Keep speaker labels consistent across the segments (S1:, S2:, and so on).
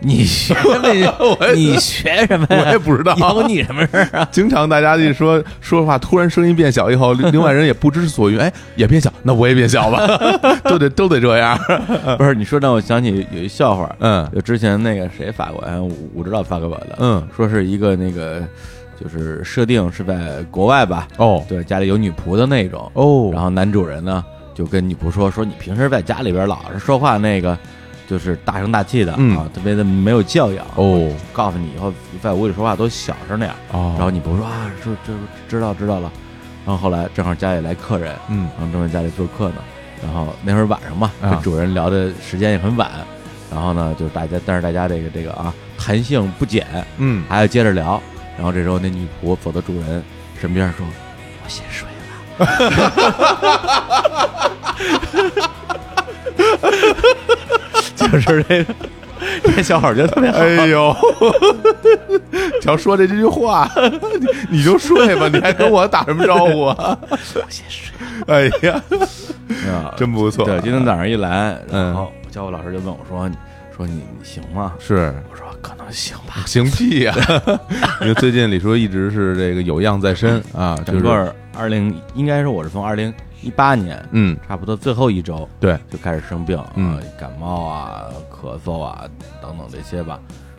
S1: 你学 那你学什么呀？
S2: 我也不知道
S1: 有你什么事儿啊？
S2: 经常大家一说说话，突然声音变小以后，另外人也不知所云，哎，也变小，那我也变小吧， 都得都得这样。
S1: 不是你说让我想起有一笑话，
S2: 嗯
S1: 就之前那个谁法官，我我知道法国的，
S2: 嗯，
S1: 说是一个那个就是设定是在国外吧，
S2: 哦
S1: 对，家里有女仆的那种，
S2: 哦
S1: 然后男主人呢就跟女仆说说你平时在家里边老是说话那个就是大声大气的、
S2: 嗯
S1: 啊，特别的没有教养，
S2: 哦
S1: 告诉你以后在屋里说话都小声点儿。
S2: 哦
S1: 然后女仆说啊，这这知道知道了。然后后来正好家里来客人，
S2: 嗯
S1: 然后正在家里做客呢，然后那会儿晚上嘛，
S2: 啊
S1: 跟主人聊的时间也很晚，然后呢，就是大家，但是大家这个这个啊，弹性不减，
S2: 嗯，
S1: 还要接着聊。然后这时候那女仆走到主人身边说：“我先睡了。” 就是这个，这小伙儿觉得特别好。
S2: 哎 呦，只要说这句话，你你就睡吧，你还跟我打什么招呼啊？
S1: 我先睡
S2: 哎呀，
S1: 啊，
S2: 真不错，
S1: 对，今天早上一来，然
S2: 嗯
S1: 后我教务老师就问我说：“你说你你行吗
S2: 是？”
S1: 我说：“可能行吧。
S2: 行屁呀、 因为最近李叔一直是这个有样在身啊，”就
S1: 整
S2: 是
S1: 个二零应该是我是从二零一八年
S2: 嗯，
S1: 差不多最后一周
S2: 对，
S1: 就开始生病，
S2: 嗯
S1: 啊，感冒啊、咳嗽啊等等这些吧。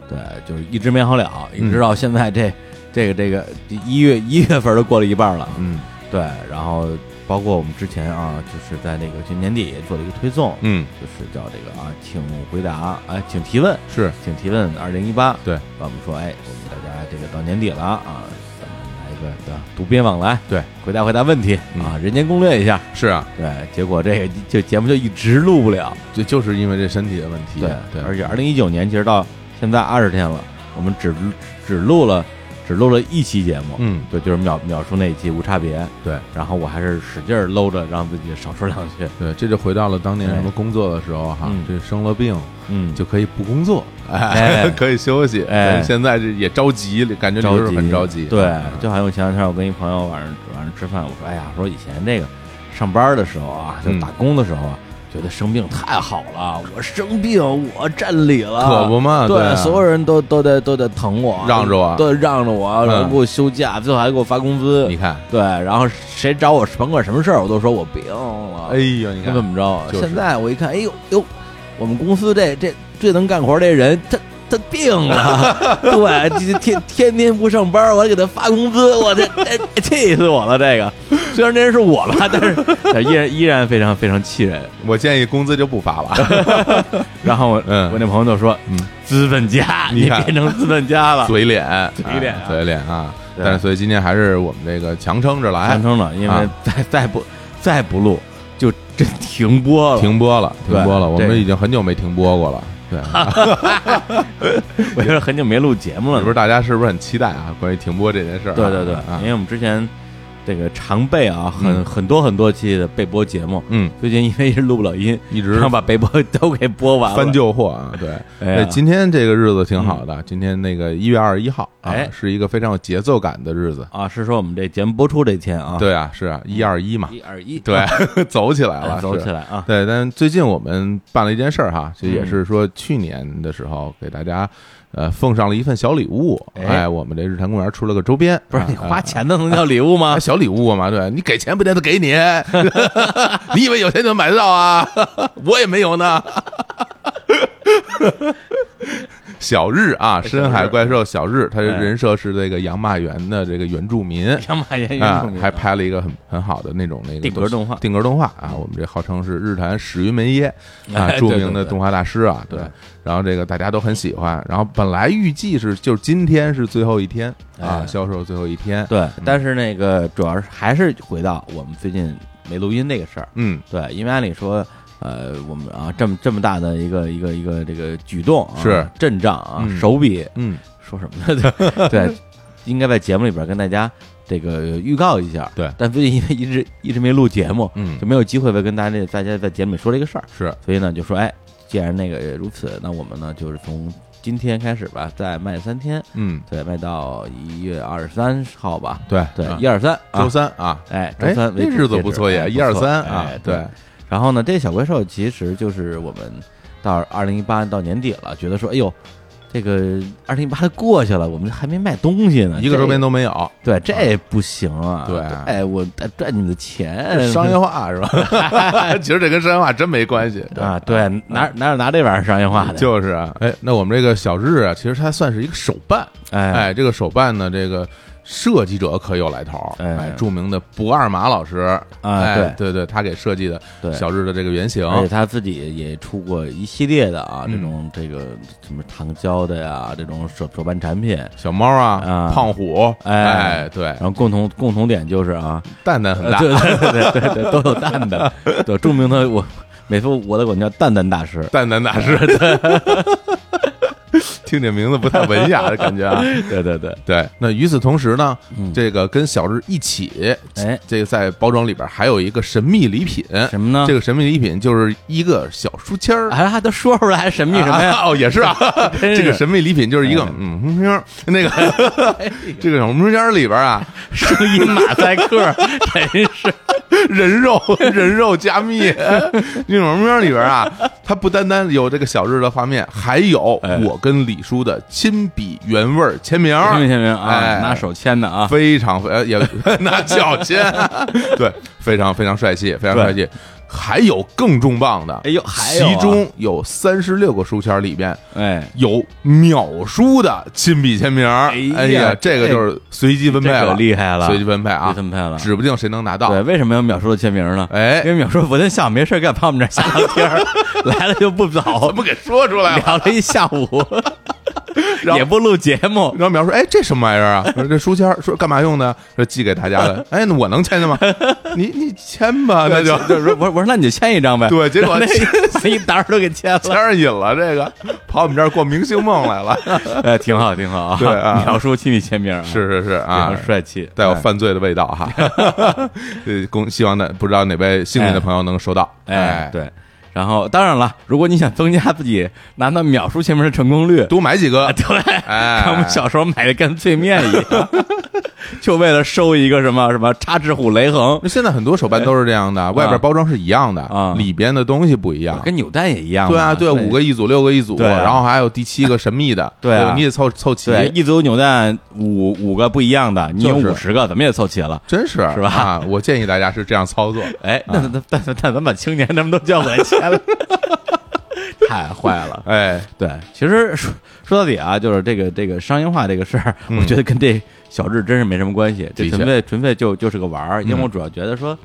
S1: 对，就是一直没好了，一
S2: 嗯
S1: 直到现在这、这个这个这一月一月份都过了一半了。
S2: 嗯
S1: 对，然后包括我们之前啊，就是在那个去年底也做了一个推送，
S2: 嗯
S1: 就是叫这个啊，请回答，哎，请提问，
S2: 是，
S1: 请提问二零一八。
S2: 对，
S1: 我们说，哎，我们大家这个到年底了啊，咱们来一个对吧读编往来，
S2: 对，
S1: 回答回答问题、
S2: 嗯
S1: 啊，人间攻略一下。
S2: 是啊，
S1: 对，结果这个就节目就一直录不了。
S2: 就就是因为这身体的问题，对
S1: 而且二零一九年其实到现在二十天了，我们只只录了只录了一期节目，
S2: 嗯
S1: 对，就是秒秒叔那一期无差别。
S2: 对
S1: 然后我还是使劲儿搂着，让自己少说两句。
S2: 对，这就回到了当年
S1: 对
S2: 什么工作的时候哈
S1: 嗯，
S2: 这生了病
S1: 嗯，
S2: 就可以不工作，
S1: 哎
S2: 可以休息，
S1: 哎
S2: 但是现在这也着急，感觉你就是很着急，嗯啊
S1: 对，就好像我前两天我跟一朋友晚上晚上吃饭，我说哎呀，我说以前那个上班的时候啊，就
S2: 嗯
S1: 打工的时候啊。觉得生病太好了，我生病我占理了，
S2: 可不嘛
S1: 对，
S2: 对啊
S1: 所有人都都得都得疼我，
S2: 让着我
S1: 对，让着我，然后
S2: 嗯
S1: 给我休假，最后还给我发工资
S2: 你。看，
S1: 对，然后谁找我，甭管什么事儿，我都说我病了。
S2: 哎呦，你
S1: 那怎
S2: 看，
S1: 么着？
S2: 就是
S1: 现在我一看，哎呦呦，我们公司这这最能干活这人，他他病 了，对，这天天天不上班，我还给他发工资，我这这气死我了！这 个虽然这人是我吧，但是但依然依然非常非常气人。
S2: 我建议工资就不发了，
S1: 然后我、
S2: 嗯
S1: 我那朋友就说
S2: 嗯，
S1: 资本家，
S2: 你
S1: 你
S2: 看
S1: 变成资本家了，
S2: 嘴脸，
S1: 嘴脸啊
S2: 哎嘴脸啊！
S1: 对
S2: 但是所以今天还是我们这个强撑着来
S1: 完，成了，因为
S2: 啊
S1: 再再不再不录就真停播了。
S2: 停播了，
S1: 对
S2: 停播了，我
S1: 这个
S2: 们已经很久没停播过了。对，
S1: 我觉得很久没录节目了，
S2: 是不是大家是不是很期待啊？关于停播这件事儿啊、
S1: 对对对，
S2: 啊
S1: 因，为我们之前这个常备啊，很、
S2: 嗯
S1: 很多很多期的备播节目，
S2: 嗯，
S1: 最近因为一直录不了音，
S2: 一直
S1: 然后把备播都给播完了。
S2: 嗯翻旧货啊，对。
S1: 哎呀嗯
S2: 今天这个日子挺好的，今天那个一月二十一号啊，
S1: 哎
S2: 是一个非常有节奏感的日子。
S1: 啊，是说我们这节目播出这天啊，，
S2: 对啊，是啊，一二一嘛，
S1: 一二一，
S2: 对， 走起来
S1: 哎
S2: 了，
S1: 走
S2: 是
S1: 起来啊，
S2: 对，但最近我们办了一件事儿哈，这也
S1: 嗯
S2: 是说去年的时候给大家呃奉上了一份小礼物。
S1: 哎
S2: 哎，我们这日坛公园出了个周边，
S1: 不是
S2: 啊
S1: 你花
S2: 啊
S1: 钱的能叫礼物吗
S2: 啊，？小礼物嘛，对你给钱不见得给你，你以为有钱就能买得到啊？ 我也没有呢。小日啊，深海怪兽小日，他的
S1: 哎
S2: 人设是这个洋马原的这个原住民。
S1: 养马爷
S2: 啊，还
S1: 拍
S2: 拍了一个很很好的那种那个
S1: 定格动画
S2: 定格动画啊，我们这号称是日坛史云 梅耶啊
S1: 哎，
S2: 著
S1: 对
S2: 名
S1: 对
S2: 的
S1: 对嗯
S2: 动画大师啊，对
S1: 对。
S2: 然后这个大家都很喜欢，然后本来预计是就是今天是最后一天啊
S1: 哎，
S2: 销售最后一天，
S1: 对，但是那个主要是还是回到我们最近没录音那个事儿，
S2: 嗯，
S1: 对，因为按理说，呃，我们啊这么这么大的一个一个一个这个举动啊，
S2: 是
S1: 阵仗啊，
S2: 嗯
S1: 手笔
S2: 嗯，
S1: 说什么呢？ 对对，应该在节目里边跟大家这个预告一下。
S2: 对
S1: 但最近因为一直一直没录节目，
S2: 嗯
S1: 就没有机会再跟大家大家在节目里说这个事儿，
S2: 是，
S1: 所以呢，就说哎，既然那个如此，那我们呢就是从今天开始吧，再卖三天，
S2: 嗯，
S1: 对，卖到一月二十三号吧。
S2: 对
S1: 对，
S2: 啊
S1: 一二三，
S2: 周
S1: 啊，
S2: 三啊，
S1: 哎，周
S2: 哎，
S1: 三为
S2: 这
S1: 止
S2: 日子
S1: 截
S2: 不
S1: 止
S2: 错
S1: 哎
S2: 也，
S1: 不
S2: 一二
S1: 错
S2: 三啊
S1: 哎，
S2: 对，
S1: 然后呢，这小怪兽其实就是我们到二零一八到年底了，觉得说，哎呦，这个二零一八它过去了，我们还没卖东西呢，
S2: 嗯一个周边
S1: 都
S2: 都没有，
S1: 对，这不行啊！
S2: 对
S1: 哎，我赚赚你的钱，
S2: 商业化是吧？ 其实这跟商业化真没 关系，
S1: 啊，对，哪哪有拿这玩意儿商业化的？
S2: 就是啊，哎，那我们这个小日啊，其实它算是一个手办，
S1: 哎，
S2: 哎，这个手办呢，这个设计者可有来头儿，
S1: 哎
S2: 哎，著名的不二马老师，
S1: 啊
S2: 哎，对对，他给设计的
S1: 对
S2: 小日的这个原型，
S1: 而且他自己也出过一系列的啊，
S2: 嗯
S1: 这种这个什么糖胶的呀，这种手手办产品。
S2: 小猫啊
S1: 啊，
S2: 胖虎，
S1: 哎
S2: 哎，对
S1: 然，后共同共同点就是啊，
S2: 蛋蛋很
S1: 呃
S2: 大，
S1: 对对对对对，对都有蛋的，对，著名的我每次我都管他叫蛋蛋大师，
S2: 蛋蛋大师， 听这名字不太文雅的感觉 啊。
S1: 对对对，
S2: 对，那与此同时呢，
S1: 嗯
S2: 这个跟小日一起，
S1: 哎，
S2: 这个在包装里边还有一个神秘礼品，
S1: 什么呢？啊
S2: 这个神秘礼品就是一个小书签儿。
S1: 还还都说出来，还神秘什么 呀？
S2: 啊啊？哦，也是哎啊，
S1: 真是
S2: 这个神秘礼品就是一个
S1: 哎
S2: 嗯哼哼，那 个这个小红签儿里边啊，
S1: 声音马赛 克，真是
S2: 人肉 人肉加密，这种面里边啊，它不单单有这个小日的画面，还有
S1: 哎
S2: 我跟李叔的亲笔原味签名，
S1: 听没听明啊？
S2: 哎
S1: 拿手签的啊，
S2: 非常非呃也 拿脚 签，对，非常非常帅气，非常帅气。还有更重磅的，
S1: 哎呦还有啊
S2: 其中有三十六个书签里边。
S1: 哎，
S2: 有秒叔的亲笔签名，哎
S1: 呀
S2: 这个就是随机分配
S1: 这
S2: 了，
S1: 可厉害了，
S2: 随机分配啊
S1: 随，分配了。
S2: 指不定谁能拿到
S1: 对，。为什么要秒叔的签名呢？
S2: 哎
S1: 因为秒叔昨天下午没事儿干，跑我们这儿瞎聊天儿， 来了就不走
S2: 怎，么给说出来了？
S1: 聊了一下 午，
S2: 然后
S1: 也不录节目，
S2: 然后苗说：“哎，这什么玩意儿啊？我说这书签儿说干嘛用的？说寄给大家的。哎，那我能签的吗？ 你你签吧，那就
S1: 就是说我说我说那你就签一张呗。
S2: 对结果
S1: 那把一沓儿都给签
S2: 签
S1: 了，
S2: 上瘾了。这个跑我们这儿过明星梦来了，
S1: 哎，挺好挺好啊。
S2: 对啊
S1: 秒叔亲笔签名啊，
S2: 是是是
S1: 非
S2: 啊
S1: 常，帅气，
S2: 带有
S1: 哎
S2: 犯罪的味道哈。 呃，恭希望的不知道哪位幸运的朋友能收到。
S1: 哎，，对。然后，当然了，如果你想增加自己拿到秒叔前面的成功率，
S2: 多买几
S1: 啊，
S2: 个。
S1: 对，
S2: 哎
S1: 跟我们小时候买的跟脆面一样，就为了收一个什么什么插翅虎雷横，
S2: 那现在很多手办都是这样的，外边包装是一样
S1: 哎啊
S2: 的，里边的东西不一样。
S1: 跟扭蛋也一样嘛。
S2: 对啊，对，五个一组，六个一组，
S1: 对啊
S2: 然后还有第七个神秘的，
S1: 对啊
S2: 吧你得凑凑齐。
S1: 对，一组扭蛋五五个不一样的，你有
S2: 就是
S1: 五十个，怎么也凑齐了。
S2: 真是
S1: 是吧
S2: 啊，我建议大家是这样 操作。
S1: 哎，那那那那咱们把青年他们都叫回来签了，太坏了。
S2: 哎，
S1: 对，其实说说到底啊，就是这个这个商业化这个事儿，
S2: 嗯
S1: 我觉得跟这小日真是没什么关系，这
S2: 的确嗯
S1: 纯粹纯粹就就是个玩儿。因为我主要觉得说，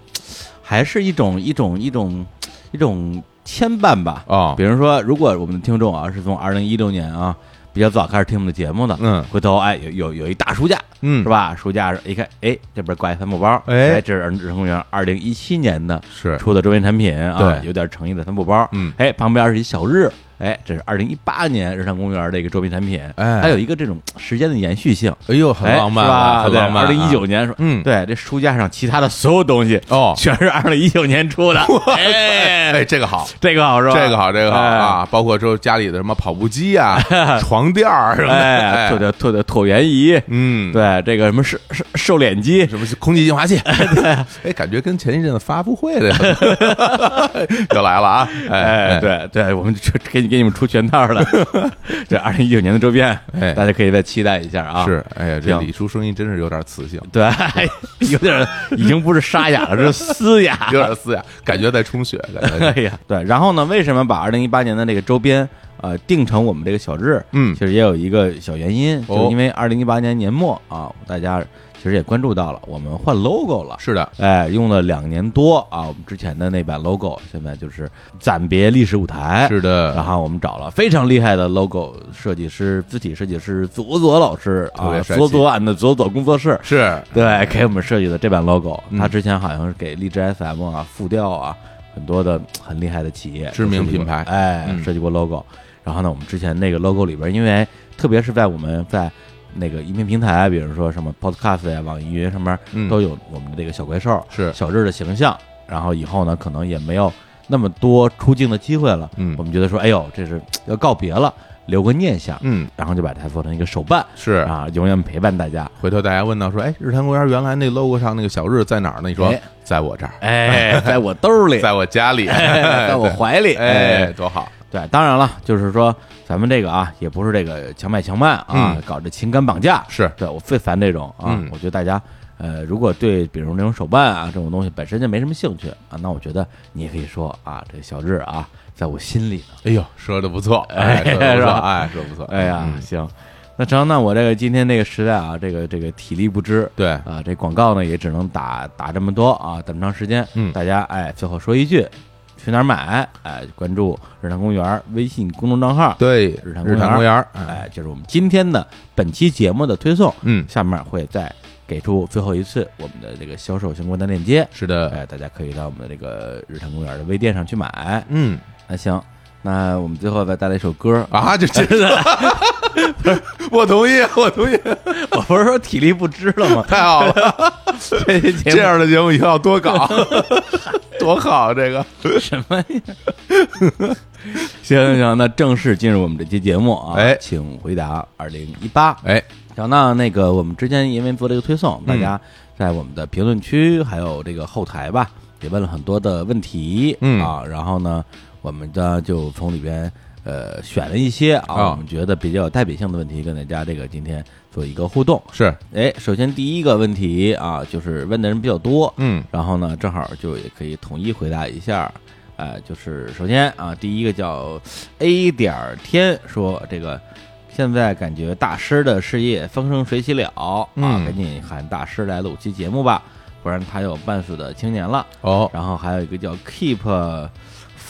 S1: 还是一种一种一种一种牵绊吧。
S2: 哦
S1: 比，如说，如果我们的听众啊是从二零一六年啊比较早开始听我们的节目的，
S2: 嗯
S1: 回头哎有有有一大书架，
S2: 嗯
S1: 是吧？书架上一看，哎，这边挂一帆布包，
S2: 哎
S1: 这是日公园二零一七年的
S2: 是，
S1: 出的周边产品啊，
S2: 对
S1: 有点诚意的帆布包，
S2: 嗯
S1: 哎，旁边是一小日，哎，这是二零一八年日坛公园的一个周边产品，
S2: 哎
S1: 还有一个这种时间的延续性，
S2: 哎呦，很
S1: 哎
S2: 浪漫
S1: 是
S2: 啊，
S1: 吧？
S2: 很
S1: 对，
S2: 浪漫
S1: 二
S2: 啊。
S1: 零一九年说，
S2: 嗯
S1: 对，这书架上其他的所有东西
S2: 哦
S1: 全是二零一九年出的，
S2: 哎，
S1: 哎，
S2: 这个好，
S1: 这个好是吧？
S2: 这个好，这个好
S1: 哎。
S2: 啊，包括之后家里的什么跑步机 啊、床垫儿什么的，
S1: 哎，
S2: 哎
S1: 对，对对对，椭圆仪，
S2: 嗯，，
S1: 对这个什么瘦瘦瘦脸机，
S2: 什么空气净化器， 哎，感觉跟前一阵子发布会的 又来了啊，
S1: 哎，
S2: 哎，
S1: 对对，我们就 给你给你们出全套 了。这二零一九年的周边，
S2: 哎
S1: 大家可以再期待一下啊。
S2: 是，哎呀，这
S1: 行
S2: 李叔声音真是有点磁性，
S1: 对， 有点儿已经不是沙哑了，是嘶 哑。
S2: 有点嘶哑，感觉在充血，感觉 在
S1: 哎呀，对，然后呢，为什么把二零一八年的这个周边呃定成我们这个小日？
S2: 嗯
S1: 其实也有一个小原因，
S2: 哦
S1: 就因为二零一八年年末啊，大家其实也关注到了，我们换 logo 了。
S2: 是的，
S1: 哎，用了两年多啊，我们之前的那版 logo 现在就是暂别历史舞台，
S2: 是的，
S1: 然后我们找了非常厉害的 logo 设计师、字体设计师左左老师
S2: 特
S1: 啊，
S2: 别帅气
S1: 左左俺的左左工作室，
S2: 是，
S1: 对，给我们设计的这版 logo，、
S2: 嗯
S1: 他之前好像是给荔枝 FM 啊、复调啊很多的很厉害的企业、
S2: 知名
S1: 设计过
S2: 品牌
S1: 哎，
S2: 嗯
S1: 设计过 logo。然后呢，我们之前那个 logo 里边，因为特别是在我们在那个音频平台，比如说什么 Podcast 呀、网易云上面
S2: 嗯
S1: 都有我们的这个小怪兽
S2: 是
S1: 小智的形象。然后以后呢，可能也没有那么多出镜的机会了。
S2: 嗯
S1: 我们觉得说，哎呦，这是要告别了，留个念想。
S2: 嗯，
S1: 然后就把它做成一个手办
S2: 是
S1: 啊，永远陪伴大家。
S2: 回头大家问到说，哎，日坛公园原来那 logo 上那个小日在哪儿呢？你说
S1: 哎
S2: 在我这儿，
S1: 哎，在我兜里，
S2: 在我家里，
S1: 哎在我怀里，
S2: 哎，，多好！
S1: 对，当然了，就是说咱们这个啊，也不是这个强买强卖啊，
S2: 嗯
S1: 搞这情感绑架，
S2: 是
S1: 对我最烦这种啊。
S2: 嗯
S1: 我觉得大家呃，如果对比如那种手办啊这种东西本身就没什么兴趣啊，那我觉得你也可以说啊，这小智啊，在我心里呢。
S2: 哎呦，说的不错，
S1: 哎
S2: 哎，说的
S1: 是
S2: 不错，
S1: 吧
S2: 哎，说得不错，
S1: 哎呀，
S2: 嗯
S1: 行，那成，那我这个今天这个时代啊，这个这个体力不支。
S2: 对，
S1: 啊，这广告呢也只能打打这么多啊，这么长时间。
S2: 嗯
S1: 大家哎，最后说一句，去哪儿买？哎，关注日坛公园微信公众账号。
S2: 对，
S1: 日坛公
S2: 日
S1: 园
S2: 坛公园儿，哎，
S1: 哎，就是我们今天的本期节目的推送，
S2: 嗯，
S1: 下面会再给出最后一次我们的这个销售相关的链接，
S2: 是的，
S1: 哎，大家可以到我们的这个日坛公园的微店上去买。
S2: 嗯
S1: 那行，那我们最后再带来一首歌，
S2: 啊，就这 个，我同意，我同意，
S1: 我不是说体力不支了 吗？
S2: 太好了，
S1: 这期节目
S2: 这样的节目以后要多搞， 多好，这个，
S1: 什么呀？ 行行行，那正式进入我们这期节目啊，
S2: 哎
S1: 请回答二零一八。
S2: 哎，
S1: 行，那那个我们之前因为做这个推送，大
S2: 嗯
S1: 家在我们的评论区还有这个后台吧，也问了很多的问题，
S2: 嗯
S1: 啊，然后呢，我们呢就从里边呃选了一些啊，
S2: 啊
S1: 我们觉得比较有代表性的问题，跟大家这个今天做一个互动。
S2: 是，
S1: 哎，首先第一个问题啊，就是问的人比较多，
S2: 嗯
S1: 然后呢，正好就也可以统一回答一下。呃，就是首先啊，第一个叫 A 点儿天说这个，现在感觉大师的事业风生水起了啊，
S2: 嗯
S1: 赶紧喊大师来录期节目吧，不然他有半死的青年了。
S2: 哦，
S1: 然后还有一个叫 Keep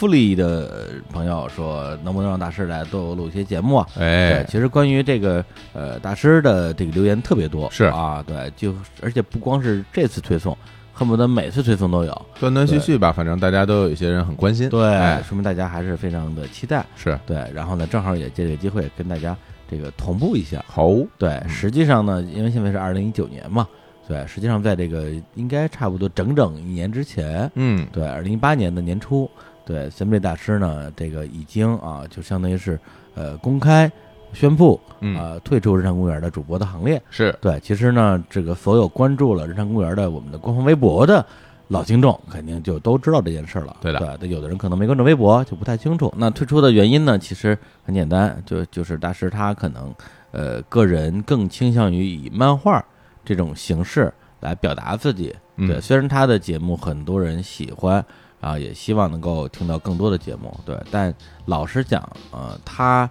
S1: Fully 的朋友说，能不能让大师来多录一些节目啊？对
S2: 哎，
S1: 其实关于这个呃大师的这个留言特别多，
S2: 是
S1: 啊，对，就而且不光是这次推送，恨不得每次推送都有，
S2: 断断续续吧，反正大家都有一些人很关心，
S1: 对，
S2: 哎
S1: 说明大家还是非常的期待，
S2: 是，
S1: 对，然后呢，正好也借这个机会跟大家这个同步一下，
S2: 好，
S1: 对，
S2: 嗯
S1: 实际上呢，因为现在是二零一九年嘛，对，实际上在这个应该差不多整整一年之前，
S2: 嗯，
S1: 对，二零一八年的年初，对森贝大师呢，这个已经啊，就相当于是呃公开宣布
S2: 嗯，
S1: 呃退出日坛公园的主播的行列。
S2: 是，
S1: 对，其实呢，这个所有关注了日坛公园的我们的官方微博的老听众，肯定就都知道这件事了。
S2: 对的
S1: 对，有的人可能没关注微博，就不太清楚。那退出的原因呢，其实很简单，就就是大师他可能呃个人更倾向于以漫画这种形式来表达自己。
S2: 嗯
S1: 对，虽然他的节目很多人喜欢。啊，也希望能够听到更多的节目，对。但老实讲，呃，他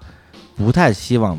S1: 不太希望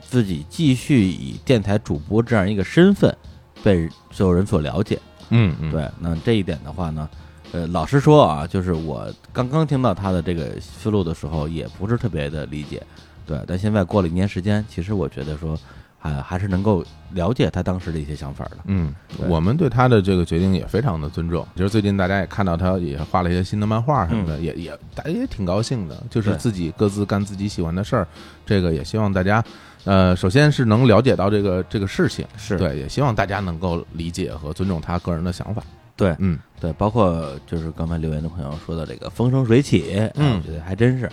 S1: 自己继续以电台主播这样一个身份被所有人所了解。
S2: 嗯嗯，
S1: 对，那这一点的话呢，呃，老实说啊，就是我刚刚听到他的这个思路的时候，也不是特别的理解。对，但现在过了一年时间，其实我觉得说，还还是能够了解他当时的一些想法的。
S2: 嗯，
S1: 对
S2: 我们对他的这个决定也非常的尊重。其实最近大家也看到他也画了一些新的漫画什么的，也也大家也挺高兴的，就是
S1: 嗯对
S2: 自己各自干自己喜欢的事儿。这个也希望大家，呃，首先是能了解到这个这个事情，
S1: 是
S2: 对，也希望大家能够理解和尊重他个人的想法。
S1: 对
S2: 嗯，
S1: 对，包括就是刚才留言的朋友说的这个风生水起，哎
S2: 嗯
S1: 我觉得还真是。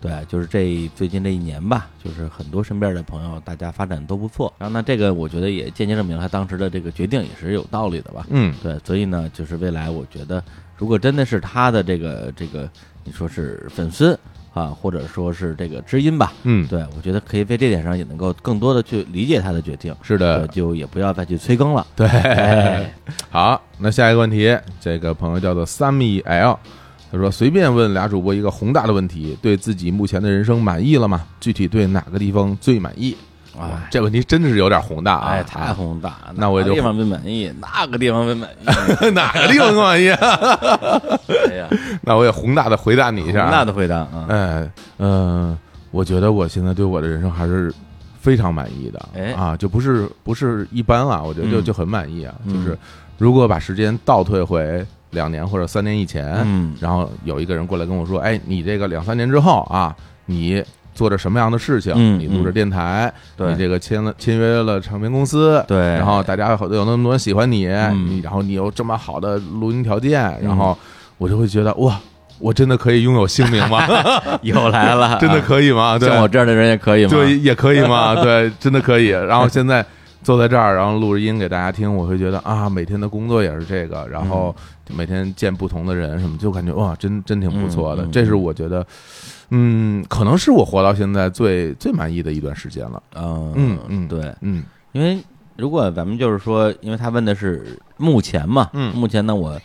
S1: 对，就是这最近这一年吧，就是很多身边的朋友，大家发展都不错。然后呢，这个我觉得也间接证明了他当时的这个决定也是有道理的吧。
S2: 嗯，
S1: 对，所以呢，就是未来我觉得，如果真的是他的这个这个，你说是粉丝啊，或者说是这个知音吧，
S2: 嗯，
S1: 对我觉得可以在这点上也能够更多的去理解他的决定，
S2: 是
S1: 对，
S2: 的，
S1: 就也不要再去催更了。
S2: 对。
S1: 哎，
S2: 好，那下一个问题，这个朋友叫做 Sammy L，他说随便问俩主播一个宏大的问题，对自己目前的人生满意了吗？具体对哪个地方最满意？
S1: 哎，
S2: 这问题真的是有点宏大啊！
S1: 哎，太宏大了，
S2: 那我
S1: 哪个
S2: 就
S1: 地方不满意，那个地方不 满意。
S2: 哪个地方更满意？
S1: 哎呀，
S2: 那我也宏大的回答你一下、啊。
S1: 那的回答啊，
S2: 哎，嗯、我觉得我现在对我的人生还是非常满意的，
S1: 哎
S2: 啊，就不是不是一般啊，我觉得就
S1: 嗯
S2: 就很满意啊。
S1: 嗯
S2: 就是如果把时间倒退回两年或者三年以前，
S1: 嗯
S2: 然后有一个人过来跟我说，哎，你这个两三年之后啊，你。做着什么样的事情？
S1: 嗯
S2: 你录着
S1: 嗯
S2: 电台，
S1: 对
S2: 你这个签了签约了唱片公司，
S1: 对
S2: 然后大家有有那么多人喜欢你，
S1: 嗯
S2: 你然后你有这么好的录音条件，然后我就会觉得哇，我真的可以拥有姓名 吗？
S1: 又来了，啊
S2: 真的可以吗？对，
S1: 像我这样的人也可以吗？
S2: 对，也可以吗？对，真的可以。然后现在坐在这儿，然后录着音给大家听，我会觉得啊，每天的工作也是这个，然后
S1: 嗯
S2: 每天见不同的人什么，就感觉哇，真真挺不错的。
S1: 嗯嗯
S2: 这是我觉得，嗯，可能是我活到现在最最满意的一段时间了。
S1: 嗯
S2: 嗯嗯
S1: 对，
S2: 嗯
S1: 因为如果咱们就是说，因为他问的是目前嘛，
S2: 嗯
S1: 目前呢，我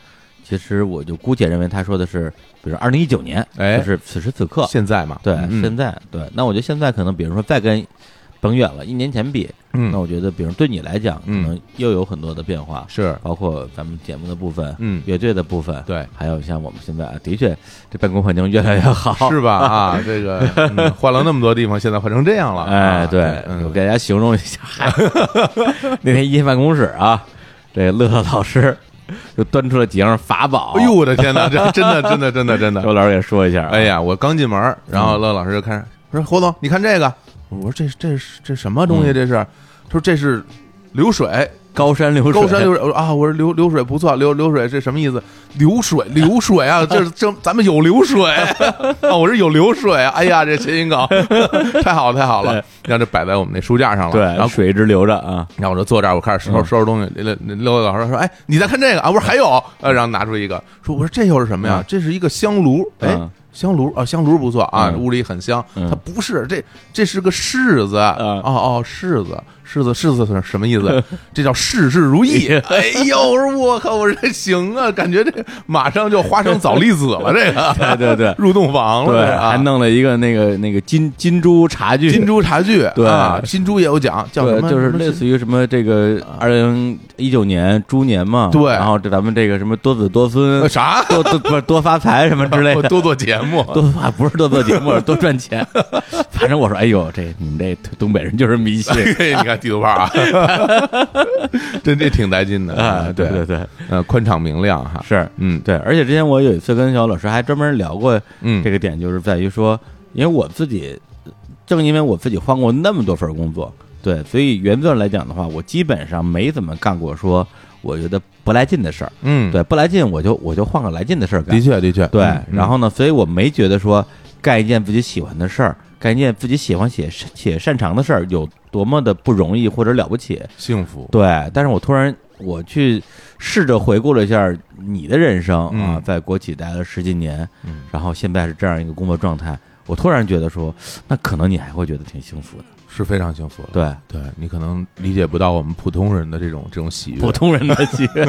S1: 其实我就姑且认为他说的是，比如二零一九年，
S2: 哎
S1: 就是此时此刻，
S2: 现在嘛，
S1: 对，
S2: 嗯
S1: 现在对，那我觉得现在可能，比如说再跟甭远了，一年前比，那
S2: 嗯
S1: 我觉得，比如对你来讲，可
S2: 嗯
S1: 能又有很多的变化，
S2: 是
S1: 包括咱们节目的部分，
S2: 嗯
S1: 乐队的部分，
S2: 对。
S1: 还有像我们现在啊，的确这办公环境越来越好，
S2: 是吧？啊，这个、嗯换了那么多地方，现在换成这样了。
S1: 哎
S2: 啊，
S1: 对，我
S2: 嗯
S1: 给大家形容一 下，那天一进办公室啊，这乐乐老师就端出了几样法宝。
S2: 哎呦，，我的天哪，这真的真的真的真的
S1: 周，老师也说一下啊。
S2: 哎呀，我刚进门儿，然
S1: 嗯
S2: 后乐老师就看，我说侯总，你看这个，我说这这是这什么东西？
S1: 嗯
S2: 这是，他说这是流水，
S1: 高山流水，
S2: 高山流水。我说啊，我说流流水不错，流流水这什么意思？流水流水啊，这这咱们有流水 啊，我说有流水啊，哎呀，这谐音梗 太好了太好了
S1: 对，
S2: 然后就摆在我们那书架上了，
S1: 对，
S2: 然后
S1: 水一直流着 啊。
S2: 然后我就坐这儿，我开始收拾
S1: 嗯
S2: 收拾东西。刘刘刘老师说：“哎，你再看这个啊！”我说：“还有。”呃，然后拿出一个，说：“我说这又是什么呀
S1: 嗯？
S2: 这是一个香炉。”哎
S1: 嗯，
S2: 香炉啊，香炉不错啊，
S1: 嗯
S2: 屋里很香。
S1: 嗯
S2: 它不是这，这是个柿子。
S1: 嗯
S2: 哦哦，柿子，柿子，柿子是什么意思？这叫事事 如意。哎呦，我说我靠，我说行啊，感觉这马上就花生枣栗子了，这 个
S1: 对对对
S2: 入洞房哎了
S1: 对，
S2: 这啊，
S1: 还弄了一个那个那个金金珠茶具，
S2: 金珠茶具，
S1: 对
S2: 啊，金珠也有奖，叫什
S1: 对，
S2: 么？
S1: 就是
S2: 什么
S1: 类似于什么这个二零一九年猪年嘛，
S2: 对
S1: 然后这咱们这个什么多子多孙
S2: 呃，啥？
S1: 多多不是多发财什么之类的，
S2: 多做节目，
S1: 多啊，不是多做节 目，多赚钱。反正我说，哎呦，这你们这东北人就是迷 信
S2: 嘿，你看地图炮啊， 真这挺带劲的
S1: 啊！对对
S2: 对，
S1: 对，
S2: 呃，宽敞明亮哈，
S1: 是，
S2: 嗯
S1: 对。而且之前我有一次跟小老师还专门聊过
S2: 嗯，
S1: 这个点，就是在于说，因为我自己，正因为我自己换过那么多份工作，对，所以原则上来讲的话，我基本上没怎么干过说我觉得不来劲的事儿。
S2: 嗯，
S1: 对，不来劲我就我就换个来劲的事儿干
S2: 的。确的确，
S1: 对
S2: 嗯，
S1: 然后呢，所以我没觉得说干一件自己喜欢的事儿，干一件自己喜欢且且擅长的事儿有多么的不容易或者了不起。
S2: 幸福，
S1: 对，但是我突然我去试着回顾了一下你的人生啊，
S2: 嗯
S1: 在国企待了十几年，
S2: 嗯，
S1: 然后现在是这样一个工作状态，我突然觉得说，那可能你还会觉得挺幸福的。
S2: 是非常幸福了。
S1: 对，
S2: 对你可能理解不到我们普通人的这种这种喜悦，
S1: 普通人的喜悦。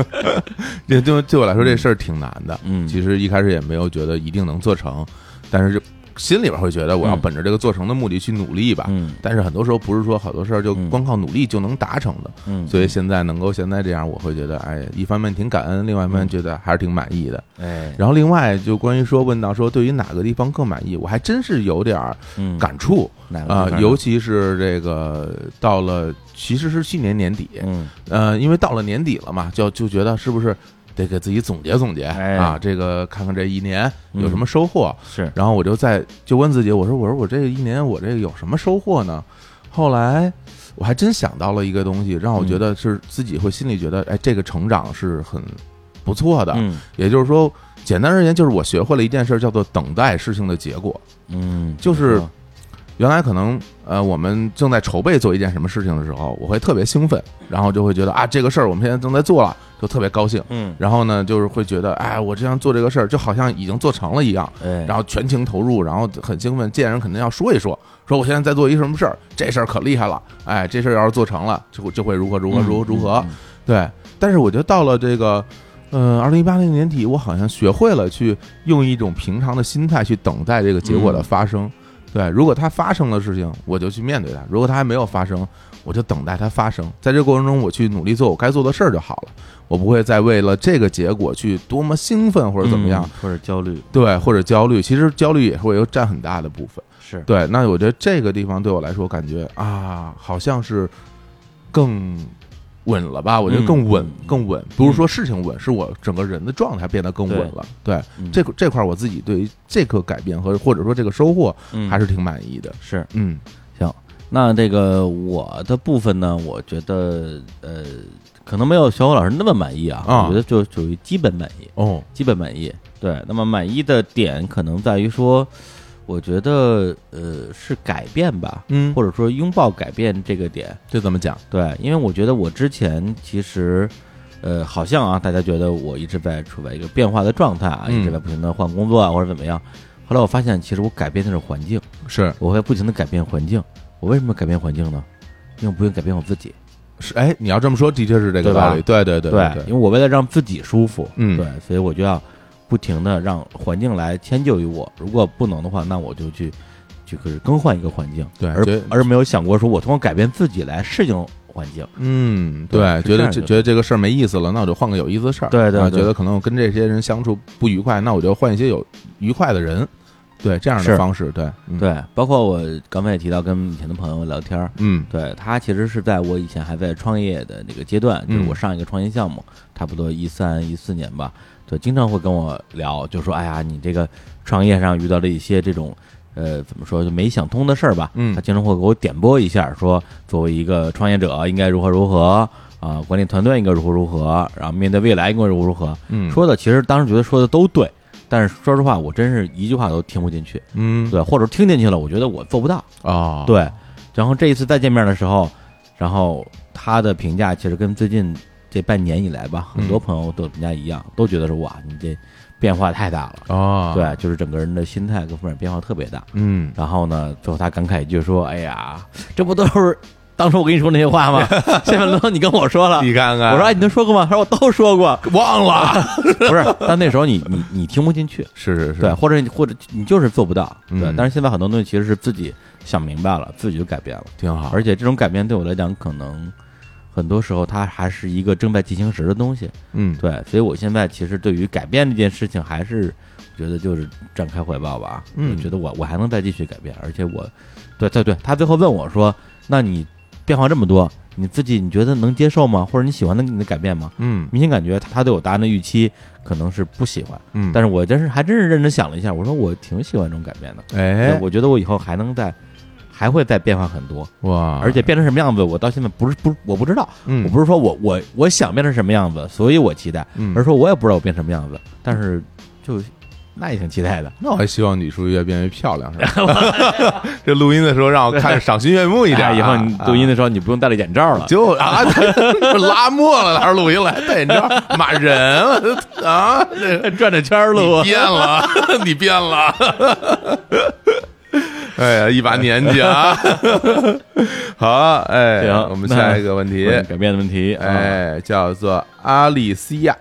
S2: 这对对我来说这事儿挺难的。
S1: 嗯，
S2: 其实一开始也没有觉得一定能做成，但是就心里边会觉得我要
S1: 嗯
S2: 本着这个做成的目的去努力吧。
S1: 嗯
S2: 但是很多时候不是说好多事儿就
S1: 嗯
S2: 光靠努力就能达成的，
S1: 嗯，
S2: 所以现在能够现在这样，我会觉得，哎，一方面挺感恩，另外一方面
S1: 嗯
S2: 觉得还是挺满意的。
S1: 哎，
S2: 然后另外就关于说问到说对于哪个地方更满意，我还真是有点儿
S1: 嗯，
S2: 感触
S1: 哪个地
S2: 啊、
S1: 方呢
S2: 尤其是这个到了其实是去年年底，
S1: 嗯
S2: 呃，因为到了年底了嘛，就就觉得是不是得给自己总结总结
S1: 哎
S2: 啊，这个看看这一年有什
S1: 嗯
S2: 么收获。
S1: 是
S2: 然后我就在就问自己，我说我说我这一年我这个有什么收获呢？后来我还真想到了一个东西，让我觉得是自己会心里觉得，哎，这个成长是很不错的。
S1: 嗯
S2: 也就是说，简单而言，就是我学会了一件事，叫做等待事情的结果。
S1: 嗯，
S2: 就是原来可能呃，我们正在筹备做一件什么事情的时候，我会特别兴奋，然后就会觉得啊，这个事儿我们现在正在做了，就特别高兴。
S1: 嗯，
S2: 然后呢，就是会觉得，哎，我这样做这个事儿，就好像已经做成了一样。
S1: 哎，
S2: 然后全情投入，然后很兴奋，见人肯定要说一说，说我现在在做一什么事儿，这事儿可厉害了，哎，这事儿要是做成了，就会就会如何如何如何如何，
S1: 嗯
S2: 对。但是我觉得到了这个，呃，二零一八年年底，我好像学会了去用一种平常的心态去等待这个结果
S1: 嗯
S2: 的发生，对。如果它发生的事情，我就去面对它；如果它还没有发生，我就等待它发生。在这过程中，我去努力做我该做的事儿就好了，我不会再为了这个结果去多么兴奋或者怎么样。
S1: 嗯或者焦虑
S2: 对，或者焦虑，其实焦虑也会有占很大的部分。
S1: 是
S2: 对，那我觉得这个地方对我来说，感觉啊，好像是更稳了吧？我觉得
S1: 嗯
S2: 更稳，
S1: 嗯
S2: 更稳，不是说事情稳，是我整个人的状态变得更稳了。对，
S1: 嗯
S2: 这个这块儿我自己对于这个改变和或者说这个收获
S1: 嗯
S2: 还是挺满意的。
S1: 是
S2: 嗯
S1: 行。那这个我的部分呢，我觉得呃，可能没有小虎老师那么满意啊，
S2: 啊
S1: 我觉得就属于基本满意，
S2: 哦，
S1: 基本满意。对，那么满意的点可能在于说，我觉得呃是改变吧，
S2: 嗯，
S1: 或者说拥抱改变这个点。
S2: 这怎么讲？
S1: 对，因为我觉得我之前其实，呃，好像啊，大家觉得我一直在处在一个变化的状态啊，
S2: 嗯
S1: 一直在不停的换工作啊，或者怎么样。后来我发现，其实我改变的是环境，
S2: 是
S1: 我会不停的改变环境。我为什么改变环境呢？因为我不用改变我自己，
S2: 是，哎，你要这么说，的确是这个
S1: 对吧
S2: 道理。对对对
S1: 因为
S2: 对，
S1: 我为了让自己舒服，
S2: 嗯
S1: 对，所以我就要不停的让环境来迁就于我。如果不能的话，那我就去，就是更换一个环境，
S2: 对
S1: 而
S2: 觉
S1: 而没有想过说我通过改变自己来适应环境。
S2: 嗯，
S1: 对是
S2: 对，觉
S1: 这
S2: 得
S1: 样
S2: 这
S1: 的
S2: 觉得这个事儿没意思了，那我就换个有意思的事儿。
S1: 对对
S2: 啊
S1: 对
S2: 觉得可能我跟这些人相处不愉快，那我就换一些有愉快的人。对，这样的
S1: 是
S2: 方式，对，嗯，
S1: 对，包括我刚才也提到跟以前的朋友聊天儿，
S2: 嗯，
S1: 对他其实是在我以前还在创业的那个阶段，就是
S2: 嗯
S1: 我上一个创业项目，差不多一三一四年吧，对，经常会跟我聊，就说哎呀，你这个创业上遇到了一些这种。呃，怎么说就没想通的事儿吧？
S2: 嗯
S1: 他经常会给我点拨一下，说作为一个创业者应该如何如何啊、管理团队应该如何如何，然后面对未来应该如何如何。
S2: 嗯，
S1: 说的其实当时觉得说的都对，但是说实话，我真是一句话都听不进去。
S2: 嗯，
S1: 对，或者听进去了，我觉得我做不到。
S2: 哦，，
S1: 对，然后这一次再见面的时候，然后他的评价其实跟最近这半年以来吧，很多
S2: 嗯
S1: 朋友的评价一样，都觉得说哇，你这变化太大了。
S2: 哦，，
S1: 对，就是整个人的心态各方面变化特别大。
S2: 嗯，
S1: 然后呢，最后他感慨一句说：“哎呀，这不都是当初我跟你说那些话吗？ 现在轮到你跟我说了。”
S2: 你看看，
S1: 我说：“哎，你啊都说过吗？”他说：“我都说过。
S2: 忘了，”
S1: 不是，但那时候你你你听不进去，
S2: 是是是，
S1: 对，或者或者你就是做不到，对。
S2: 嗯
S1: 但是现在很多东西其实是自己想明白了，自己就改变了，
S2: 挺好，
S1: 而且这种改变对我来讲，可能很多时候它还是一个正在进行时的东西，
S2: 嗯，
S1: 对。所以我现在其实对于改变这件事情，还是觉得就是展开怀抱吧，
S2: 嗯
S1: 我觉得我我还能再继续改变，而且我，对对对，他最后问我说：“那你变化这么多，你自己你觉得能接受吗？或者你喜欢的你的改变吗？”
S2: 嗯
S1: 明显感觉他他对我答案的预期可能是不喜欢。
S2: 嗯，
S1: 但是我真是还真是认真想了一下，我说我挺喜欢这种改变的，
S2: 是哎，
S1: 我觉得我以后还能再还会再变化很多，
S2: 哇，
S1: 而且变成什么样子，我到现在不是不是我不知道，
S2: 啊嗯，
S1: 我不是说我我我想变成什么样子，所以我期待，
S2: 嗯，
S1: 而是说我也不知道我变什么样子，但是就那也挺期待的，
S2: 那我还希望你叔越变越漂亮，是吧？ 这录音的时候让我看着赏心悦目一点啊、
S1: 哎以后你录音的时候你不用戴了眼罩 了
S2: 啊。就 啊，拉磨了，还是录音来戴眼罩骂人了啊？这
S1: 转着圈儿
S2: 你
S1: 录，
S2: 变了， 你变了。 哎呀，一把年纪啊！ 好，哎，
S1: 行
S2: 我们下一个问题，
S1: 改变的问题，啊，
S2: 哎，叫做阿丽西亚。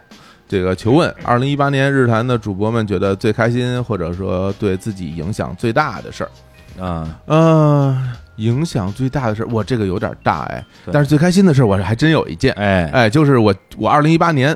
S2: 这个求问，二零一八年日坛的主播们觉得最开心，或者说对自己影响最大的事儿？
S1: 啊，
S2: 呃，影响最大的事儿，我这个有点大哎，
S1: 对
S2: 但是最开心的事儿，我还真有一件，
S1: 哎，
S2: 哎，就是我我二零一八年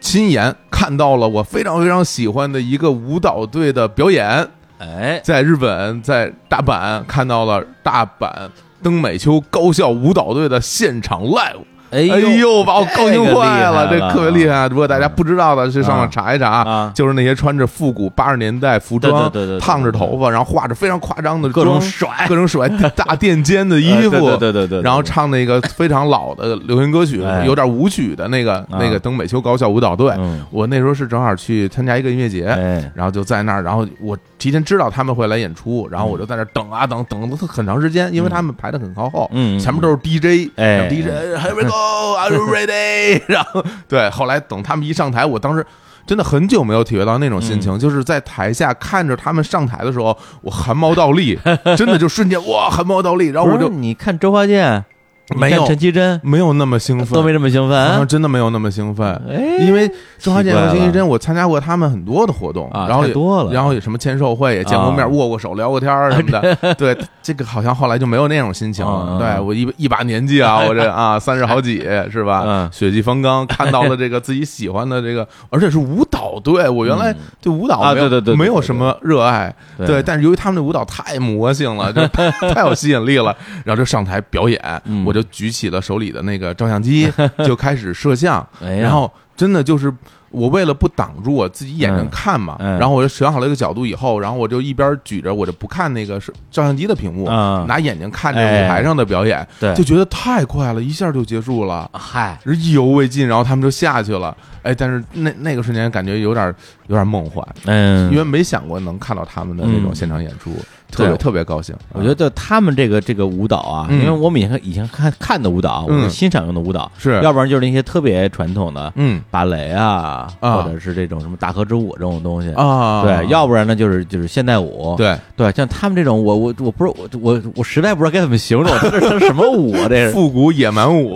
S2: 亲眼看到了我非常非常喜欢的一个舞蹈队的表演，
S1: 哎，
S2: 在日本，在大阪看到了大阪登美秋高校舞蹈队的现场 live。
S1: 哎
S2: 哎
S1: 呦，
S2: 呦，把我高兴坏了，
S1: 这
S2: 这
S1: 个厉害了嗯
S2: 特别厉害。如果大家不知道的，去上网查一查
S1: 啊
S2: 就是那些穿着复古八十年代服装
S1: 对对对对对、
S2: 烫着头发，然后画着非常夸张的
S1: 各种
S2: 妆
S1: 甩
S2: 各 种甩大垫肩的衣
S1: 哎对
S2: 服
S1: 对，对对对，
S2: 然后唱那个非常老的流行歌曲
S1: 哎，
S2: 有点舞曲的那个那个登美秋高校舞蹈队。
S1: 嗯，
S2: 我那时候是正好去参加一个音乐节，
S1: 哎，
S2: 然后就在那儿，然后我提前知道他们会来演出，然后我就在那儿等啊等，等了很长时间，因为他们排的很靠后，
S1: 嗯嗯
S2: 前面都是 DJ，
S1: 哎
S2: 然后 DJ Here we go，Are you ready？然后对，后来等他们一上台，我当时。真的很久没有体会到那种心情，就是在台下看着他们上台的时候，我汗毛倒立，真的就瞬间哇汗毛倒立，然后我
S1: 不是
S2: 就
S1: 你看周华健，你
S2: 没
S1: 看
S2: 有
S1: 陈绮贞
S2: 没有那么兴奋，
S1: 都没这么啊兴
S2: 好像
S1: 奋，
S2: 真的没有那么兴奋，
S1: 哎
S2: 因为中华健
S1: 奇怪
S2: 康
S1: 了
S2: 星期真，我参加过他们很多的活动，
S1: 啊
S2: 然后
S1: 太
S2: 也
S1: 多了
S2: 然后有什么签售会也见过面，
S1: 啊
S2: 握过手，聊过天儿什么的。对，这个好像后来就没有那种心情了。
S1: 嗯嗯
S2: 对我一一把年纪啊，我这啊三十 好几是吧
S1: 嗯？
S2: 血气方刚，看到了这个自己喜欢的这个，而且是舞蹈队。我原来对舞蹈
S1: 啊
S2: 没有
S1: 对对对对
S2: 没有
S1: 对
S2: 什么热爱，
S1: 对
S2: 对，但是由于他们的舞蹈太魔性了，就太太有吸引力了，然后就上台表演，
S1: 嗯
S2: 我就举起了手里的那个照相机，就开始摄像，
S1: 哎呀
S2: 哦然后真的就是我为了不挡住我自己眼睛看嘛，
S1: 嗯嗯
S2: 然后我就选好了一个角度以后，然后我就一边举着，我就不看那个是照相机的屏幕，
S1: 嗯哎
S2: 拿眼睛看着舞台上的表演，
S1: 对
S2: 就觉得太快了，一下就结束了。
S1: 嗨，
S2: 意犹未尽，然后他们就下去了。哎，但是那那个瞬间感觉有点有点梦幻，
S1: 嗯，
S2: 因为没想过能看到他们的那种
S1: 嗯
S2: 现场演出，特
S1: 对
S2: 别特别高兴。
S1: 我觉得就他们这个这个舞蹈啊，
S2: 嗯
S1: 因为我们以前以前看看的舞蹈，啊我
S2: 嗯
S1: 们欣赏用的舞蹈，
S2: 是
S1: 要不然就是那些特别传统的
S2: 嗯
S1: 芭蕾啊，
S2: 啊
S1: 或者是这种什么大河之舞这种东西。
S2: 啊，
S1: 对，要不然呢就是就是现代舞，
S2: 对
S1: 对，像他们这种，我我我不是我我我实在不知道该怎么 形容，这是这是什么舞啊？这是
S2: 复古野蛮舞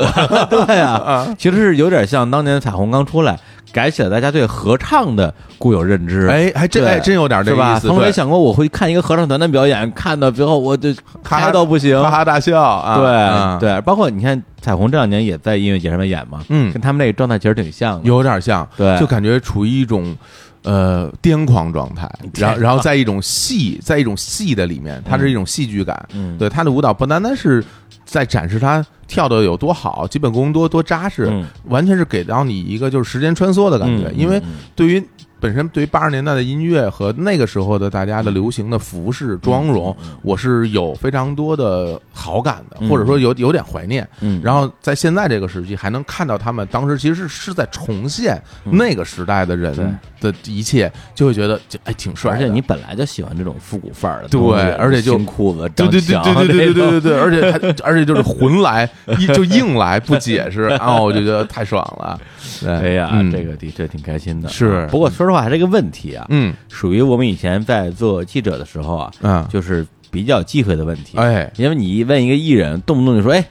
S1: 对啊，
S2: 啊，
S1: 其实是有点像当年彩虹刚出来，改写了大家对合唱的固有认知，
S2: 哎，还真
S1: 对
S2: 哎真有点这
S1: 是
S2: 个意
S1: 吧？
S2: 思，
S1: 从来
S2: 对
S1: 没想过我会看一个合唱团的表演，看到最后我就
S2: 哈
S1: 嗨到不行，
S2: 哈哈大笑啊，
S1: 对、
S2: 啊，
S1: 对，包括你看彩虹这两年也在音乐节上面演嘛，
S2: 嗯
S1: 跟他们那个状态其实挺像的。
S2: 有点像，
S1: 对
S2: 就感觉处于一种。呃，癫狂状态，然后然后在一种戏，在一种戏的里面，它是一种戏剧感。
S1: 嗯
S2: 对他的舞蹈不单单是在展示他跳的有多好，基本功多多扎实，
S1: 嗯
S2: 完全是给到你一个就是时间穿梭的感觉。
S1: 嗯
S2: 因为
S1: 嗯嗯
S2: 对于本身对于八十年代的音乐和那个时候的大家的流行的服
S1: 嗯
S2: 饰妆容，我是有非常多的好感的，
S1: 嗯
S2: 或者说有有点怀念。
S1: 嗯
S2: 然后在现在这个时期，还能看到他们当时其实是是在重现
S1: 嗯
S2: 那个时代的人的一切，就会觉得就哎挺帅的。
S1: 而且你本来就喜欢这种复古范儿的
S2: 对
S1: 东西，
S2: 而且就
S1: 新裤子，
S2: 对对对
S1: 张
S2: 对对对对对
S1: 强
S2: 对对，而且还而且就是混来，一就硬来不解释，然后我就觉得太爽了。
S1: 那种哎
S2: 对
S1: 呀，
S2: 嗯
S1: 这个的确挺开心的。啊
S2: 是
S1: 不过说实话，这个问题啊，
S2: 嗯
S1: 属于我们以前在做记者的时候啊，
S2: 啊，
S1: 就是比较忌讳的问题。
S2: 哎
S1: 因为你一问一个艺人，动不动就说，哎，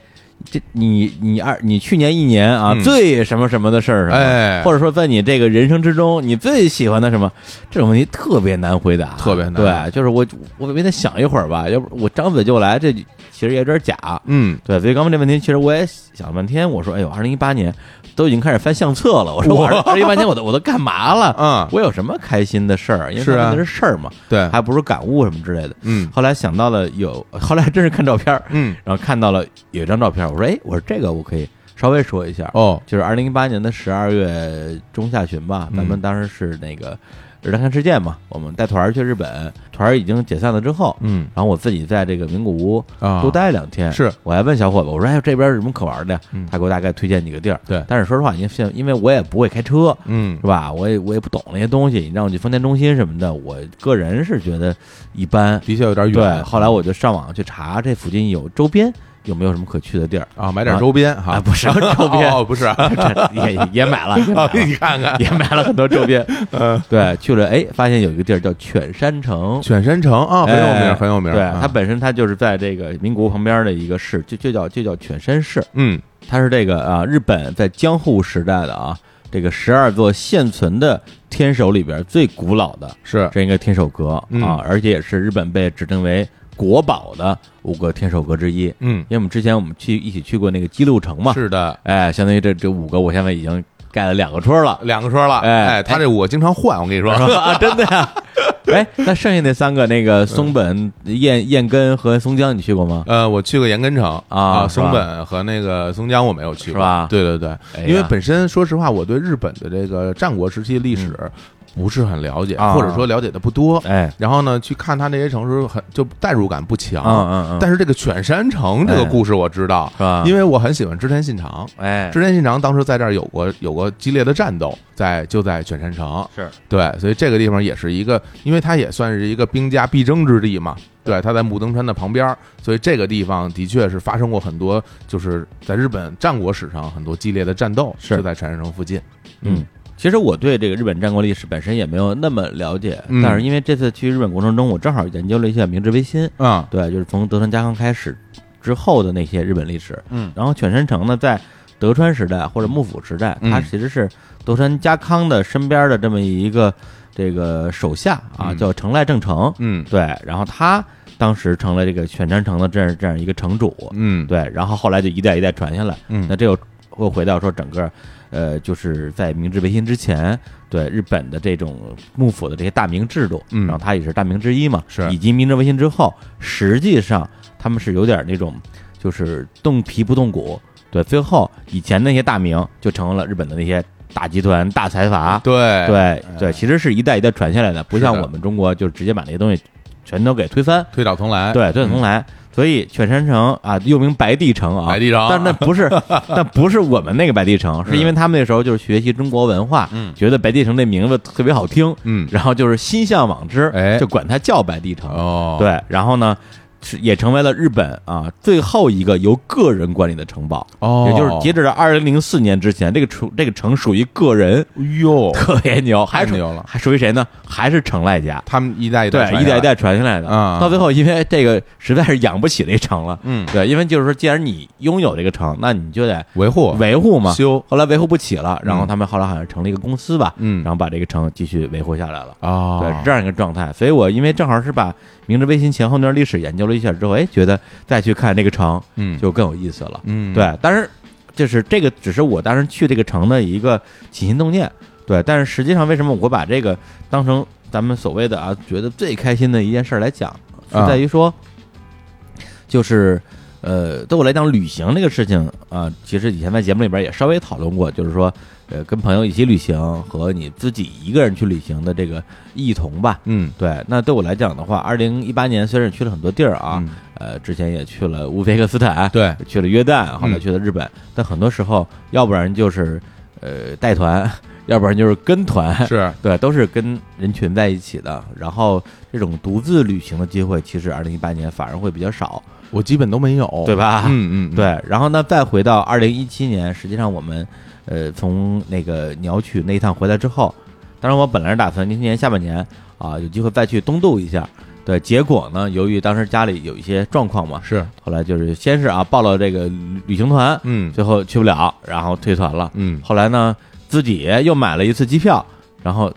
S1: 这你你二你去年一年啊、
S2: 嗯
S1: 最什么什么的事儿什么，
S2: 哎
S1: 或者说在你这个人生之中你最喜欢的什么，这种问题特别难回答，
S2: 特别难
S1: 对，就是我我我得想一会儿吧，要不我张嘴就来，这其实也有点假。
S2: 嗯，
S1: 对，所以刚刚这问题，其实我也想了半天。我说，哎呦，二零一八年都已经开始翻相册了。我说，我二零一八年我都我都干嘛了？
S2: 嗯
S1: 我有什么开心的事儿？因为
S2: 是啊
S1: 那是事儿嘛，
S2: 对，
S1: 还不是感悟什么之类的。
S2: 嗯
S1: 后来想到了有，后来真是看照片儿，
S2: 嗯
S1: 然后看到了有一张照片儿，我说哎，我说这个我可以稍微说一下，
S2: 哦
S1: 就是二零一八年的十二月中下旬吧，
S2: 嗯
S1: 咱们当时是那个日坛看事件嘛，我们带团儿去日本，团儿已经解散了之后。
S2: 嗯
S1: 然后我自己在这个名古屋
S2: 啊，
S1: 多待两天，
S2: 是
S1: 我还问小伙子，我说哎这边有什么可玩的呀
S2: 嗯？
S1: 他给我大概推荐几个地儿，
S2: 对
S1: 但是说实话，因为现在因为我也不会开车，
S2: 嗯
S1: 是吧？我也我也不懂那些东西，你让我去丰田中心什么的，我个人是觉得一般。
S2: 的确有点远。
S1: 对，后来我就上网去查这附近有周边有没有什么可去的地 儿
S2: 啊，买点周边哈
S1: 啊，，不 是周边，
S2: 哦不是 啊，
S1: 也也买 了，也买了
S2: 你看看
S1: 也买了很多周边。
S2: 啊 嗯
S1: 对，去了哎，发现有一个地儿叫犬山城。
S2: 犬山城啊，很有
S1: 哎
S2: 名，很有名。
S1: 对，
S2: 啊
S1: 它本身它就是在这个名古屋旁边的一个市，就就叫就叫犬山市。
S2: 嗯
S1: 它是这个啊，日本在江户时代的啊，这个十二座现存的天守里边最古老的
S2: 是
S1: 这一个天守阁
S2: 嗯
S1: 啊，而且也是日本被指定为国宝的五个天守阁之一。
S2: 嗯
S1: 因为我们之前我们去一起去过那个姬路城嘛，
S2: 是的，。
S1: 哎，相当于这这五个，我现在已经盖了两个村了
S2: 两个说了，
S1: 哎
S2: 哎，他这我经常换，我跟你说，
S1: 啊，真的呀！哎，那剩下那三个，那个松本、燕燕根和松江，你去过吗？
S2: 呃，我去过盐根城
S1: 啊是吧
S2: 松本和那个松江我没有去
S1: 是
S2: 过，
S1: 吧
S2: 对对对，
S1: 哎呀
S2: 因为本身说实话，我对日本的这个战国时期历史不是很了解，
S1: 嗯啊
S2: 或者说了解的不多。
S1: 哎，
S2: 然后呢，去看他那些城市很就代入感不强。
S1: 嗯嗯嗯啊
S2: 但是这个犬山城这个
S1: 哎
S2: 故事我知道，
S1: 是吧
S2: 因为我很喜欢织田信长。
S1: 哎，
S2: 织田信长当时在这儿有过有过激烈的战斗，在就在犬山城。
S1: 是
S2: 对，所以这个地方也是一个，因为它也算是一个兵家必争之地嘛。对，它在木登山的旁边儿，所以这个地方的确是发生过很多，就是在日本战国史上很多激烈的战斗，
S1: 是
S2: 就在犬山城附近。
S1: 嗯，其实我对这个日本战国历史本身也没有那么了解，
S2: 嗯
S1: 但是因为这次去日本过程中，我正好研究了一下明治维新，
S2: 啊，
S1: 对，就是从德川家康开始之后的那些日本历史。
S2: 嗯，
S1: 然后犬山城呢，在德川时代或者幕府时代，
S2: 嗯
S1: 它其实是德川家康的身边的这么一个这个手下啊，
S2: 嗯
S1: 叫城濑正成。
S2: 嗯
S1: 对，然后他当时成了这个犬山城的这样这样一个城主。
S2: 嗯，
S1: 对，然后后来就一代一代传下来。
S2: 嗯
S1: 那这又会回到说整个，呃，就是在明治维新之前，对日本的这种幕府的这些大明制度，
S2: 嗯
S1: 然后它也是大明之一嘛，
S2: 是
S1: 以及明治维新之后，实际上他们是有点那种就是动皮不动骨。对，最后以前那些大名就成了日本的那些大集团、大财阀。
S2: 啊对
S1: 对对，其实是一代一代传下来的，不像
S2: 嗯哎是的
S1: 我们中国就直接把那些东西全都给推翻。
S2: 推倒重来，
S1: 对，推倒重来。所以犬山城啊，又名白帝城啊，
S2: 嗯白帝城
S1: 但那不 是，但不是我们那个白帝城，是因为他们那时候就是学习中国文化，
S2: 嗯
S1: 觉得白帝城这名字特别好听，
S2: 嗯
S1: 然后就是心向往之，
S2: 哎
S1: 就管它叫白帝城。
S2: 哦，
S1: 对，然后呢，是也成为了日本啊最后一个由个人管理的城堡，
S2: 哦，
S1: 也就是截止到二零零四年之前，这个城这个城属于个人，
S2: 哟，
S1: 特别牛，还
S2: 哎太
S1: 是
S2: 牛了
S1: 还属于谁呢？还是城赖家。
S2: 他们一代一
S1: 对
S2: 代，传
S1: 一
S2: 下
S1: 代
S2: 来
S1: 一代传下来的，
S2: 啊
S1: 到最后因为这个实在是养不起这城了，
S2: 嗯
S1: 对，因为就是说，既然你拥有这个城，那你就得
S2: 维护
S1: 维护嘛。
S2: 修
S1: 后来维护不起了，然后他们后来好像成立一个公司吧，
S2: 嗯
S1: 然后把这个城继续维护下来了。
S2: 啊，
S1: 对，是这样一个状态。所以我因为正好是把明治维新前后那段历史研究了一下之后，哎，觉得再去看这个城
S2: 嗯
S1: 就更有意思了。
S2: 嗯
S1: 对，但是就是这个只是我当时去这个城的一个起心动念。对，但是实际上为什么我会把这个当成咱们所谓的啊，觉得最开心的一件事儿来讲，是
S2: 啊
S1: 在于说，就是呃，对我来讲，旅行这个事情啊、其实以前在节目里边也稍微讨论过，就是说，呃，跟朋友一起旅行和你自己一个人去旅行的这个异同吧。
S2: 嗯
S1: 对，那对我来讲的话，二零一八年虽然去了很多地儿啊，
S2: 嗯
S1: 呃，之前也去了乌兹别克斯坦，
S2: 对
S1: 去了约旦，后来
S2: 嗯
S1: 去了日本，但很多时候，要不然就是呃带团， 要不然就是跟团，
S2: 是
S1: 对，都是跟人群在一起的。然后这种独自旅行的机会，其实二零一八年反而会比较少，
S2: 我基本都没有，
S1: 对吧？
S2: 嗯嗯，嗯，
S1: 对，然后呢，再回到二零一七年，实际上我们，呃，从那个鸟取那一趟回来之后，当然我本来是打算今年下半年啊有机会再去东渡一下，对，结果呢，由于当时家里有一些状况嘛，
S2: 是
S1: 后来就是先是啊报了这个旅旅行团，
S2: 嗯
S1: 最后去不了，然后退团了，
S2: 嗯
S1: 后来呢自己又买了一次机票，然后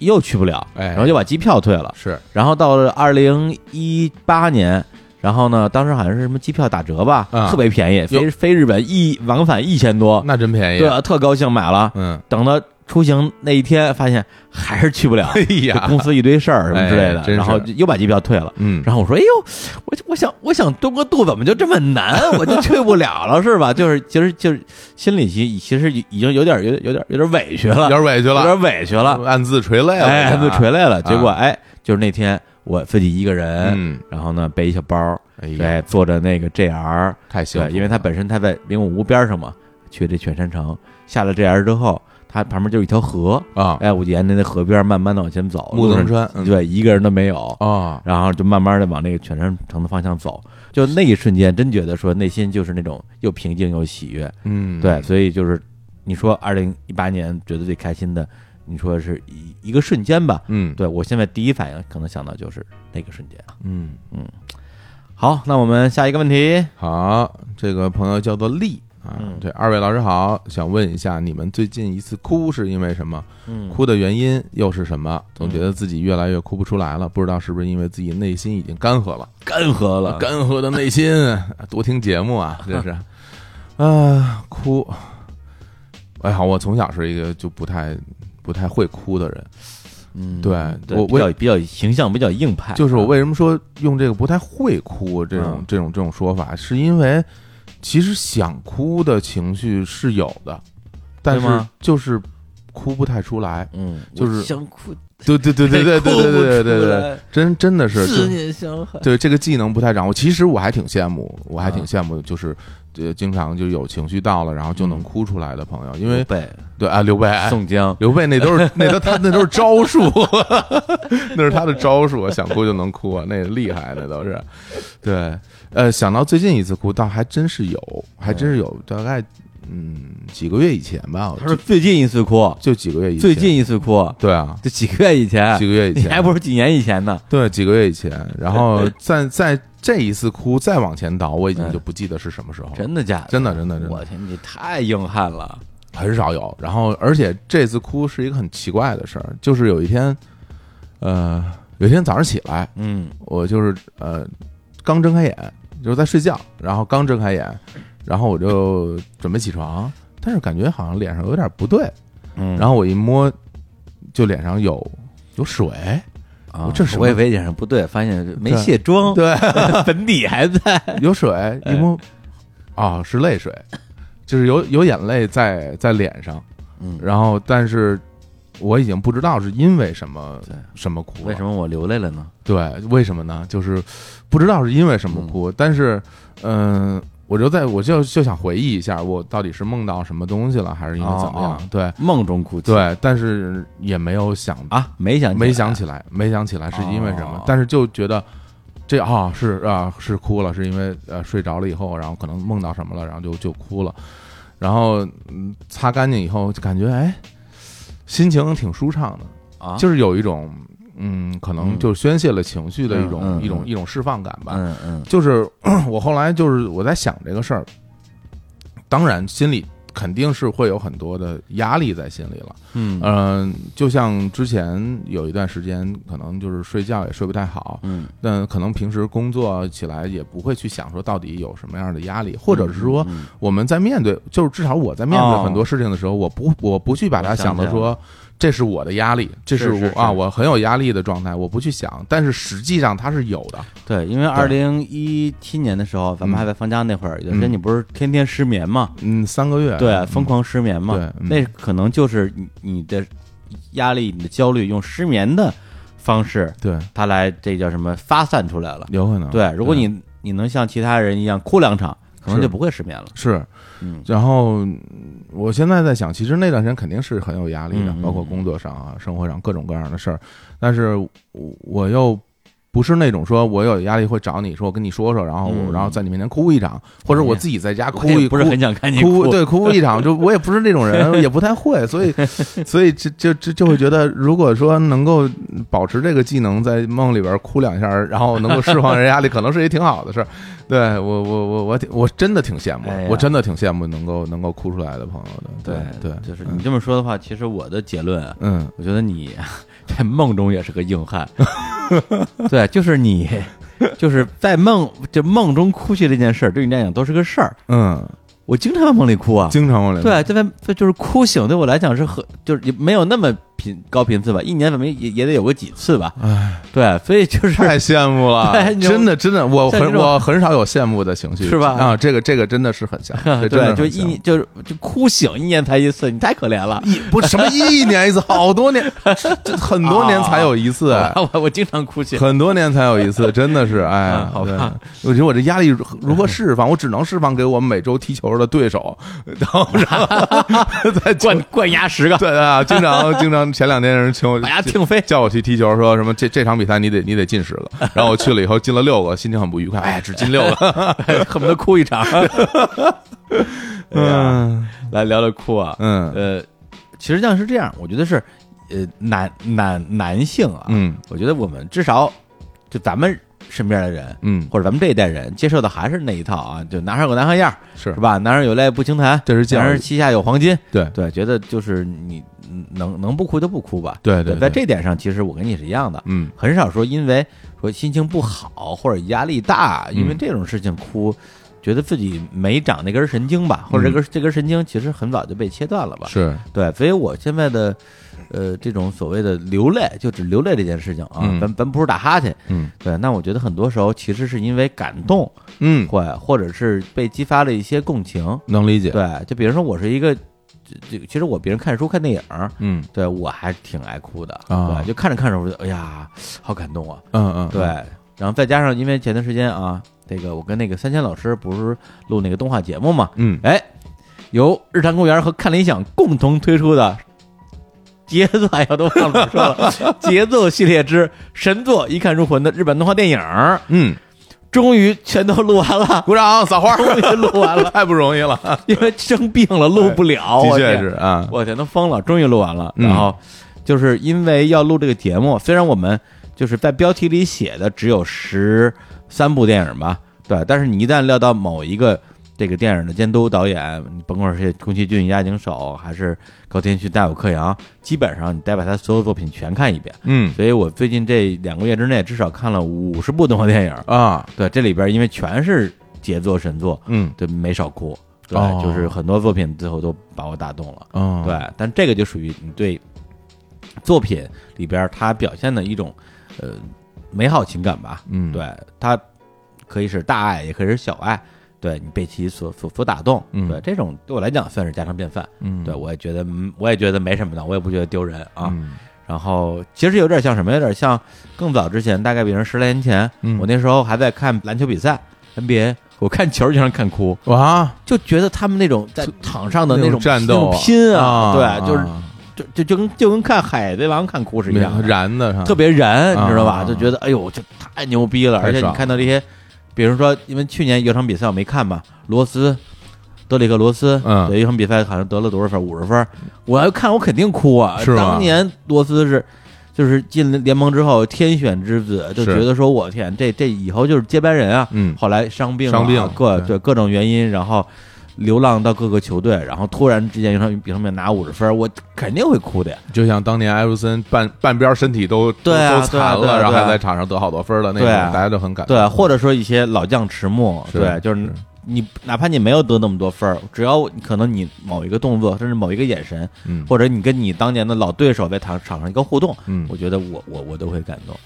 S1: 又去不了，
S2: 哎
S1: 然后又把机票退了，
S2: 是
S1: 然后到了二零一八年，然后呢，当时好像是什么机票打折吧，
S2: 啊
S1: 特别便宜，飞飞日本一往返一千多，
S2: 那真便宜，
S1: 对啊，特高兴买了。
S2: 嗯，
S1: 等到出行那一天，发现还是去不了，
S2: 哎
S1: 就
S2: 呀，
S1: 公司一堆事儿什么之类的，
S2: 哎真是
S1: 然后就又把机票退了。
S2: 嗯
S1: 然后我说：“哎呦，我我想我想东个渡怎么就这么难，啊我就去不了了是吧？就是其实就是心里其其实已经有点有点有点有点委屈了
S2: 有，点委屈
S1: 有
S2: 了，
S1: 点委屈了。
S2: 暗自垂泪了，
S1: 哎，
S2: 这
S1: 他
S2: 个
S1: 就
S2: 啊
S1: 垂泪了。结果哎，就是那天我自己一个人，
S2: 嗯，
S1: 然后呢背一小包，
S2: 哎呀，
S1: 对，坐着那个 JR，
S2: 太幸福
S1: 对，
S2: 了，
S1: 因为他本身他在灵武湖边上嘛，去这犬山城，下了 JR 之后，他旁边就是一条河，
S2: 啊
S1: 哎，我就沿着那河边慢慢的往前走，
S2: 木
S1: 路上
S2: 曾川嗯
S1: 对，一个人都没有，
S2: 啊，
S1: 然后就慢慢的往那个犬山城的方向走。就那一瞬间，真觉得说内心就是那种又平静又喜悦，
S2: 嗯，
S1: 对，所以就是你说二零一八年觉得最开心的，你说是一一个瞬间吧，
S2: 嗯
S1: 对我现在第一反应可能想到就是那个瞬间。
S2: 嗯，
S1: 好，那我们下一个问题。
S2: 好，这个朋友叫做丽啊
S1: 嗯，
S2: 这二位老师好，想问一下，你们最近一次哭是因为什么？
S1: 嗯
S2: 哭的原因又是什么？总觉得自己越来越哭不出来了，不知道是不是因为自己内心已经干涸了，
S1: 干涸了，
S2: 干涸的内心，多听节目啊，这是，啊，哭。哎呀，我从小是一个就不太不太会哭的人，
S1: 嗯，
S2: 对我
S1: 比较比较形象比较硬派，
S2: 就是我为什么说用这个不太会哭这种
S1: 嗯
S2: 这种这种说法，是因为其实想哭的情绪是有的，但
S1: 对
S2: 是
S1: 吗
S2: 就是哭不太出来。
S1: 嗯，
S2: 就是
S1: 我想哭，
S2: 对对对对对对对对对对
S1: 哭不出
S2: 对
S1: 来，
S2: 真真的是
S1: 思
S2: 就
S1: 念相恨，
S2: 对这个技能不太掌握。其实我还挺羡慕，我还挺
S1: 啊
S2: 羡慕，就是呃，经常就有情绪到了，然后就能
S1: 嗯
S2: 哭出来的朋友，因
S1: 因
S2: 为
S1: 北
S2: 对啊，刘备哎
S1: 宋江，
S2: 刘备那 都是那都他那都是招数， 那是他的招数，想哭就能哭啊，那厉害那都是。对，呃，想到最近一次哭，倒还真是有，还真是有，大概嗯几个月以前吧，我
S1: 他说最近一次哭，
S2: 就就几个月以前，
S1: 最近一哎次哭，
S2: 对啊，
S1: 就几个月以前
S2: 几，个月以
S1: 你
S2: 前，
S1: 还不是几年以前呢？
S2: 对几个月以前，然后在在这一次哭再往前倒，我已经就不记得是什么时候了，
S1: 嗯哦真的假的？
S2: 真的真的真的
S1: 我天，你太硬汉了，
S2: 很少有。然后，而且这次哭是一个很奇怪的事儿，就是有一天，呃，有一天早上起来，
S1: 嗯
S2: 我就是呃刚睁开眼，就是在睡觉，然后刚睁开眼，然后我就准备起床，但是感觉好像脸上有点不对，
S1: 嗯
S2: 然后我一摸，就脸上有有水，
S1: 后
S2: 我这什么
S1: 啊我以为脸上不对，发现没
S2: 对
S1: 卸妆，
S2: 对，
S1: 粉底还在，哎
S2: 有水，一摸，啊、是泪水。就是有有眼泪在在脸上，
S1: 嗯，
S2: 然后但是我已经不知道是因为什么
S1: 对
S2: 什么哭了，
S1: 为什么我流泪了呢？
S2: 对，为什么呢？就是不知道是因为什么哭，但是，嗯、我就在我就就想回忆一下，我到底是梦到什么东西了，还是因为怎么样？
S1: 哦哦
S2: 对
S1: 梦中哭泣
S2: 对，但是也没有想，
S1: 啊，没想
S2: 没想
S1: 来
S2: 起来，没想起来是因为什么，
S1: 哦
S2: 但是就觉得这啊、是啊是哭了，是因为呃睡着了以后，然后可能梦到什么了，然后就就哭了，然后嗯擦干净以后就感觉哎，心情挺舒畅的，
S1: 啊，
S2: 就是有一种，嗯，可能
S1: 嗯
S2: 就是宣泄了情绪的一种、
S1: 嗯嗯
S2: 一种
S1: 嗯
S2: 一种释放感吧。
S1: 嗯嗯
S2: 就是我后来就是我在想这个事儿，当然心里肯定是会有很多的压力在心里了。
S1: 嗯
S2: 嗯、就像之前有一段时间，可能就是睡觉也睡不太好，
S1: 嗯，
S2: 但可能平时工作起来也不会去想说到底有什么样的压力，或者是说
S1: 嗯
S2: 我们在面对，就是至少我在面
S1: 哦
S2: 对很多事情的时候，我不我不去把它
S1: 我想
S2: 想的
S1: 起来
S2: 说这是我的压力，这
S1: 是
S2: 我
S1: 是
S2: 啊
S1: 是
S2: 我很有压力的状态，我不去想，但是实际上它是有的，
S1: 对，因为二零一七年的时候，咱们
S2: 嗯
S1: 还在放假那会儿，有段时间
S2: 嗯
S1: 你不是天天失眠嘛？
S2: 嗯，三个月，
S1: 对，
S2: 嗯
S1: 疯，狂失眠嘛
S2: 对？嗯
S1: 那可能就是你你的压力、你的焦虑，用失眠的方式，
S2: 对，
S1: 它来这叫什么发散出来了。
S2: 有可能，
S1: 嗯对，如果你你能像其他人一样哭两场，可能
S2: 是
S1: 就不会失眠了。
S2: 是，
S1: 嗯
S2: 然后嗯我现在在想，其实那段时间肯定是很有压力的，
S1: 嗯嗯
S2: 包括工作上啊、生活上各种各样的事儿，但是我我又。不是那种说我有压力会找你说我跟你说说，然后我
S1: 嗯
S2: 然后在你面前哭一场，或者我
S1: 哎呀
S2: 自己在家哭
S1: 我
S2: 一
S1: 也不是
S2: 哭
S1: 很想看你
S2: 哭，对，哭一场，就我也不是那 种人，也不太会，所以，所以就就就就会觉得，如果说能够保持这个技能，在梦里边哭两下，然后能够释放人压力，可能是一挺好的事儿。对我，我，我，我挺，我真的挺羡慕的
S1: 哎呀，
S2: 我真的挺羡慕能够能够哭出来的朋友的。对，对，
S1: 就是你这么说的话，其实我的结论啊，
S2: 嗯，
S1: 我觉得你 在梦中也是个硬汉， 对，就是你，就是在梦这梦中哭泣这件事儿，对你来讲都是个事儿。
S2: 嗯，
S1: 我经常在梦里哭啊，
S2: 经常往里
S1: 对，这在这就是哭醒对我来讲是很就是也没有那么频高频次吧，一年怎么也也得有个几次吧，
S2: 哎，
S1: 对，啊所以就是
S2: 太羡慕了
S1: 对，你
S2: 真的，真的，我
S1: 像这
S2: 很
S1: 种
S2: 我很少有羡慕的情绪，
S1: 是吧
S2: 啊，这个这个真的是很羡 慕，这真的
S1: 对，
S2: 很
S1: 就
S2: 羡
S1: 一
S2: 慕
S1: 年就是就哭醒一年才一次，你太可 怜了。
S2: 一不什么一年一次，好多年，这这很多年才有一次， 哎
S1: 我我经常哭泣，
S2: 很多年才有一次，真的是哎呀
S1: 嗯， 好吧
S2: 对，我觉得我这压力如如何释放，我只能释放给我们每周踢球的对手，然后
S1: 啊
S2: 然后在
S1: 灌灌压十个，
S2: 对啊，经常经常前两天人请我
S1: 把牙哎听飞。
S2: 叫我去踢球，说什么这这场比赛你得你得进十个，然后我去了以后进了六个，心情很不愉快，哎，只进六 个，
S1: 恨不得哭 一场。嗯，
S2: 嗯
S1: 来聊聊哭啊，
S2: 嗯
S1: 呃，其实上是这样，我觉得是，呃，男男男性啊，
S2: 嗯
S1: 我觉得我们至少就咱们身边的人，
S2: 嗯，
S1: 或者咱们这一代人接受的还是那一套啊，就男孩有男孩样儿，
S2: 是
S1: 是吧？男人有泪不轻弹，
S2: 这是教育
S1: 男人膝下有黄金，
S2: 对
S1: 对，觉得就是你嗯能能不哭就不哭吧。
S2: 对对，
S1: 在
S2: 对
S1: 这点上，其实我跟你是一样的，
S2: 嗯
S1: 很少说因为说心情不好或者压力大，因为
S2: 嗯
S1: 这种事情哭，觉得自己没长那根神经吧，或者这根这根神经其实很早就被切断了吧？
S2: 嗯是
S1: 对，所以我现在的呃这种所谓的流泪，就指流泪这件事情啊，
S2: 嗯
S1: 咱咱不是打哈欠，
S2: 嗯
S1: 对，那我觉得很多时候其实是因为感动，
S2: 嗯
S1: 或或者是被激发了一些共情，
S2: 能理解，
S1: 对，就比如说我是一个。这这其实我别人看书看电影儿，
S2: 嗯
S1: 对我还挺爱哭的，
S2: 啊
S1: 对，就看着看着我就哎呀，好感动啊，
S2: 嗯嗯
S1: 对，然后再加上因为前段时间啊，这个我跟那个三千老师不是录那个动画节目嘛，
S2: 嗯。
S1: 哎，由日坛公园和看理想共同推出的节奏，哎呀，都忘了说 了，节奏系列之神作一看入魂的日本动画电影，
S2: 嗯，
S1: 终于全都录完了，
S2: 鼓掌撒花，
S1: 终于录 完了，
S2: 太不容易了，
S1: 因为生病了录不了，
S2: 的
S1: 我
S2: 确
S1: 天
S2: 是啊，
S1: 我天，都疯了，终于录完了。
S2: 嗯
S1: 然后就是因为要录这个节目，虽然我们就是在标题里写的只有十三部电影吧，对，但是你一旦撂到某一个这个电影的监督导演，你甭管是宫崎骏、押井守还是高田勋、大有克洋，基本上你得把他所有作品全看一遍。
S2: 嗯
S1: 所以我最近这两个月之内至少看了五十部动画电影，
S2: 啊，
S1: 对，这里边因为全是杰作神作，
S2: 嗯
S1: 对，没少哭。对
S2: 哦，
S1: 就是很多作品最后都把我打动了。
S2: 嗯，
S1: 对，但这个就属于你对作品里边儿它表现的一种呃美好情感吧。
S2: 嗯
S1: 对，它可以是大爱，也可以是小爱。对你被其所所所打动，
S2: 嗯
S1: 对这种对我来讲算是家常便饭。
S2: 嗯，
S1: 对我也觉得，嗯我也觉得没什么的，我也不觉得丢人啊。
S2: 嗯
S1: 然后其实有点像什么，有点像更早之前，大概比如十来年前，
S2: 嗯
S1: 我那时候还在看篮球比赛 NBA，我看球经常看哭，
S2: 哇，
S1: 就觉得他们那种在场上的那种
S2: 战
S1: 那
S2: 斗
S1: 种拼
S2: 啊，
S1: 对，就是
S2: 啊
S1: 就就就跟就跟看《海贼王》看哭是一样的，
S2: 燃的是吧，
S1: 特别燃，你知道
S2: 啊
S1: 吧？就觉得哎呦，这太牛逼了！
S2: 太
S1: 而且你
S2: 爽
S1: 看到这些，比如说，因为去年有场比赛我没看嘛，罗斯。德里克·罗斯，
S2: 嗯
S1: 对，有一场比赛好像得了多少分？五十分。我要看，我肯定哭啊！
S2: 是吗
S1: 当年罗斯是，就是进联盟之后天选之子，就是觉得说，我天，这这以后就是接班人啊！
S2: 嗯
S1: 后来伤病啊、
S2: 伤病
S1: 各
S2: 对
S1: 对各种原因，然后流浪到各个球队，然后突然之间有场比赛拿五十分，我肯定会哭的呀。
S2: 就像当年艾弗森半半边身体都都
S1: 对啊
S2: 都残
S1: 对啊对
S2: 了，
S1: 啊
S2: 然后
S1: 对啊
S2: 还在场上得好多分了，那种
S1: 对啊
S2: 大家都很感动。
S1: 对，或者说一些老将迟暮，
S2: 是
S1: 对，就是是你哪怕你没有得那么多分儿，只要可能你某一个动作，甚至某一个眼神，
S2: 嗯，
S1: 或者你跟你当年的老对手在场场上一个互动，
S2: 嗯
S1: 我觉得我我我都会感动，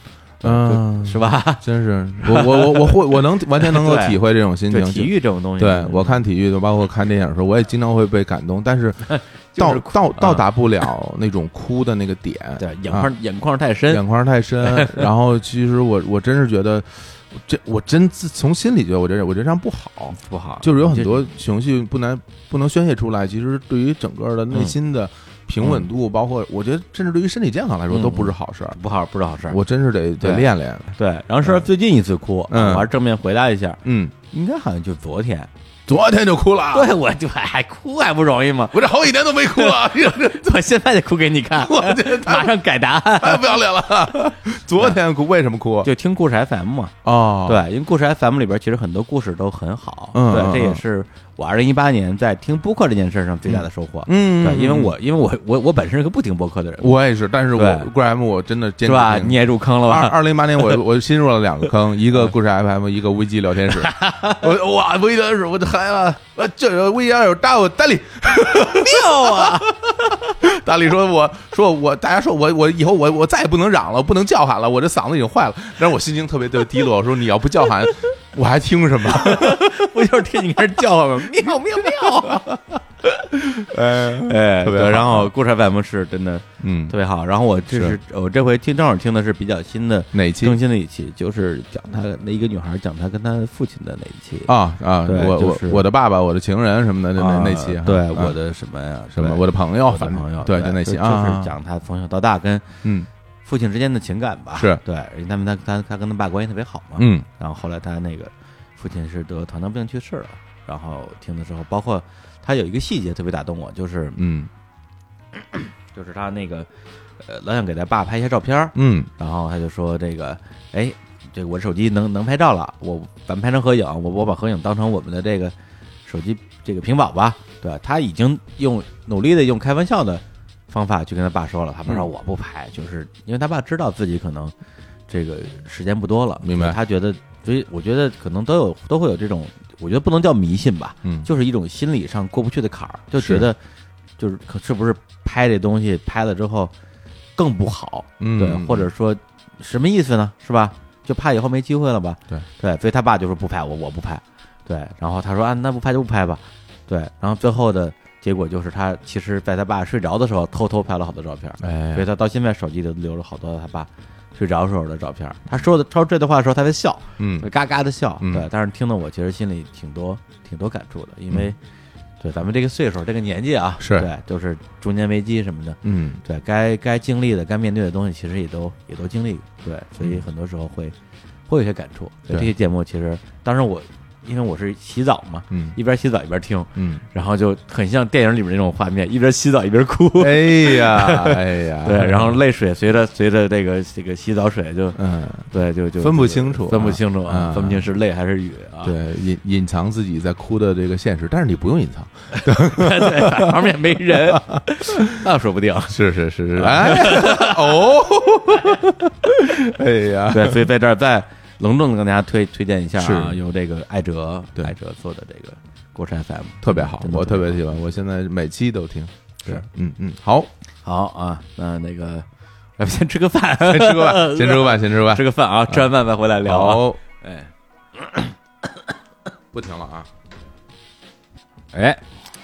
S2: 嗯
S1: 是 吧？
S2: 真是我我我我会我能完全能够
S1: 对
S2: 体会这种心
S1: 对
S2: 情。
S1: 体
S2: 就
S1: 育这种东西，
S2: 对我看体育，就包括看电影的时候，我也经常会被感动，但是
S1: 就
S2: 到
S1: 是啊
S2: 到到达不了那种哭的那个点，
S1: 对眼
S2: 啊
S1: 眶眼眶太深，
S2: 眼眶 太深。然后其实我我真是觉得，这我真自从心里觉得我这我这样不好，
S1: 不好，
S2: 就是有很多情绪不难不能宣泄出来，其实对于整个的内心的平稳度，包括我觉得甚至对于身体健康来说
S1: 嗯
S2: 都不是好事儿。
S1: 不好不是好事儿。
S2: 我真是得得
S1: 对
S2: 练练，
S1: 嗯对，然后说最近一次哭，
S2: 嗯啊
S1: 我还是正面回答一下，
S2: 嗯，
S1: 应该好像就昨天，
S2: 昨天就哭了啊，
S1: 对我就还哭还不容易吗？
S2: 我这好几年都没哭啊了，
S1: 我现在就哭给你看，
S2: 我这太
S1: 马上改答案，
S2: 哎太不要 脸了。昨天哭为什么哭？
S1: 就听故事 FM 嘛。
S2: 哦，，
S1: 对，因为故事 FM 里边其实很多故事都很好，
S2: 嗯嗯
S1: 对，这
S2: 嗯
S1: 也是我二零一八年在听播客这件事上最大的收获。
S2: 嗯
S1: 对，因为
S2: 嗯
S1: 我因为我我我本身是个不听播客的人，
S2: 我也是，但是我
S1: 对
S2: 故事 FM 我真的坚
S1: 是
S2: 持
S1: 吧？
S2: 听
S1: 你也入坑了
S2: 二
S1: 吧？
S2: 二零一八年我我新入了两个坑，一个故事 FM，一个危机聊天 室。我哇，危机聊天室我就嗨了，我啊这有危机要有大我大力，
S1: 妙啊！
S2: 大力说我说我大家说我我以后我我再也不能嚷了，不能叫喊了，我这嗓子已经坏了，但是我心情特别的低落。我说你要不叫喊，我还听什么？
S1: 不就是听你开始叫唤吗？ 妙妙妙！
S2: 哎，
S1: 哎，
S2: 特别
S1: 对
S2: 好
S1: 然后故事 FM 是真的
S2: 嗯
S1: 特，别好。然后我这是我这回听正好听的是比较新的
S2: 哪期
S1: 更新的一期，就是讲她那一个女孩讲她跟她父亲的那一期
S2: 啊啊！
S1: 对
S2: 我
S1: 就
S2: 我
S1: 是
S2: 我的爸爸，我的情人什么的，就那
S1: 啊
S2: 那期啊，
S1: 对
S2: 啊
S1: 我的什么呀
S2: 什么
S1: 对
S2: 我的朋友，
S1: 我的
S2: 反正
S1: 朋友，
S2: 对，就那期啊，
S1: 就是讲她从小到大跟
S2: 嗯
S1: 父亲之间的情感吧，
S2: 是
S1: 对，因为他们他他他跟他爸关系特别好嘛，
S2: 嗯
S1: 然后后来他那个父亲是得糖尿病去世了，然后听的时候，包括他有一个细节特别打动我，就是
S2: 嗯
S1: 就是他那个呃老想给他爸拍一些照片儿，
S2: 嗯
S1: 然后他就说这个哎，这个我手机能能拍照了，我咱们拍成合影，我我把合影当成我们的这个手机这个屏保吧，对吧他已经用努力的用开玩笑的方法去跟他爸说了，他爸说
S2: 嗯
S1: 我不拍，就是因为他爸知道自己可能这个时间不多了，
S2: 明白
S1: 所以他觉得，所以我觉得可能都有都会有这种，我觉得不能叫迷信吧，
S2: 嗯，
S1: 就是一种心理上过不去的坎儿，就是觉得就是可是不是拍这东西拍了之后更不好，
S2: 嗯
S1: 对，或者说什么意思呢？是吧？就怕以后没机会了吧？
S2: 对
S1: 对，所以他爸就说不拍我，我不拍。对，然后他说啊，那不拍就不拍吧。对，然后最后的结果就是他其实在他爸睡着的时候偷偷拍了好多照片，
S2: 哎
S1: 所以他到现在手机里留了好多他爸睡着时候的照片。他说的说这段话的时候，他在笑，
S2: 嗯
S1: 嘎嘎的笑。
S2: 嗯
S1: 对，但是听得我其实心里挺多挺多感触的，因为、对咱们这个岁数这个年纪啊，
S2: 嗯是
S1: 对，就是中年危机什么的，
S2: 嗯
S1: 对该该经历的、该面对的东西，其实也都也都经历过，对，所以很多时候会会有些感触。对
S2: 嗯对
S1: 这些节目，其实当时我因为我是洗澡嘛，
S2: 嗯
S1: 一边洗澡一边听，
S2: 嗯，
S1: 然后就很像电影里面那种画面，一边洗澡一边哭，
S2: 哎 呀哎呀，
S1: 对，然后泪水随着随着这个这个洗澡水就
S2: 嗯，
S1: 对就就
S2: 分不清楚啊
S1: 分不清楚
S2: 啊
S1: 啊，分不清是泪还是雨啊，
S2: 对，隐隐藏自己在哭的这个现实，但是你不用隐藏，
S1: 对，旁边没 人，那说不定。
S2: 是是是是，哎 哦，哎 呀，
S1: 对，所以在这儿再隆重的跟大家推推荐一下啊，
S2: 是
S1: 由这个艾哲
S2: 对
S1: 艾哲做的这个故事 FM，
S2: 特别好
S1: 真，的
S2: 我特别喜
S1: 好
S2: 欢，我现在每期都听，
S1: 是
S2: 对，嗯嗯，好，
S1: 好啊。那那个， 要不先吃个饭，
S2: 先吃个 饭，先吃个饭，先吃个饭，
S1: 啊
S2: 哎
S1: 吃个饭啊，吃完饭再回来聊啊。
S2: 好，
S1: 哎，
S2: 不停了啊，
S1: 哎，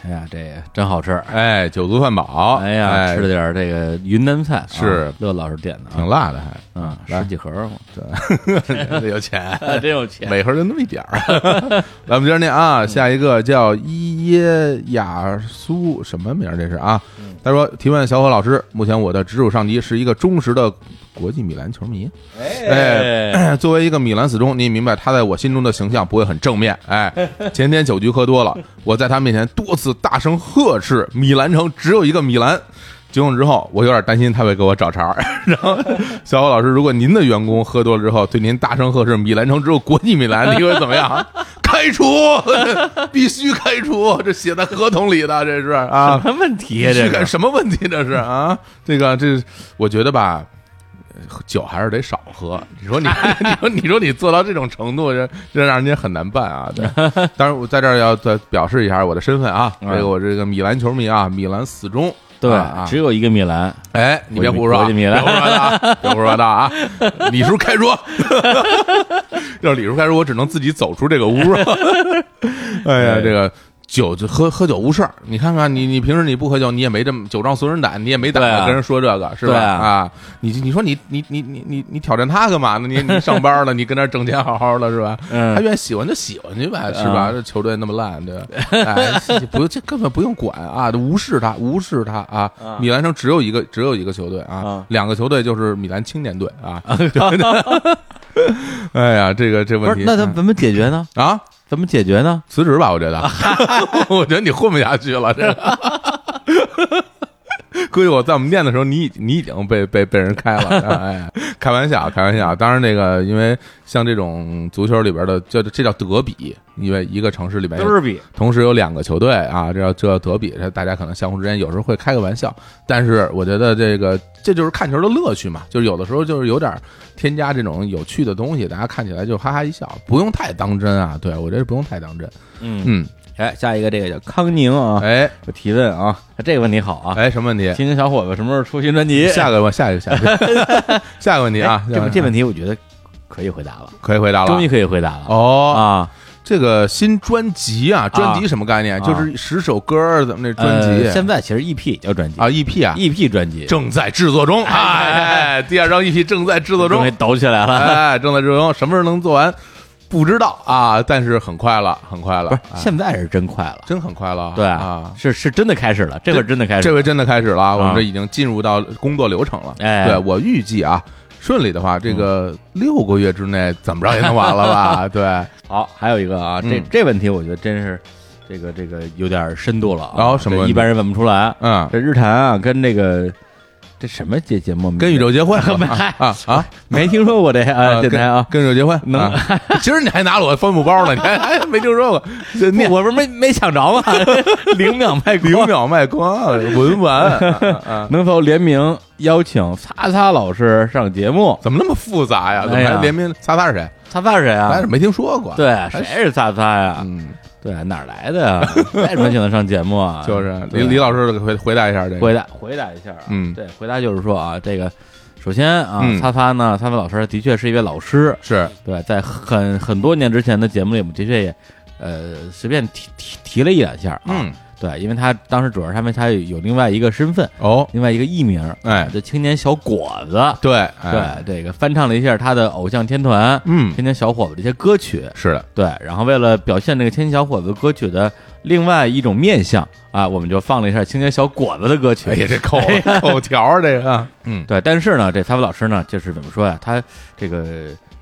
S1: 哎呀，这个真好吃！
S2: 哎，九族饭堡，
S1: 哎呀，吃了点儿这个云南菜啊，
S2: 是
S1: 乐老师点的
S2: 挺
S1: 啊，
S2: 辣的还，
S1: 嗯，
S2: 来
S1: 十几盒嘛，
S2: 对，有钱，
S1: 啊真有钱
S2: 每盒就那么一点儿。 咱们接着念啊，下一个叫伊耶雅苏，什么名儿这是啊？他说：“提问小伙老师，目前我的直属上级是一个忠实的国际米兰球迷。
S1: 哎，
S2: 作为一个米兰死忠，你也明白他在我心中的形象不会很正面。哎，前天酒局喝多了，我在他面前多次大声呵斥米兰城只有一个米兰。结婚之后，我有点担心他会给我找茬儿。 然后，小伙老师，如果您的员工喝多了之后对您大声呵斥米兰城只有国际米兰，你会怎么样？ 开除，必须开除，这写在合同里的，这是啊
S1: 什。么问题呀？这
S2: 是个
S1: 个
S2: 什么问题？这是啊，这个这，我觉得吧，呃酒还是得少喝。你说你，你说你说你做到这种程度，这这让人家很难办啊。对，当然我在这儿要再表示一下我的身份啊，这
S1: 嗯
S2: 个我这个米兰球迷啊，米兰死忠。啊
S1: 对，
S2: 啊
S1: 只有一个米 兰，
S2: 哎，你别胡说啊，
S1: 国际米
S2: 别
S1: 兰
S2: 胡说八道啊，别胡说八道啊！ 李叔开说， 要是李叔开说，我只能自己走出这个屋了。 哎呀，
S1: 哎
S2: 这个酒就喝喝酒无事儿，你看看你，你平时你不喝酒，你也没这么酒壮怂人胆，你也没胆
S1: 对
S2: 子
S1: 啊
S2: 跟人说这个，是吧？
S1: 对啊
S2: 啊，你你说你你你你你你挑战他干嘛呢？你你上班了，你跟那儿挣钱好好的，是吧？他
S1: 嗯，
S2: 愿意喜欢就喜欢去呗，是吧？
S1: 啊
S2: 这球队那么烂，对吧？哎，不用，这根本不用管啊，无视他，无视他啊！
S1: 啊
S2: 米兰城只有一个，只有一个球队啊
S1: 啊，
S2: 两个球队就是米兰青年队啊。哎呀，这个这
S1: 不
S2: 问
S1: 是
S2: 题，，
S1: 那咱怎么解决呢？
S2: 嗯啊，
S1: 怎么解决呢？
S2: 辞职吧，我觉得，我觉得你混不下去了，这个。 估计我在我们店的时候，你已你已经被被被人开了，哎，开玩笑，开玩笑。当然，那个因为像这种足球里边的，这这叫德比，因为一个城市里边有
S1: 是比，
S2: 同时有两个球队啊，这叫这叫德比，这大家可能相互之间有时候会开个玩笑，但是我觉得这个这就是看球的乐趣嘛，就是有的时候就是有点添加这种有趣的东西，大家看起来就哈哈一笑，不用太当真啊。对我觉得不用太当真，
S1: 嗯，
S2: 嗯，
S1: 哎，下一个这个叫康宁啊，
S2: 哎
S1: 我提问啊，这个问题好啊，
S2: 哎，什么问题？
S1: 青年小伙子什么时候出新专辑？
S2: 下个问，啊下一个，下一个， 下一个问题啊
S1: 哎，这
S2: 下一个
S1: 个这问题我觉得可以回答了，
S2: 可以回答了
S1: 终。于可以回答了
S2: 哦，
S1: 啊！
S2: 这个新专辑啊，专辑什么概
S1: 啊
S2: 念？就是十首歌儿的那专辑
S1: 呃现在其实 EP 也叫专辑
S2: 啊，EP 啊，
S1: ，EP 专辑
S2: 正在制作中，哎，第二张 EP 正在制作中
S1: 终于，抖起来了。
S2: 哎，正在制作中，什么时候能做完？不知道啊，但是很快了，很快了，
S1: 不是，
S2: 哎
S1: 现在是真快了，
S2: 真很快了，
S1: 对
S2: 啊，
S1: 是是真的开始了，这会儿真的开始
S2: 这
S1: 了。
S2: 回真的开始了，我们
S1: 啊
S2: 这已经进入到工作流程了。
S1: 哎嗯
S2: 对我预计啊，顺利的话，这个六个月之内怎么着也能完了 吧？对，
S1: 好，还有一个啊，这
S2: 嗯
S1: 这问题我觉得真是这个这个有点深度了啊，
S2: 然后哦什么
S1: 这
S2: 问题
S1: 一般人问不出来。
S2: 嗯，
S1: 这日坛啊，跟这个这什么节节目名字？
S2: 跟宇宙结婚
S1: 没
S2: 啊啊 啊！呃
S1: 没听说过这啊，这
S2: 跟
S1: 台啊，
S2: 跟宇宙结婚
S1: 能
S2: 啊今儿你还拿了我的帆布包呢，你还还没听说过？这 念
S1: 我不是没没抢着啊 吗？零秒卖光，
S2: 零秒卖光，文 玩啊啊啊
S1: 能否联名邀请擦擦老师上节目？
S2: 怎么那么复杂呀？怎么
S1: 哎呀
S2: 还联名？擦擦是谁？
S1: 擦擦是谁
S2: 咱
S1: 啊
S2: 是？没听说过。，
S1: 对，谁是擦擦呀？
S2: 嗯，
S1: 对，哪儿来的呀？ 再么请他上节目啊？
S2: 就是
S1: 对
S2: 李李老师回回答一下这个。
S1: 回答回答一下啊。
S2: 嗯
S1: 对，回答就是说啊，这个首先啊
S2: 嗯，
S1: 擦擦呢，擦擦老师的确是一位老师，
S2: 是，
S1: 对，在很很多年之前的节目里，我们的确也呃随便提提提了一两下啊。
S2: 嗯，
S1: 对，因为他当时主要是他们他有另外一个身份，
S2: 哦，
S1: 另外一个艺名，
S2: 哎，
S1: 叫青年小果子。
S2: 对，哎，
S1: 对，这个翻唱了一下他的偶像天团。
S2: 嗯，
S1: 天津小伙子这些歌曲，
S2: 是的，
S1: 对，然后为了表现这个天津小伙子歌曲的另外一种面相啊，我们就放了一下青年小果子的歌曲。
S2: 哎呀，这口口条儿这个啊，嗯，
S1: 对，但是呢，这蔡文老师呢，就是怎么说呀、他这个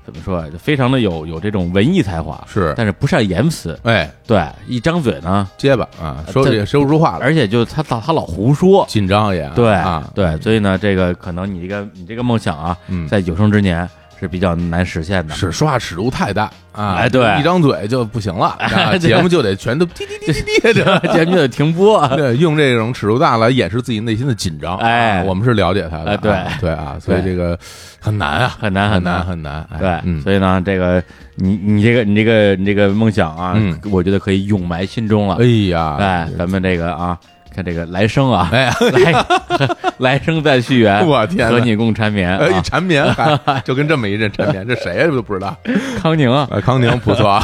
S1: 怎么说呀、就非常的有有这种文艺才华，
S2: 是，
S1: 但是不善言辞，
S2: 哎，
S1: 对，呃一张嘴呢，
S2: 结巴啊，说
S1: 这
S2: 也说不出话来，
S1: 而且就他他他老胡说，
S2: 紧张也，
S1: 对、
S2: 啊，
S1: 对，所以呢，这个可能你这个你这个梦想啊，
S2: 嗯，
S1: 在有生之年是比较难实现 的。
S2: 是说话尺度太大啊，
S1: 哎对
S2: 一张嘴就不 行了，啊
S1: 对
S2: 节目就得全都滴滴滴 滴滴的。
S1: 节目就得停 播，
S2: 对，用这种尺度大来掩饰自己内心的紧张。
S1: 哎
S2: 啊我们是了解他的。
S1: 哎对
S2: 啊对啊，所以
S1: 对
S2: 这个很难啊，
S1: 很难
S2: 很
S1: 难
S2: 很难。哎
S1: 对，
S2: 嗯，
S1: 所以呢，这个你你这个你这个你这个梦想啊，
S2: 嗯
S1: 我觉得可以永埋心中了。
S2: 哎呀，
S1: 哎，咱们这个啊，看这个来生啊，
S2: 哎呀，
S1: 来 来生再续缘，
S2: 我天哪
S1: 哎和你共缠绵
S2: 哎，一
S1: 啊，
S2: 缠绵， 还就跟这哎么一阵缠绵，这谁呀？这都不知道。
S1: 康宁啊，
S2: 呃，康宁不错啊。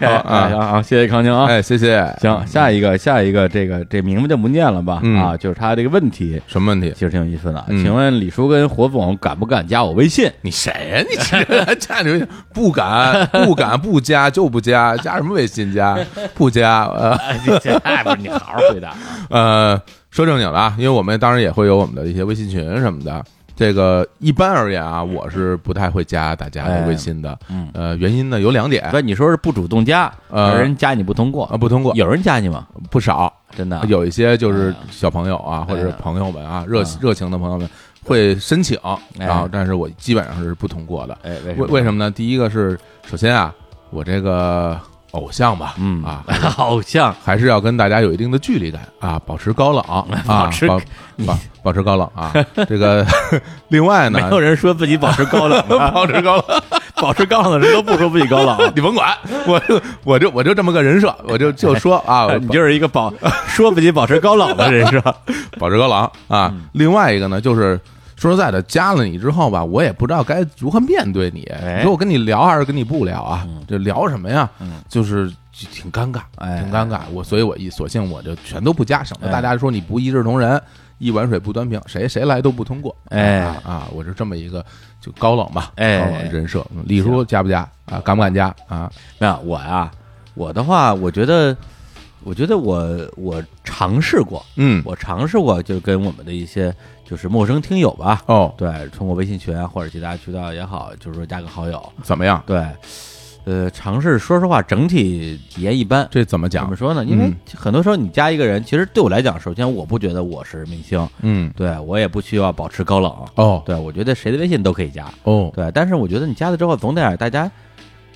S2: 好啊
S1: 行啊，谢谢康宁啊。
S2: 哎，谢谢。
S1: 行，下一个，下一个，这个这名字就不念了吧？
S2: 嗯
S1: 啊，就是他这个问题，
S2: 什么问题
S1: 其？实挺有意思的啊。
S2: 嗯
S1: 请问李叔跟火总敢不敢加我微信？
S2: 你谁呀、你这站着不敢不敢不加就不加，加什么微信加不加？呃
S1: 哎，你这哎不是你好好回答啊。
S2: 呃，说正经的啊，因为我们当然也会有我们的一些微信群什么的。这个一般而言啊，我是不太会加大家的微信的。
S1: 嗯
S2: 呃，原因呢有两 点
S1: 所以你说是不主动加，
S2: 呃
S1: 有人加你不通过
S2: 啊，，不通过
S1: 有人加你吗？
S2: 不少，
S1: 真的啊
S2: 有一些就是小朋友啊，
S1: 哎
S2: 或
S1: 呀
S2: 者是朋友们啊，热
S1: 嗯
S2: 热情的朋友们会申请，
S1: 哎
S2: 然后但是我基本上是不通过的。
S1: 哎，为
S2: 为为什么呢？第一个是，首先啊，我这个偶像吧，
S1: 嗯
S2: 啊，，
S1: 好像
S2: 还是要跟大家有一定的距离感 啊，保持高冷啊，
S1: 保持
S2: 保保保持高冷 啊。这个 另外
S1: 没
S2: 呢
S1: 有，人说自己保持高冷吧， 保持高冷，保持高冷的人都不说自己高 冷。啊
S2: 你甭管， 我就我就我就这么个人 设，我就就说啊，
S1: 哎你就是一个保说自己保持高冷的 人是吧？
S2: 保持高冷啊。
S1: 嗯
S2: 另外一个呢，就是说实在的，加了你之后吧，我也不知道该如何面对你。
S1: 哎嗯
S2: 你说我跟你聊还是跟你不聊啊？这聊什么呀？就是就挺尴尬，
S1: 哎
S2: 挺尴尬。我所以，我一索性我就全都不加，省得
S1: 哎
S2: 大家说你不一视同仁。一碗水不端平，谁谁来都不通过。
S1: 哎
S2: 啊啊，我是这么一个就高冷吧，
S1: 哎
S2: 高冷人设。嗯李叔加不加啊？敢不敢加啊？
S1: 没有我呀，我的话，我觉得，我觉得我我尝试过，
S2: 嗯，
S1: 我尝试过，就跟我们的一些就是陌生听友吧，
S2: 哦，
S1: 对，通过微信群啊或者其他渠道也好，就是说加个好友，
S2: 怎么样？
S1: 对，呃，尝试，说实话，整体体验一般。
S2: 这怎么
S1: 怎
S2: 讲
S1: 么？说呢？因为
S2: 嗯
S1: 很多时候你加一个人，其实对我来讲，首先我不觉得我是明星，
S2: 嗯，
S1: 对我也不需要保持高冷，
S2: 哦
S1: 对我觉得谁的微信都可以加，
S2: 哦，
S1: 对，但是我觉得你加了之后，总得让大家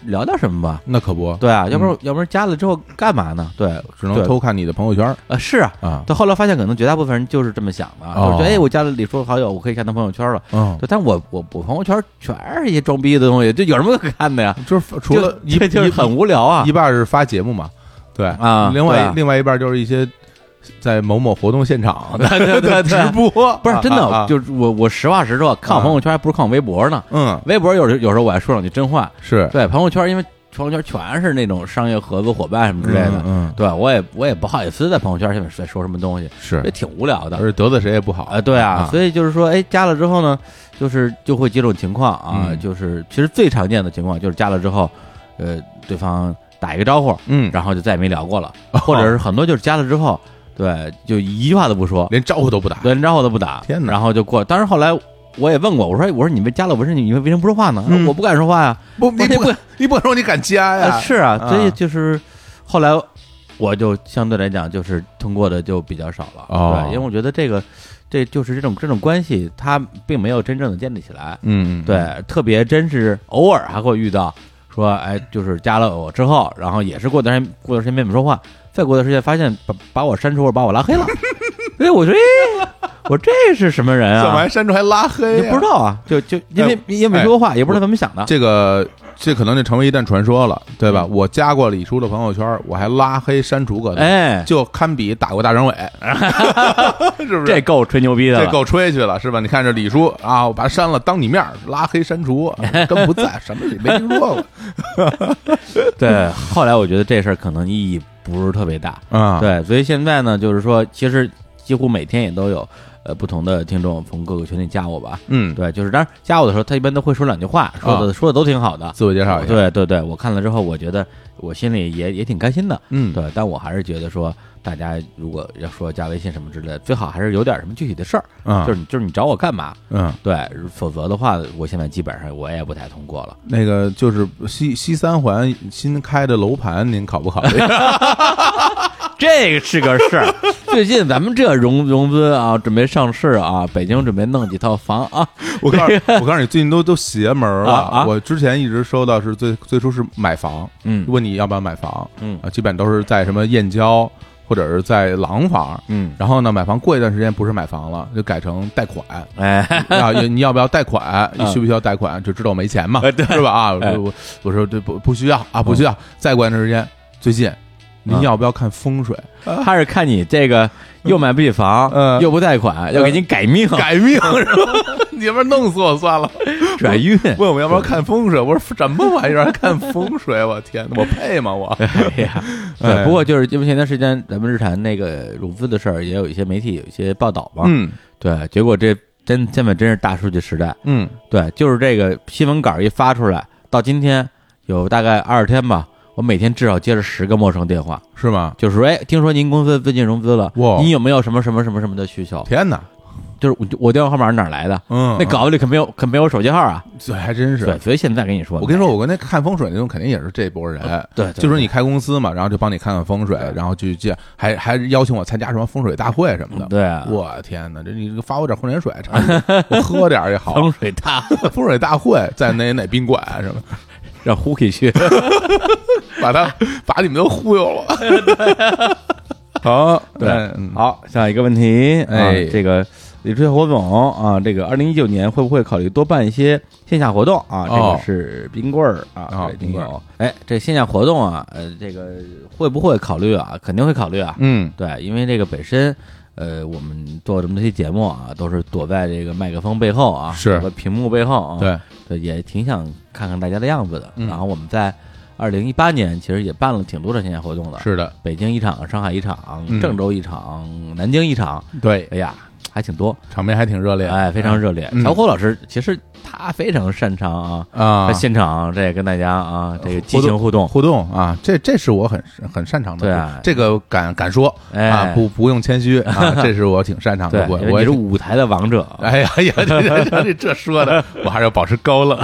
S1: 聊点什么吧。
S2: 那可不，
S1: 对啊，要不然、
S2: 嗯
S1: 要不然加了之后干嘛呢？对，
S2: 只能
S1: 对
S2: 偷看你的朋友圈
S1: 呃，是啊。
S2: 啊。
S1: 但后来发现，可能绝大部分人就是这么想的，啊，
S2: 哦
S1: 就觉得哎，我加了李叔的好友，我可以看他朋友圈了。
S2: 嗯，
S1: 对，但我我我朋友圈全是一些装逼的东西，这有什么可看的呀？
S2: 就是除了
S1: 就
S2: 一
S1: 这就是
S2: 一
S1: 很无聊啊
S2: 一。半是发节目嘛，对
S1: 啊
S2: 另外
S1: 对啊
S2: 另外一半就是一些在某某活动现场
S1: 对对对对
S2: 直播，
S1: 不是真
S2: 啊
S1: 的，
S2: 啊
S1: 就是我我实话实说，看我朋友圈还不是看我微博呢。
S2: 嗯
S1: 微博有时有时候我还说两句真话。
S2: 是
S1: 啊对，朋友圈因为朋友圈全是那种商业合作伙伴什么之类的，
S2: 嗯嗯
S1: 对我也我也不好意思在朋友圈下面再说什么东西，
S2: 是
S1: 这，挺无聊的。
S2: 而且得罪谁也不好
S1: 啊，对啊，所以就是说，哎，加了之后呢，就是就会几种情况啊，
S2: 嗯
S1: 就是其实最常见的情况就是加了之后，呃，对方打一个招呼，
S2: 嗯，
S1: 然后就再也没聊过了，
S2: 哦
S1: 或者是很多就是加了之后，对，就一句话都不说，
S2: 连招呼都不打，
S1: 对，连招呼都不打，
S2: 天哪
S1: 然后就过。当然后来我也问过，我说我说你们加了我微信，你们为什么不说话呢？
S2: 嗯
S1: 我不敢说话呀，
S2: 不你
S1: 我也
S2: 不敢 你不敢说你敢加
S1: 啊
S2: 呀？
S1: 是啊，所以
S2: 啊
S1: 就是后来我就相对来讲就是通过的就比较少了，
S2: 哦
S1: 对，因为我觉得这个这就是这种这种关系，它并没有真正的建立起来，
S2: 嗯，嗯，
S1: 对，特别真是偶尔还会遇到说，哎，就是加了我之后，然后也是过段时间过段时间没怎么说话，再过段时间发现把把我删除或者把我拉 黑了，所以我说，哎，我这是什么人
S2: 怎么
S1: 啊
S2: 还？删除还拉
S1: 也
S2: 黑呀？
S1: 不知道啊，就就因为也没说话，也不知道怎么想的。
S2: 哎这个。这可能就成为一段传说了，对吧？我加过李叔的朋友圈，我还拉黑删除过他，
S1: 哎，
S2: 就堪比打过大张伟， 是不是？
S1: 这够吹牛逼的
S2: 这
S1: 了。
S2: 够吹去了是吧？你看这李叔啊，我把他删了，当你面儿拉黑删除，跟不在，什么也没听 说过
S1: 对，后来我觉得这事儿可能意义不是特别大。
S2: 啊。
S1: 对，所以现在呢，就是说，其实几乎每天也都有呃不同的听众从各个群里加我吧。
S2: 嗯，
S1: 对，就是当然加我的时候，他一般都会说两句话，说的、说的都挺好的。
S2: 自我介绍一下，
S1: 对对对，我看了之后，我觉得我心里也也挺开心的。
S2: 嗯，
S1: 对，但我还是觉得说，大家如果要说加微信什么之类的，最好还是有点什么具体的事儿，
S2: 啊，
S1: 就是你就是你找我干嘛？
S2: 嗯，
S1: 对，否则的话，我现在基本上我也不太通过了。
S2: 那个就是西西三环新开的楼盘，您考不考虑？
S1: 这个是个事儿。 最近咱们这融融资啊，准备上市啊，北京准备弄几套房啊。
S2: 我告诉你，我告诉你，最近都都邪门儿
S1: 啊啊
S2: 了。我之前一直收到是最最初是买房，
S1: 嗯
S2: 问你要不要买房，
S1: 嗯
S2: 啊，基本都是在什么燕郊或者是在廊坊。
S1: 嗯，
S2: 然后呢，买房过一段时间不是买房了，就改成 贷款，
S1: 哎，
S2: 啊，要你要不要贷款？你
S1: 嗯
S2: 需不需要贷款？就知道我没钱嘛，
S1: 哎对嗯
S2: 是吧？啊，
S1: 哎嗯
S2: 我我我说这不不需要啊，不需要。再过一段时间，最近您要不要看风水？
S1: 他是看你这个又买不起房，
S2: 嗯
S1: 又不贷款，要给你改命，
S2: 改命是吧？你们弄死我算了。
S1: 转运。
S2: 问我要不要看风水？我说什么玩意儿？还看风水？我天，我配吗？我
S1: 哎呀，
S2: 哎
S1: 对，不过就是因为前段时间咱们日产那个融资的事儿，也有一些媒体有一些报道嘛。，
S2: 嗯
S1: 对，结果这真现在真是大数据时代，
S2: 嗯
S1: 对，就是这个新闻稿一发出来，到今天有大概二十天吧，我每天至少接了十个陌生电话，
S2: 是吗？
S1: 就是说，哎，听说您公司最近融资了
S2: 哇，
S1: 您有没有什么什么什么什么的需求？
S2: 天哪！
S1: 就是我我电话号码是哪儿来的？
S2: 嗯，
S1: 那稿子里可没有可没有我手机号啊。
S2: 对，还真是
S1: 对，。所以现在跟你说，
S2: 我跟你说，我跟那看风水那种肯定也是这波人，
S1: 对，对，
S2: 就说
S1: 对
S2: 你开公司嘛，然后就帮你看看风水，然后去见，还还邀请我参加什么风水大会什么的。
S1: 对啊
S2: 我天哪，这你这发我点矿泉水，差点我喝点儿也 好。
S1: 风水大，
S2: 风水大会在哪哪宾馆啊什么，
S1: 让 h u k 去。
S2: 把他把你们都忽悠 了。好，
S1: 对
S2: 嗯
S1: 好，下一个问题，啊
S2: 哎
S1: 这个李志火总啊，这个二零一九年会不会考虑多办一些线下活动啊？这
S2: 哦
S1: 个是冰棍儿啊，
S2: 哦
S1: 这个
S2: 冰棍儿
S1: 听友。哎，这线下活动啊，呃，这个会不会考虑啊？肯定会考虑啊。
S2: 嗯，
S1: 对，因为这个本身，呃，我们做这么多期节目啊，都是躲在这个麦克风背后啊，
S2: 是
S1: 躲在屏幕背后啊，
S2: 对，
S1: 对，也挺想看看大家的样子的。
S2: 嗯
S1: 然后我们在二零一八年其实也办了挺多的线下活动的，
S2: 是的，
S1: 北京一场、上海一场
S2: 嗯、
S1: 郑州一场、南京一场，
S2: 对，
S1: 哎呀，还挺多，
S2: 场面还挺热烈，
S1: 哎，非常热烈
S2: 嗯。
S1: 小虎老师其实他非常擅长啊，
S2: 啊
S1: 在，现场这跟大家啊这个激
S2: 互动
S1: 情互动，
S2: 互动啊，这这是我很很擅长的，
S1: 对啊
S2: 这个敢敢说啊，
S1: 哎，
S2: 不不用谦虚啊，这是我挺擅长
S1: 对
S2: 的，我，
S1: 因
S2: 我
S1: 为
S2: 也
S1: 你是
S2: 挺。
S1: 舞台的王 者，
S2: 哎呀哎呀，这这这这说的，我还是要保持高冷。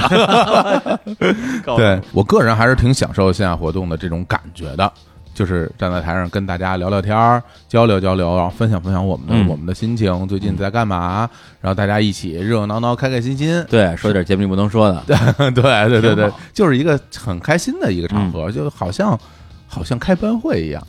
S1: 高
S2: 对我个人还是挺享受线下活动的这种感觉的，就是站在台上跟大家聊聊天儿，交流交流，然后分享分享我们的、
S1: 嗯
S2: 我们的心情，最近在干嘛，然后大家一起热热闹闹、开开心 心。
S1: 对，说点节目里不能说的，
S2: 对对对
S1: 挺
S2: 对
S1: 好，嗯
S2: 就是一个很开心的一个场合，就好像好像开班会 一样，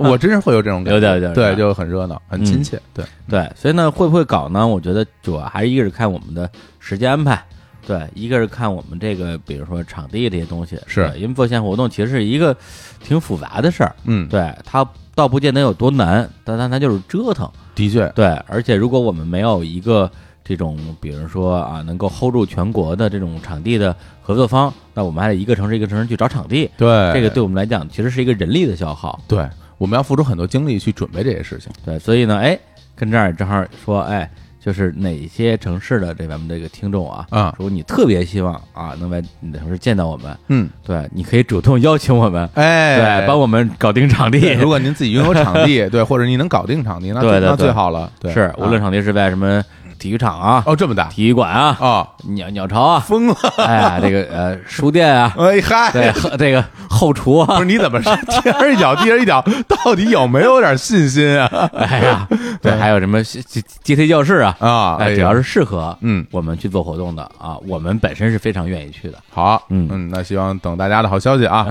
S2: 我真是会有这种感觉，
S1: 有点有点嗯
S2: 对，就很热闹，很亲切，对，
S1: 对，所以呢，会不会搞呢？我觉得主要还是一个是看我们的时间安排，对，一个是看我们这个，比如说场地这些东西，
S2: 是
S1: 对因为做线下活动其实是一个挺复杂的事儿，
S2: 嗯，
S1: 对，它倒不见得有多难，但但它就是折腾，
S2: 的确，
S1: 对，而且如果我们没有一个这种，比如说啊，能够 hold 住全国的这种场地的合作方，那我们还得一个城市一个城市去找场地，
S2: 对，
S1: 这个对我们来讲其实是一个人力的消耗，
S2: 对，我们要付出很多精力去准备这些事情，
S1: 对，所以呢，哎，跟这儿正好说，哎，就是哪些城市的这咱们这个听众啊，
S2: 啊
S1: 如果你特别希望啊能在你的城市见到我们，
S2: 嗯，
S1: 对，你可以主动 邀请我们，
S2: 哎，
S1: 对，帮我们搞定场地
S2: 对。如果您自己拥有场 地，对，或者你能搞定场地，那
S1: 对
S2: 最
S1: 对
S2: 那
S1: 对
S2: 最好了。对，
S1: 是，无论
S2: 啊
S1: 场地是在什么体育场啊、
S2: 哦这么大
S1: 体育馆啊、
S2: 哦，
S1: 鸟鸟巢啊，
S2: 疯了！
S1: 哎呀，这个呃书店啊，
S2: 哎嗨
S1: 对，，后这个后厨
S2: 不
S1: 啊，
S2: 是你怎 么是天上一脚地上一脚，到底有没有点信心啊？
S1: 哎 呀，对，还有什么阶阶阶梯教室啊，
S2: 啊，
S1: 哎，
S2: 呀
S1: 只要是适合
S2: 嗯
S1: 我们去做活动的啊，我们本身是非常愿意去的。
S2: 好，
S1: 嗯
S2: 嗯，那希望等大家的好消 息啊，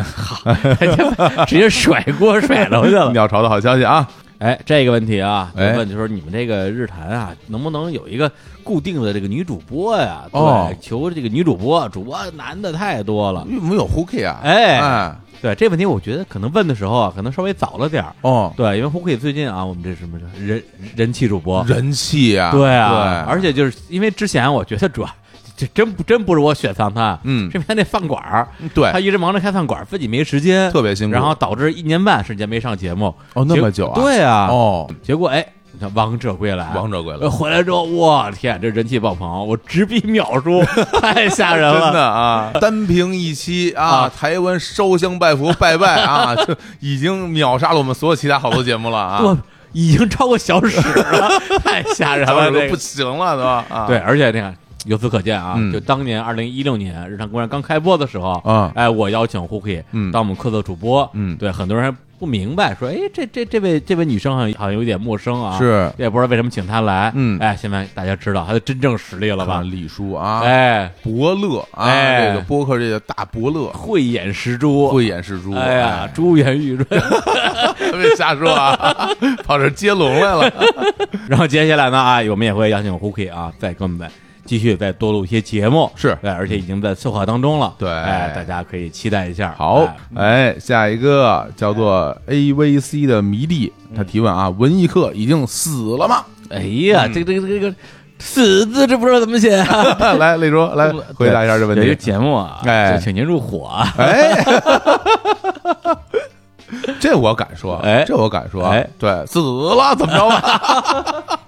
S1: 直接甩 锅甩楼去了。
S2: 鸟巢的好消息啊，
S1: 哎，这个问题啊，
S2: 哎
S1: 我问就是你们这个日坛啊，能不能有一个固定的这个女主播呀？对
S2: 哦
S1: 求这个女主播，主播男的太多了。
S2: 因为我们有 Hooky 啊，
S1: 哎
S2: 哎
S1: 对这问题，我觉得可能问的时候啊，可能稍微早了点儿。
S2: 哦，
S1: 对，因为胡可以最近啊，我们这什么人人气主播，
S2: 人气啊，
S1: 对啊，
S2: 对，
S1: 而且就是因为之前我觉得主要这真不真不是我选上他，
S2: 嗯
S1: 是因为那饭馆儿，他
S2: 对，
S1: 一直忙着开饭馆儿，自己没时间，
S2: 特别辛苦
S1: 然后导致一年半时间没上节目，
S2: 哦那么
S1: 结
S2: 久啊，
S1: 对啊，
S2: 哦，
S1: 结果哎，你看王者归来，
S2: 王者归来
S1: 呃回来之后，我天，这人气爆棚，我直逼秒 叔，太吓人
S2: 真
S1: 了。
S2: 的啊，单凭一期啊，
S1: 啊
S2: 台湾烧香拜佛拜 拜啊，就已经秒杀了我们所有其他好多节目了啊
S1: 我，已经超过小史了， 太吓人
S2: 咱
S1: 了。
S2: 们
S1: 这
S2: 都
S1: 个
S2: 不行了都啊，
S1: 对，，而且你看，由此可见啊，
S2: 嗯
S1: 就当年二零一六年日常公园刚开播的时候，
S2: 啊
S1: 哎，我邀请胡可以
S2: 嗯
S1: 当我们客座主播，
S2: 嗯
S1: 对，很多人还不明白，说，哎，这这这位这位女生好像好像有点陌生啊，
S2: 是
S1: 也不知道为什么请她来，
S2: 嗯
S1: 哎，现在大家知道她的真正实力了
S2: 看
S1: 吧
S2: 看？李叔啊，
S1: 哎，
S2: 伯乐啊，
S1: 哎
S2: 这个播客这个大伯乐，
S1: 慧眼识珠，
S2: 慧眼识珠，
S1: 哎呀，珠圆玉 润。
S2: 哎，别瞎说 啊，跑这接龙来了，
S1: 哎然后接下来呢啊，我们也会邀请胡 k 啊，再跟我们在继续再多录一些节目，
S2: 是
S1: 对，而且已经在策划当中了，
S2: 对
S1: 哎，大家可以期待一下。
S2: 好
S1: 哎，
S2: 哎，下一个叫做 AVC 的迷弟，他提问啊：文艺课已经死了吗？
S3: 哎
S2: 嗯
S3: 呀，这个这个这个死字这不知道怎么写啊！
S2: 来，磊叔来 回答一下这问
S1: 有一个
S2: 题。
S1: 节目啊，
S2: 哎
S1: 就请您入伙啊，
S2: 哎，这我敢说，
S1: 哎
S2: 这我敢说，
S1: 哎
S2: 对，死了怎么着吧？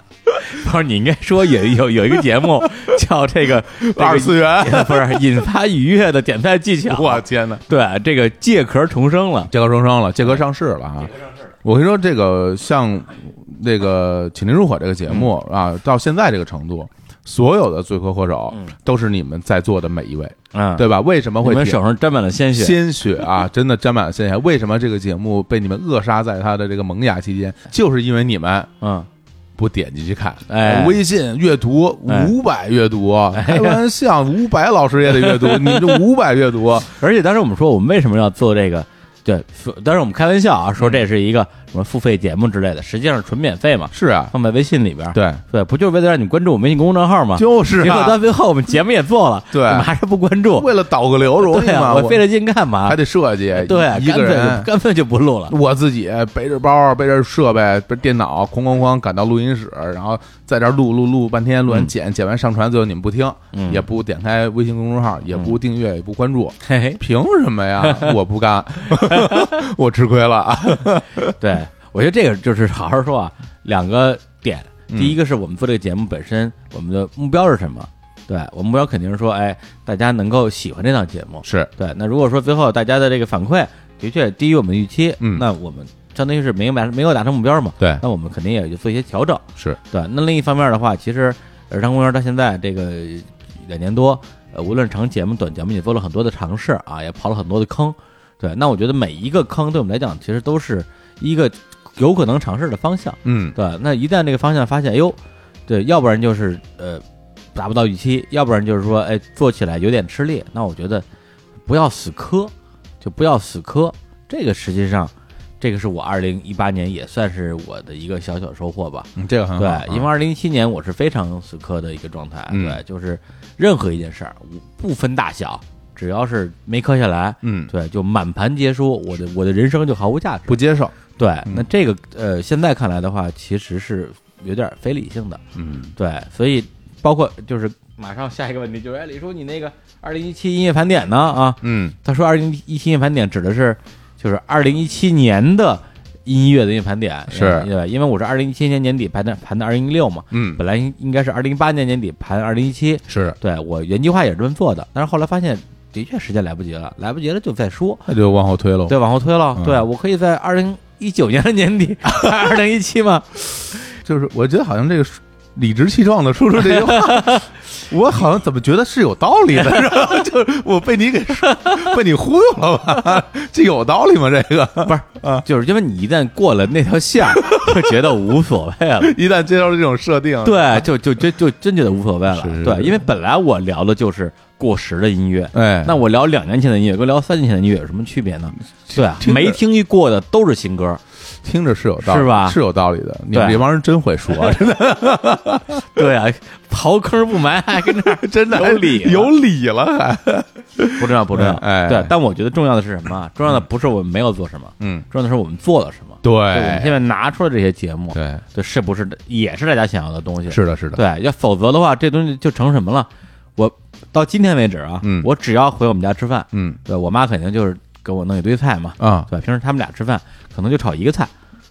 S1: 不是你应该说有有有一个节目叫 这 个
S2: 二
S1: 这
S2: 次，元，
S1: 个 不是引发愉悦的点菜技巧，
S2: 我天哪！
S1: 对，这个借壳重生了，
S2: 借壳重生了，借壳上市了啊！我跟你说，这个像那个《请您入伙》这个节目
S1: 嗯
S2: 啊，到现在这个程度，所有的罪魁祸首都是你们在座的每一位，
S1: 嗯，
S2: 对吧？为什么
S1: 我
S2: 会
S1: 们
S2: 提
S1: 手上沾满了鲜血，
S2: 鲜血 啊，真的沾满了鲜血。为什么这个节目被你们扼杀在它的这个萌芽期间？就是因为你们
S1: 嗯，
S2: 不点进去看。
S1: 哎
S2: 微信阅读
S1: 哎
S2: 五百阅读，开玩笑，五百老师也 得阅读，你们这五百阅读，
S1: 而且当时我们说我们为什么要做这个。对，说当时我们开玩笑啊，
S2: 嗯
S1: 说这是一个什么付费节目之类的，实际上是纯免费嘛，
S2: 是啊，
S1: 放在微信里边儿。
S2: 对，
S1: 对，不就是为了让你关注我们微信公众号吗？
S2: 就是
S1: 结果
S2: 啊
S1: 到。最后我们节目也做了，
S2: 对
S1: 你们还是不关注，
S2: 为了导个流容易
S1: 对啊，
S2: 吗？
S1: 我费了劲干嘛
S2: 还？得设计，
S1: 对，
S2: 一
S1: 干
S2: 个
S1: 脆
S2: 人
S1: 就。干脆就不录 了。
S2: 我自己背着包，背着设备，背着电脑，哐哐哐赶到录音室，然后在这儿录录录半天，录完剪、剪完上传，最后你们不听，
S1: 嗯
S2: 也不点开微信公众号，也不订阅，也不关注，
S1: 嘿嘿，
S2: 凭什 么呀？我不干， 我吃亏了 啊！
S1: 对，我觉得这个就是好好说啊，两个点。
S2: 嗯
S1: 第一个是我们做这个节目本身，我们的目标是什么？对我们目标肯定是说，哎，大家能够喜欢这档节目。
S2: 是
S1: 对，那如果说最后大家的这个反馈的确低于我们的预期，
S2: 嗯
S1: 那我们相当于是没有达没有达成目标嘛，
S2: 对，
S1: 那我们肯定也就做一些调整。
S2: 是
S1: 对，那另一方面的话，其实儿童公园到现在这个两年多，呃，无论是长节目、短节目，也做了很多的尝试啊，也刨了很多的坑。对，那我觉得每一个坑对我们来讲，其实都是一个有可能尝试的方向。
S2: 嗯，
S1: 对，那一旦这个方向发现，哎呦，对，要不然就是呃达不到预期，要不然就是说，哎，做起来有点吃力。那我觉得不要死磕，就不要死磕。这个实际上，这个是我二零一八年也算是我的一个小小收获吧。
S2: 嗯这个很好啊，
S1: 对，因为二零一七年我是非常死磕的一个状态，
S2: 嗯
S1: 对，就是任何一件事儿我不分大小，只要是没磕下来，
S2: 嗯
S1: 对，就满盘皆输，我的我的人生就毫无价值。
S2: 不接受，
S1: 对，
S2: 嗯
S1: 那这个呃，现在看来的话，其实是有点非理性的，
S2: 嗯
S1: 对，所以包括就是马上下一个问题就是，哎，李叔，你那个二零一七音乐盘点呢？啊，
S2: 嗯
S1: 他说二零一七音乐盘点指的是就是二零一七年的音乐的音乐盘点，
S2: 是
S1: 对，因为我是二零一七年年底盘的盘的二零一六嘛，
S2: 嗯
S1: 本来应应该是二零一八年年底盘二零一七，
S2: 是，
S1: 对我原计划也是这么做的，但是后来发现的确时间来不及了，来不及了就再说，
S2: 那就往后推喽。
S1: 对，往后推了，
S2: 嗯
S1: 对我可以在二零一九年的年底， 二零一七嘛，
S2: 就是我觉得好像这个理直气壮的说出这句话， 我好像怎么觉得是有道理的，是吧？就是我被你给说被你忽悠了吧？这有道理吗？这个
S1: 不是，就是因为你一旦过了那条 线儿，就觉得无所谓了。
S2: 一旦接受这种设定，
S1: 对，就就就就真觉得无所谓了。
S2: 是是
S1: 对，
S2: 是
S1: 因为本来我聊的就是过时的音乐，
S2: 哎，
S1: 那我聊两年前的音乐跟聊三年前的音乐有什么区别呢？对 啊，
S2: 听着
S1: 没听过的都是新歌。
S2: 听着是有道理，
S1: 是吧
S2: 是有道理的。你们
S1: 对
S2: 这帮人真 会说，真的
S1: 对啊，刨坑不埋，还跟这儿
S2: 真的
S1: 有理了
S2: 有理了还。
S1: 不重要不重要。
S2: 哎哎
S1: 对，但我觉得重要的是什么啊？重要的不是我们没有做什么，
S2: 嗯，
S1: 重要的是我们做了什么。对我们现
S2: 对
S1: 在拿出了这些节目，
S2: 对，
S1: 对，是不是也是大家想要的东西？
S2: 是的，是的，
S1: 对，要否则的话，这东西就成什么了？我到今天为止啊，
S2: 嗯
S1: 我只要回我们家吃饭，
S2: 嗯
S1: 对我妈肯定就是给我弄一堆菜嘛，
S2: 啊，
S1: 对，平时他们俩吃饭可能就炒一个菜，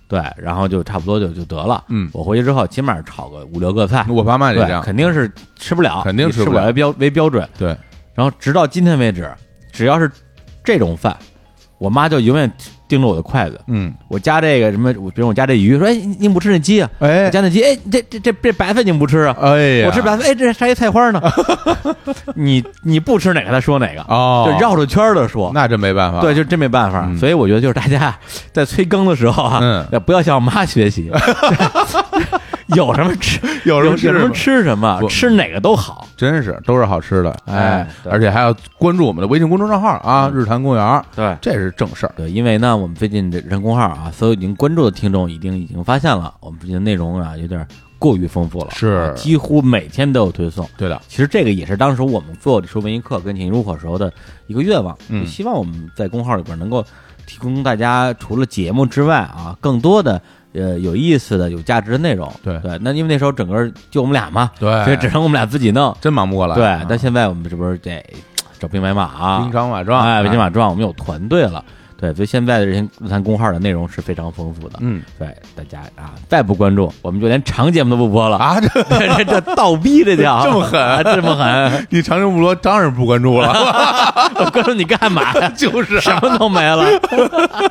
S1: 对，然后就差不多就就得了。
S2: 嗯
S1: 我回去之后起码炒个五六个菜，
S2: 我爸妈也这
S1: 对，
S2: 样，
S1: 肯定是吃不了，
S2: 肯定
S1: 以
S2: 吃
S1: 吃
S2: 不
S1: 不
S2: 了
S1: 为标为标准。
S2: 对，
S1: 然后直到今天为止，只要是这种饭，我妈就永远盯着我的筷子。
S2: 嗯，
S1: 我夹这个什么，我比如我夹这鱼，说哎，你你不吃那鸡啊？
S2: 哎
S1: 我夹那鸡，哎，这这这这白菜你不吃啊？
S2: 哎呀，
S1: 我吃白菜，哎，这还一菜花 呢。你你不吃哪个，他说哪个，
S2: 哦，
S1: 就绕着圈儿的说。
S2: 那真没办法，
S1: 对，就真没办法。
S2: 嗯
S1: 所以我觉得就是大家在催更的时候啊，
S2: 嗯
S1: 要不要向我妈学 习，有什么吃
S2: 有时候
S1: 有什么
S2: 是
S1: 吃什么
S2: 不，
S1: 吃哪个都好。
S2: 真是都是好吃的，
S1: 哎对嗯
S2: 而且还要关注我们的微信公众账号啊，日坛公园，
S1: 对
S2: 这是正事儿。
S1: 呃对，因为呢，我们最近这人工号啊，所有已经关注的听众一定已经发现了，我们最近内容啊有点过于丰富了，啊
S2: 是
S1: 几乎每天都有推送。
S2: 对的，
S1: 其实这个也是当时我们做《说文艺课》跟《请入口》时候的一个愿望，
S2: 嗯
S1: 就希望我们在公号里边能够提供大家除了节目之外啊，更多的呃有意思的、有价值的内容。
S2: 对
S1: 对，那因为那时候整个就我们俩嘛，
S2: 对
S1: 所以只能我们俩自己弄。
S2: 真忙不过来。
S1: 对
S2: 啊，
S1: 但现在我们这不是得找兵买马啊，
S2: 兵强马壮，
S1: 哎，北京
S2: 马，
S1: 马壮，我们有团队了。对，所以现在的这些论坛公号的内容是非常丰富的。
S2: 嗯
S1: 对，大家啊，再不关注，我们就连长节目都不播了。
S2: 啊，这
S1: 这这这倒逼这叫
S2: 这么狠
S1: 啊这么 狠！
S2: 你长生不老当然不关注了，
S1: 我关注你干嘛 呀？
S2: 就是啊，
S1: 什么都没 了。哎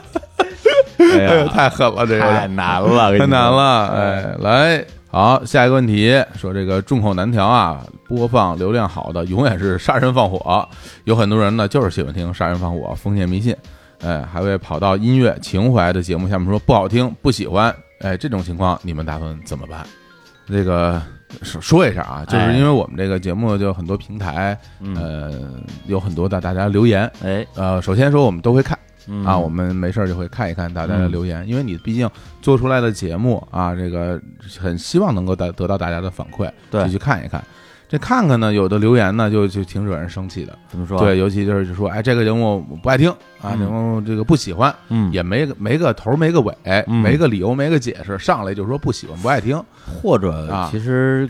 S2: 哎呦
S1: 呀，
S2: 太狠了，这个
S1: 太难了，跟你说
S2: 太
S1: 嗯
S2: 难。了，哎，来。好，下一个问题说这个众口难调啊，播放流量好的永远是杀人放火，有很多人呢就是喜欢听杀人放火，封建迷信，哎，还会跑到音乐情怀的节目下面说不好听，不喜欢，哎，这种情况你们打算怎么办？这个说说一下啊，就是
S1: 哎
S2: 因为我们这个节目就很多平台，
S1: 嗯，
S2: 呃，有很多的大家留言，
S1: 哎，
S2: 呃，首先说我们都会看。
S1: 嗯
S2: 啊，我们没事儿就会看一看大家的留言，因为你毕竟做出来的节目啊，这个很希望能够得得到大家的反馈，
S1: 对
S2: 就去看一看。这看看呢，有的留言呢就就挺惹人生气的，
S1: 怎么说？，
S2: 对，尤其就是就说，哎，这个节目我不爱听啊，
S1: 嗯
S2: 然后这个不喜欢，
S1: 嗯，
S2: 也没个没个头儿没个尾，
S1: 嗯
S2: 没个理由没个解释，上来就说不喜欢不爱听，
S1: 或者
S2: 啊
S1: 其实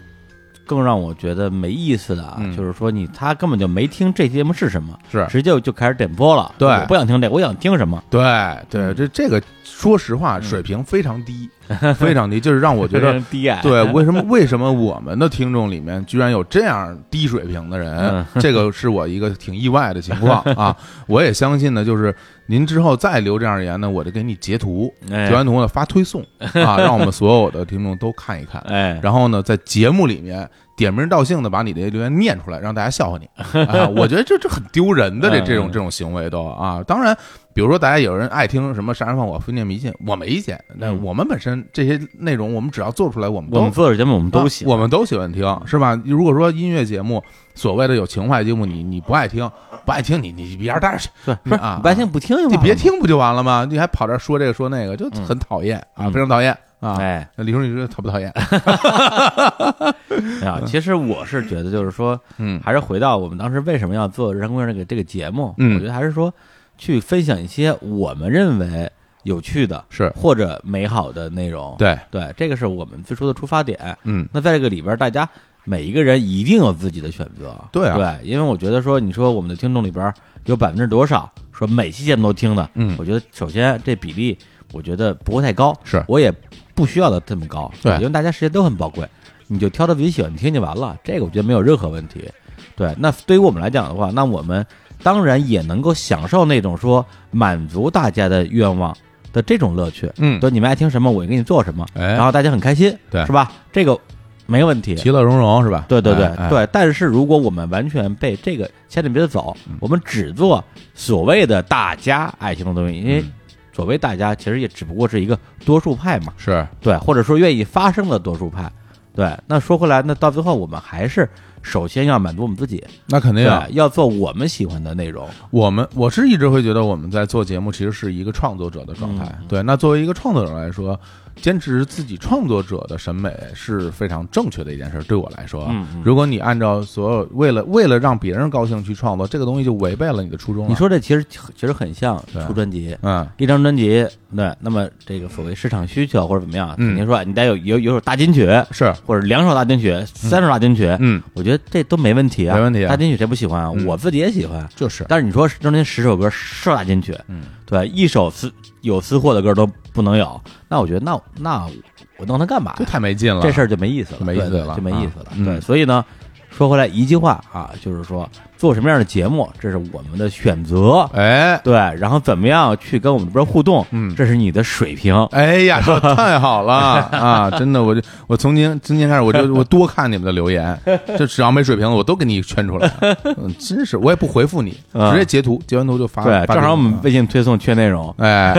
S1: 更让我觉得没意思的啊，
S2: 嗯
S1: 就是说你他根本就没听这节目是什么，
S2: 是
S1: 直接就开始点播了。
S2: 对
S1: 我不想听这个，我想听什么？
S2: 对
S1: 嗯
S2: 对，这这个说实话水平非常低，非常低，就是让我觉得
S1: 非常低矮。
S2: 对，为什么为什么我们的听众里面居然有这样低水平的人
S1: 嗯？
S2: 这个是我一个挺意外的情况 啊！我也相信呢，就是您之后再留这样的言呢，我就给你截图，
S1: 哎
S2: 截完图呢发 推送啊，让我们所有的听众都看一看。
S1: 哎，
S2: 然后呢，在节目里面点名道姓的把你的留言念出来，让大家笑 话你。啊、我觉得这这很丢人的这这种
S1: 嗯
S2: 这种行为都啊。当然，比如说大家有人爱听什么杀人放火、封建迷信，我没意见。那
S1: 嗯
S2: 我们本身这些内容，我们只要做出来，我们
S1: 我
S2: 都
S1: 们做的节目我们都喜
S2: 啊我
S1: 欢。
S2: 们都喜欢听，是吧？如果说音乐节目所谓的有情怀节目，你你不爱听，不爱听你你别待着，
S1: 对，
S2: 你
S1: 不是
S2: 啊
S1: 你白天不听就完
S2: 你
S1: 了
S2: 别。听不就完了吗？你还跑这儿说这个说那个，就很讨厌啊，
S1: 嗯
S2: 非常讨厌啊。
S1: 哎
S2: 那李叔，你说讨不讨厌？
S1: 哎呀，其实我是觉得，就是说，
S2: 嗯
S1: 还是回到我们当时为什么要做《日常公园》这个这个节目，
S2: 嗯
S1: 我觉得还是说去分享一些我们认为有趣的
S2: 是
S1: 或者美好的内容。
S2: 对，
S1: 对，这个是我们最初的出发点。
S2: 嗯，
S1: 那在这个里边儿，大家每一个人一定有自己的选择。
S2: 对啊
S1: 对，因为我觉得说，你说我们的听众里边儿有百分之多少说每期节目都听的？
S2: 嗯
S1: 我觉得首先这比例，我觉得不会太高，
S2: 是
S1: 我也不需要的这么高，
S2: 对
S1: 因为大家时间都很宝贵，你就挑着自己喜欢听就完了，这个我觉得没有任何问题。对，那对于我们来讲的话，那我们当然也能够享受那种说满足大家的愿望的这种乐趣。
S2: 嗯，
S1: 对，你们爱听什么，我就给你做什么，
S2: 哎
S1: 然后大家很开心，
S2: 对
S1: 是吧？这个没有问题。
S2: 其乐融融是吧？
S1: 对对对、
S2: 哎哎
S1: 对，但是如果我们完全被这个牵着鼻子走，
S2: 嗯
S1: 我们只做所谓的大家爱听的东西，因为
S2: 嗯
S1: 所谓大家其实也只不过是一个多数派嘛，
S2: 是
S1: 对，或者说愿意发声的多数派，对。那说回来，那到最后我们还是首先要满足我们自己，
S2: 那肯定
S1: 对
S2: 啊，，
S1: 要做我们喜欢的内容，
S2: 我们我是一直会觉得我们在做节目其实是一个创作者的状态。
S1: 嗯
S2: 对，那作为一个创作者来说，坚持自己创作者的审美是非常正确的一件事。对我来说啊，
S1: 嗯嗯
S2: 如果你按照所有为了为了让别人高兴去创作，这个东西就违背了你的初衷了。
S1: 你，说这其实其实很像
S2: 对
S1: 出专辑，
S2: 嗯，
S1: 一张专辑，对，那么这个所谓市场需求或者怎么样，
S2: 嗯
S1: 肯定说哎你得有有有首大金曲，
S2: 是，
S1: 或者两首大金曲、三首大金曲，
S2: 嗯，
S1: 我觉得这都没问题啊，
S2: 没问题啊
S1: 大金曲谁不喜欢啊？
S2: 嗯
S1: 我自己也喜欢。
S2: 就是，
S1: 但是你说中间十首歌十首大金曲，
S2: 嗯，
S1: 对，一首私有私货的歌都不能有，那我觉得那那我弄它干嘛
S2: 这？太没劲了。
S1: 这事儿就没意思了，
S2: 没意思
S1: 对
S2: 了
S1: 就没意思了
S2: 啊。嗯
S1: 对，所以呢，说回来一句话啊，就是说做什么样的节目，这是我们的选择，
S2: 哎
S1: 对，然后怎么样去跟我们这边互动，
S2: 嗯
S1: 这是你的水平。
S2: 哎呀，说得太 好了啊！真的，我就我从今今天开始，我就我多看你们的留 言，这只要没水平的，我都给你圈出来。嗯，真是，我也不回复你，
S1: 嗯
S2: 直接截图，截完图就发。
S1: 对，
S2: 发
S1: 正
S2: 给
S1: 好我
S2: 你
S1: 们微信推送缺内容，
S2: 哎，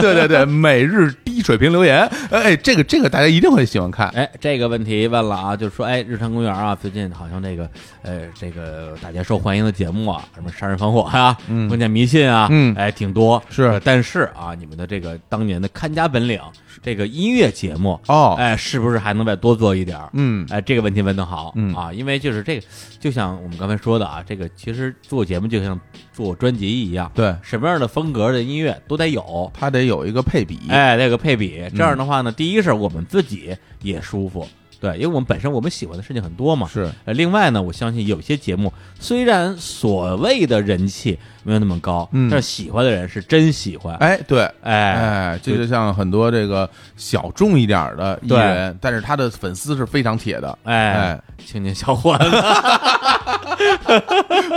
S2: 对对对，每日低水平留言，哎，这个这个大家一定会喜欢看。
S1: 哎，这个问题问了啊，就说哎，日坛公园啊，最近好像这个呃，这个大家受欢迎的节目啊，什么杀人放火啊，
S2: 嗯
S1: 封建迷信啊，
S2: 嗯
S1: 哎，挺多
S2: 是
S1: 呃但是啊，你们的这个当年的看家本领，这个音乐节目，
S2: 哦，
S1: 哎，是不是还能再多做一点儿？
S2: 嗯
S1: 哎，这个问题问得好、
S2: 嗯
S1: 啊，因为就是这个，就像我们刚才说的啊，这个其实做节目就像做专辑一样，
S2: 对，
S1: 什么样的风格的音乐都得有，
S2: 它得有一个配比，嗯
S1: 哎，这个配比，这样的话呢，第一是我们自己也舒服，对，因为我们本身我们喜欢的事情很多嘛。
S2: 是
S1: 呃，另外呢，我相信有些节目虽然所谓的人气没有那么高，
S2: 嗯
S1: 但是喜欢的人是真喜欢，
S2: 哎，对。
S1: 哎，
S2: 哎，这
S1: 对
S2: 就像很多这个小众一点儿的艺
S1: 对
S2: 人，但是他的粉丝是非常铁的。
S1: 哎
S2: 哎，
S1: 青年小伙子，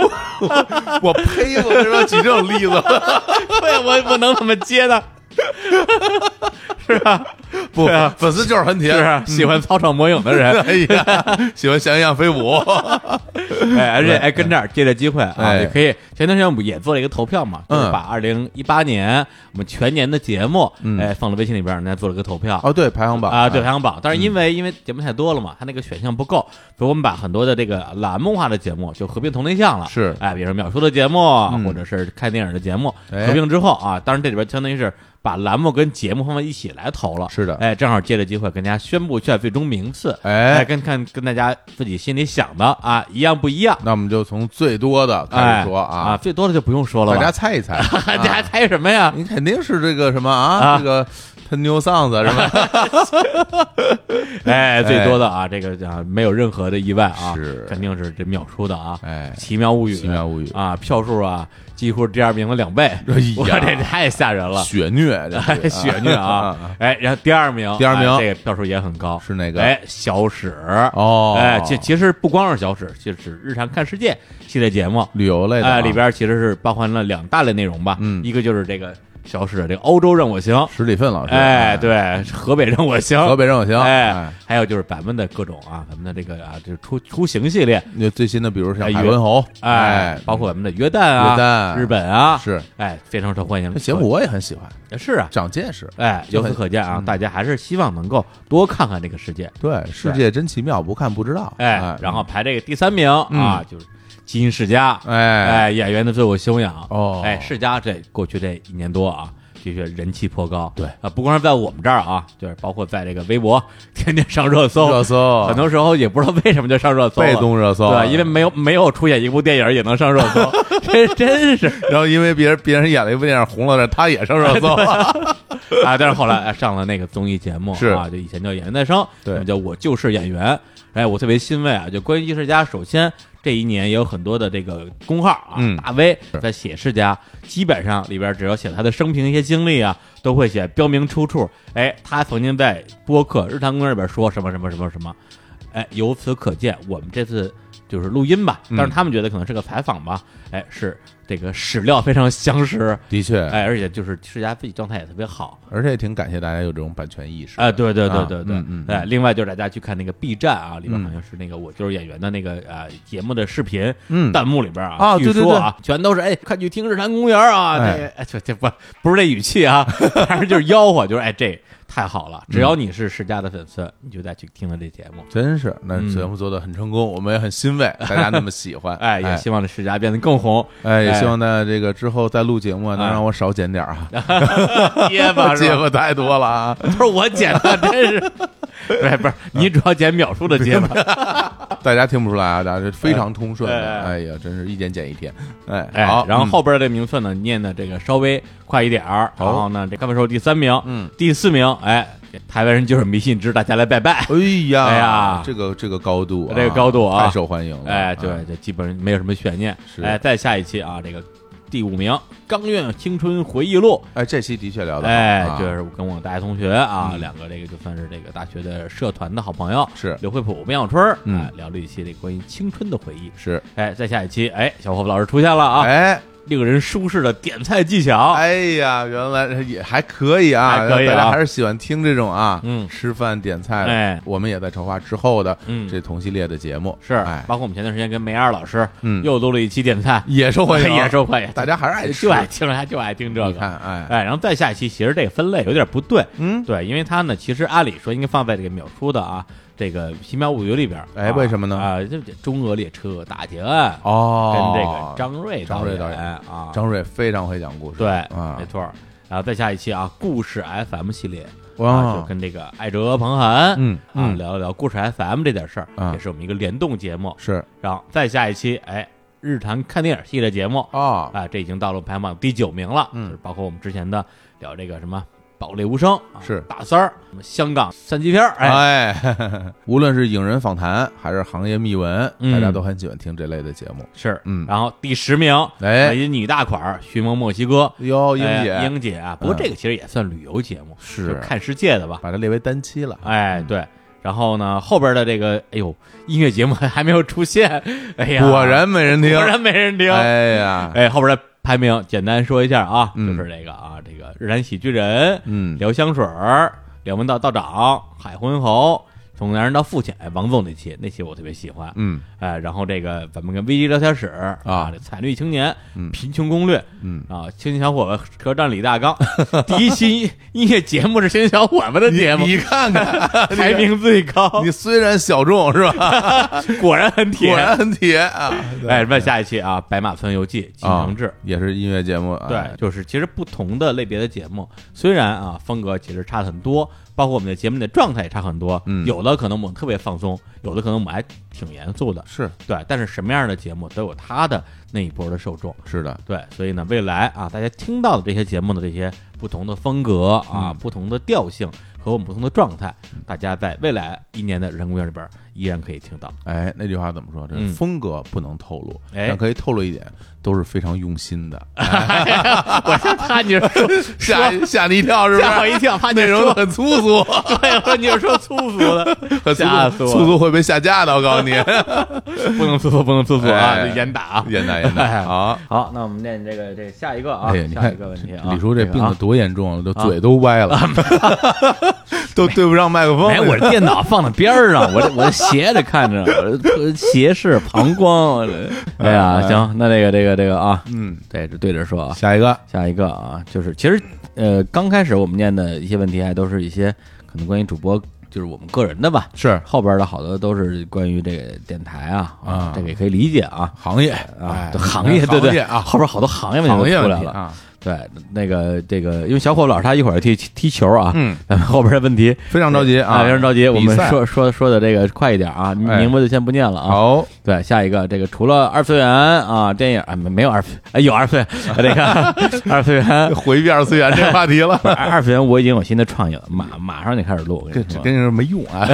S2: 我呸！我知道举这种例子，
S1: 对我不能怎么接的，
S2: 不
S1: 对啊，
S2: 粉丝就是很铁，
S1: 是啊喜欢操场魔影的人，
S2: 哎呀，喜欢翔雁飞舞，
S1: 哎，而且哎，跟这儿借着机会啊，
S2: 嗯哎
S1: 也可以。前段时间我们也做了一个投票嘛，就是
S2: 嗯
S1: 把二零一八年我们全年的节目，
S2: 嗯
S1: 哎，放到微信里边儿，人家做了个投票。
S2: 哦，对，嗯排行榜
S1: 啊，对排行榜，但是因为因为节目太多了嘛，它那个选项不够，所以我们把很多的这个栏目化的节目就合并同类项了。
S2: 是
S1: 哎，比如说秒叔的节目，
S2: 嗯
S1: 或者是看电影的节目，
S2: 哎
S1: 合并之后啊，当然这里边相当于是把栏目跟节目放在一起来投了。
S2: 是的
S1: 哎，正好借着机会跟大家宣布一下最终名次。哎，
S2: 哎，
S1: 跟看跟大家自己心里想的啊一样不一样？
S2: 那我们就从最多的开
S1: 哎，
S2: 始说
S1: 啊，
S2: 啊，
S1: 最多的就不用说了
S2: 大家
S1: 吧，
S2: 猜 一猜，
S1: 大家
S2: 啊
S1: 猜什么呀？
S2: 你肯定是这个什么啊，
S1: 啊
S2: 这个 ten new songs 是 吧？
S1: 哎，最多的啊，这个啊没有任何的意外啊，
S2: 是
S1: 肯定是这秒出的啊，
S2: 哎
S1: 奇妙物语，
S2: 奇妙物语
S1: 啊，票数啊几乎是第二名的两倍，
S2: 哎呀
S1: 哇，这太吓人 了。
S2: 血虐，这
S1: 哎，
S2: 是
S1: 血虐啊！哎，然后第二名，
S2: 第二名
S1: 哎这个票数也很高，
S2: 是哪个
S1: 哎，小史
S2: 哦
S1: 哎，其其实不光是小史，就是日常看世界系列节目，
S2: 旅游类的啊
S1: 哎，里边其实是包含了两大类内容吧，
S2: 嗯
S1: 一个就是这个小史的这个欧洲任我行，
S2: 史蒂芬老师，
S1: 哎，，对，河北任我行，
S2: 河北任我行，
S1: 哎，，还有就是咱们的各种啊，咱们的这个啊，这出出行系列，
S2: 那最新的比如像
S1: 哎
S2: 海
S1: 约
S2: 文侯，
S1: 哎
S2: 哎，，
S1: 包括咱们的约旦啊、
S2: 约旦
S1: 日本啊，
S2: 是
S1: 哎，非常受欢迎。
S2: 那节目我也嗯很喜欢，
S1: 是啊，
S2: 长见识。
S1: 哎，
S2: 就
S1: 由
S2: 很
S1: 此可见啊，大家还是希望能够多看看这个世界，
S2: 对，世界真奇妙，不看不知道。
S1: 哎，然后排这个第三名啊，就是基因世家，
S2: 嗯哎
S1: 哎，演员的自我修养
S2: 哦
S1: 哎，世家这过去这一年多啊。的确人气颇高，
S2: 对
S1: 啊，不光是在我们这儿啊，就是包括在这个微博天天上热搜，
S2: 热搜
S1: 很多时候也不知道为什么就上热搜了，
S2: 啊被动热搜，啊
S1: 对，因为没有没有出演一部电影也能上热 搜，这真是
S2: 然后因为别人别人演了一部电影红了，他也上热 搜。
S1: 啊！但是后来哎上了那个综艺节目
S2: 是
S1: 啊，就以前叫《演员诞生》，
S2: 对
S1: 那么叫我就是演员。哎，我特别欣慰啊！就关于艺世家，首先这一年也有很多的这个公号啊，
S2: 嗯
S1: 大 V 在写世家，基本上里边只要写他的生平一些经历啊，都会写标明出处。哎，他曾经在播客《日坛公园》里边说什么什么什么什么。哎，由此可见，我们这次就是录音吧，
S2: 嗯
S1: 但是他们觉得可能是个采访吧，哎，是这个史料非常详实，
S2: 的确，
S1: 哎，而且就是世家自己状态也特别好，
S2: 而且也挺感谢大家有这种版权意识
S1: 啊，对对对
S2: 啊
S1: 对对，
S2: 嗯嗯嗯
S1: 哎，另外就是大家去看那个 B 站啊，里边
S2: 嗯
S1: 好像是那个我就是演员的那个呃节目的视频，
S2: 嗯
S1: 弹幕里边啊，
S2: 啊
S1: 据
S2: 对对
S1: 说啊，全都是哎，快去听日坛公园啊，
S2: 哎
S1: 这哎这这不不是这语气啊， 但是就是吆喝，就是哎这太好了，只
S2: 嗯
S1: 要你是世家的粉丝，你就再去听了这节目。
S2: 真是，那
S1: 嗯
S2: 节目做的很成功，我们也很欣慰，大家那么喜欢，
S1: 哎，也
S2: 哎，
S1: 希望这世家变得更红，
S2: 哎，也
S1: 哎
S2: 希望呢，这个之后再录节目啊，能
S1: 哎
S2: 让我少剪点儿 啊，
S1: 结巴是
S2: 节
S1: 吧？
S2: 目太多了啊，
S1: 不是我剪的，真是， 对，不是你主要剪秒数的结巴，
S2: 大家听不出来啊，大家非常通顺的，
S1: 哎
S2: 哎呀，真是一点减一天，
S1: 哎
S2: 哎，好，，
S1: 然后
S2: 嗯
S1: 后边的名次呢，念的这个稍微快一点儿。然
S2: 好
S1: 后呢，这刚才说第三名，
S2: 嗯，
S1: 第四名，哎，台湾人就是迷信之，大家来拜 拜。
S2: 哎呀，
S1: 哎呀
S2: 这个这个高度啊，
S1: 这个高度啊
S2: 太受欢迎了，
S1: 哎，对，这基本上没有什么悬念。
S2: 是
S1: 哎，再下一期啊，这个第五名《钢院青春回忆录
S2: 哎，这期的确聊》，的，啊
S1: 哎，就
S2: 对，
S1: 是跟我大学同学啊，两个这个就算是这个大学的社团的好朋友，
S2: 是
S1: 刘惠普、苗小春儿，
S2: 嗯
S1: 哎聊了一期这关于青春的回忆。
S2: 是，
S1: 哎，再下一期，哎，小伙子老师出现了啊，
S2: 哎，
S1: 令人舒适的点菜技巧。
S2: 哎呀，原来也还可以啊，
S1: 还可以啊
S2: 大家还是喜欢听这种啊，
S1: 嗯
S2: 吃饭点菜的。
S1: 哎
S2: 我们也在筹划之后的
S1: 嗯
S2: 这同系列的节目，
S1: 是，
S2: 哎，
S1: 包括我们前段时间跟梅尔老师，
S2: 嗯
S1: 又录了一期点菜，
S2: 也受欢迎，啊
S1: 也受欢迎，
S2: 大家还是爱吃
S1: 就爱听，他就爱听这
S2: 你
S1: 个。
S2: 看，哎，
S1: 哎，然后再下一期，其实这个分类有点不对，
S2: 嗯，
S1: 对，因为它呢，其实按理说应该放在这个秒叔的啊，这个奇妙物语里边儿。
S2: 哎
S1: 啊
S2: 为什么呢
S1: 啊，这这中俄列车大劫案跟
S2: 哦，
S1: 这个张瑞
S2: 张
S1: 瑞
S2: 瑞导演
S1: 啊，
S2: 张瑞非常会讲故事，
S1: 对，哎
S2: 啊
S1: 没，错儿。然后再下一期啊，故事 FM 系列啊，就
S2: 哇，
S1: 跟这个艾哲、彭涵，
S2: 哦嗯
S1: 啊，
S2: 嗯
S1: 聊一聊故事 FM 这点事儿，
S2: 啊
S1: 也是我们一个联动节目。
S2: 是
S1: 然后再下一期，哎，日谈看电影系列节目
S2: 哦，
S1: 啊，这已经到了排行榜第九名了，
S2: 嗯
S1: 就是包括我们之前的聊这个什么《堡垒无声》啊，
S2: 是
S1: 大三儿，什么香港三级片儿，哎，
S2: 哎， 无论是影人访谈还是行业秘闻，
S1: 嗯
S2: 大家都很喜欢听这类的节目。
S1: 是，
S2: 嗯
S1: 然后第十名，
S2: 哎
S1: 一女大款儿寻梦墨西哥，
S2: 哟，英
S1: 哎
S2: 姐嗯
S1: 英姐啊，不过这个其实也算旅游节目，
S2: 是嗯
S1: 就看世界的吧，
S2: 把它列为单期了，
S1: 哎，对。然后呢，后边的这个，哎呦，音乐节目还没有出现，哎呀，
S2: 果然没人听，
S1: 果然没人听，
S2: 哎呀，
S1: 哎，后边的排名简单说一下啊，
S2: 嗯
S1: 就是这个啊，这个日坛喜剧人、
S2: 嗯，
S1: 聊香水儿、聊门道道长、海昏侯、从男人到父亲，哎，王总那期那期我特别喜欢，
S2: 嗯
S1: 哎，然后这个咱们跟危机聊天室啊，这惨绿青年、
S2: 嗯
S1: 贫穷攻略
S2: 嗯，
S1: 啊，青年小伙子车站李大刚，第一期音乐节目是青年小伙子的节目，
S2: 你看 看，
S1: 排名最高，
S2: 你虽然小众是吧，
S1: 果然很
S2: 果
S1: 铁。
S2: 然很铁啊，
S1: 哎，那下一期啊，《白马村游记》金
S2: 啊
S1: 承志。
S2: 也是音乐节目，
S1: 对
S2: 哎，
S1: 就是其实不同的类别的节目，虽然啊风格其实差很多，包括我们的节目的状态也差很多，
S2: 嗯
S1: 有的可能我们特别放松，有的可能我们还挺严肃的，
S2: 是
S1: 对。但是什么样的节目都有它的那一波的受众，
S2: 是的，
S1: 对。所以呢，未来啊，大家听到的这些节目的这些不同的风格啊、不同的调性和我们不同的状态，大家在未来一年的人工园里边依然可以听到。
S2: 哎，那句话怎么说？这
S1: 嗯
S2: 风格不能透露，
S1: 哎
S2: 但可以透露一点，都是非常用 心的，
S1: 我就怕你说
S2: 吓吓你一跳是不
S1: 吓我
S2: 是？
S1: 一跳，怕你
S2: 内容
S1: 说
S2: 都，很粗俗，
S1: 对，我说哎你是说粗俗的。
S2: 很粗
S1: 吓死
S2: 俗，
S1: 我了
S2: 粗俗会被下架的，我告诉 你。
S1: 不能自负，不能自负啊！
S2: 哎
S1: 得严打啊！
S2: 严打严打，好。
S1: 好，那我们念这个这下一个啊
S2: 哎呀，你看李叔这病得多严重了，都
S1: 啊
S2: 嘴都歪了， 都对不上麦克风。
S1: 哎，我这电脑放在边儿上，我这我这斜着看着，我这斜视膀胱。我 这哎呀，行，那这个这个这个啊，
S2: 嗯，
S1: 对着对着说啊，
S2: 下一个，
S1: 下一个啊，就是其实呃，刚开始我们念的一些问题啊还都是一些可能关于主播就是我们个人的吧，
S2: 是
S1: 后边的好多都是关于这个电台啊
S2: 啊
S1: 这个也可以理解啊
S2: 行业
S1: 啊
S2: 哎，
S1: 行业对
S2: 行
S1: 对
S2: 业啊，
S1: 后边好多行业问题
S2: 行业
S1: 都出
S2: 问
S1: 来
S2: 题
S1: 了。
S2: 啊，
S1: 对，那个这个，因为小伙老师他一会儿踢踢球啊，
S2: 嗯，
S1: 咱们后边的问题哎
S2: 非常着急啊，
S1: 非常着急，我
S2: 比
S1: 们
S2: 赛
S1: 说说说的这个快一点啊，
S2: 哎
S1: 宁波就先不念了啊。
S2: 好，
S1: 对，下一个这个除了二次元啊，电影啊没没有二次，哎有二次元，这个二次元。。
S2: 回避二次元这话题了
S1: 二二次元我已经有新的创意了，马马上就开始录。我跟
S2: 这
S1: 你
S2: 这
S1: 说，
S2: 跟人没用 啊，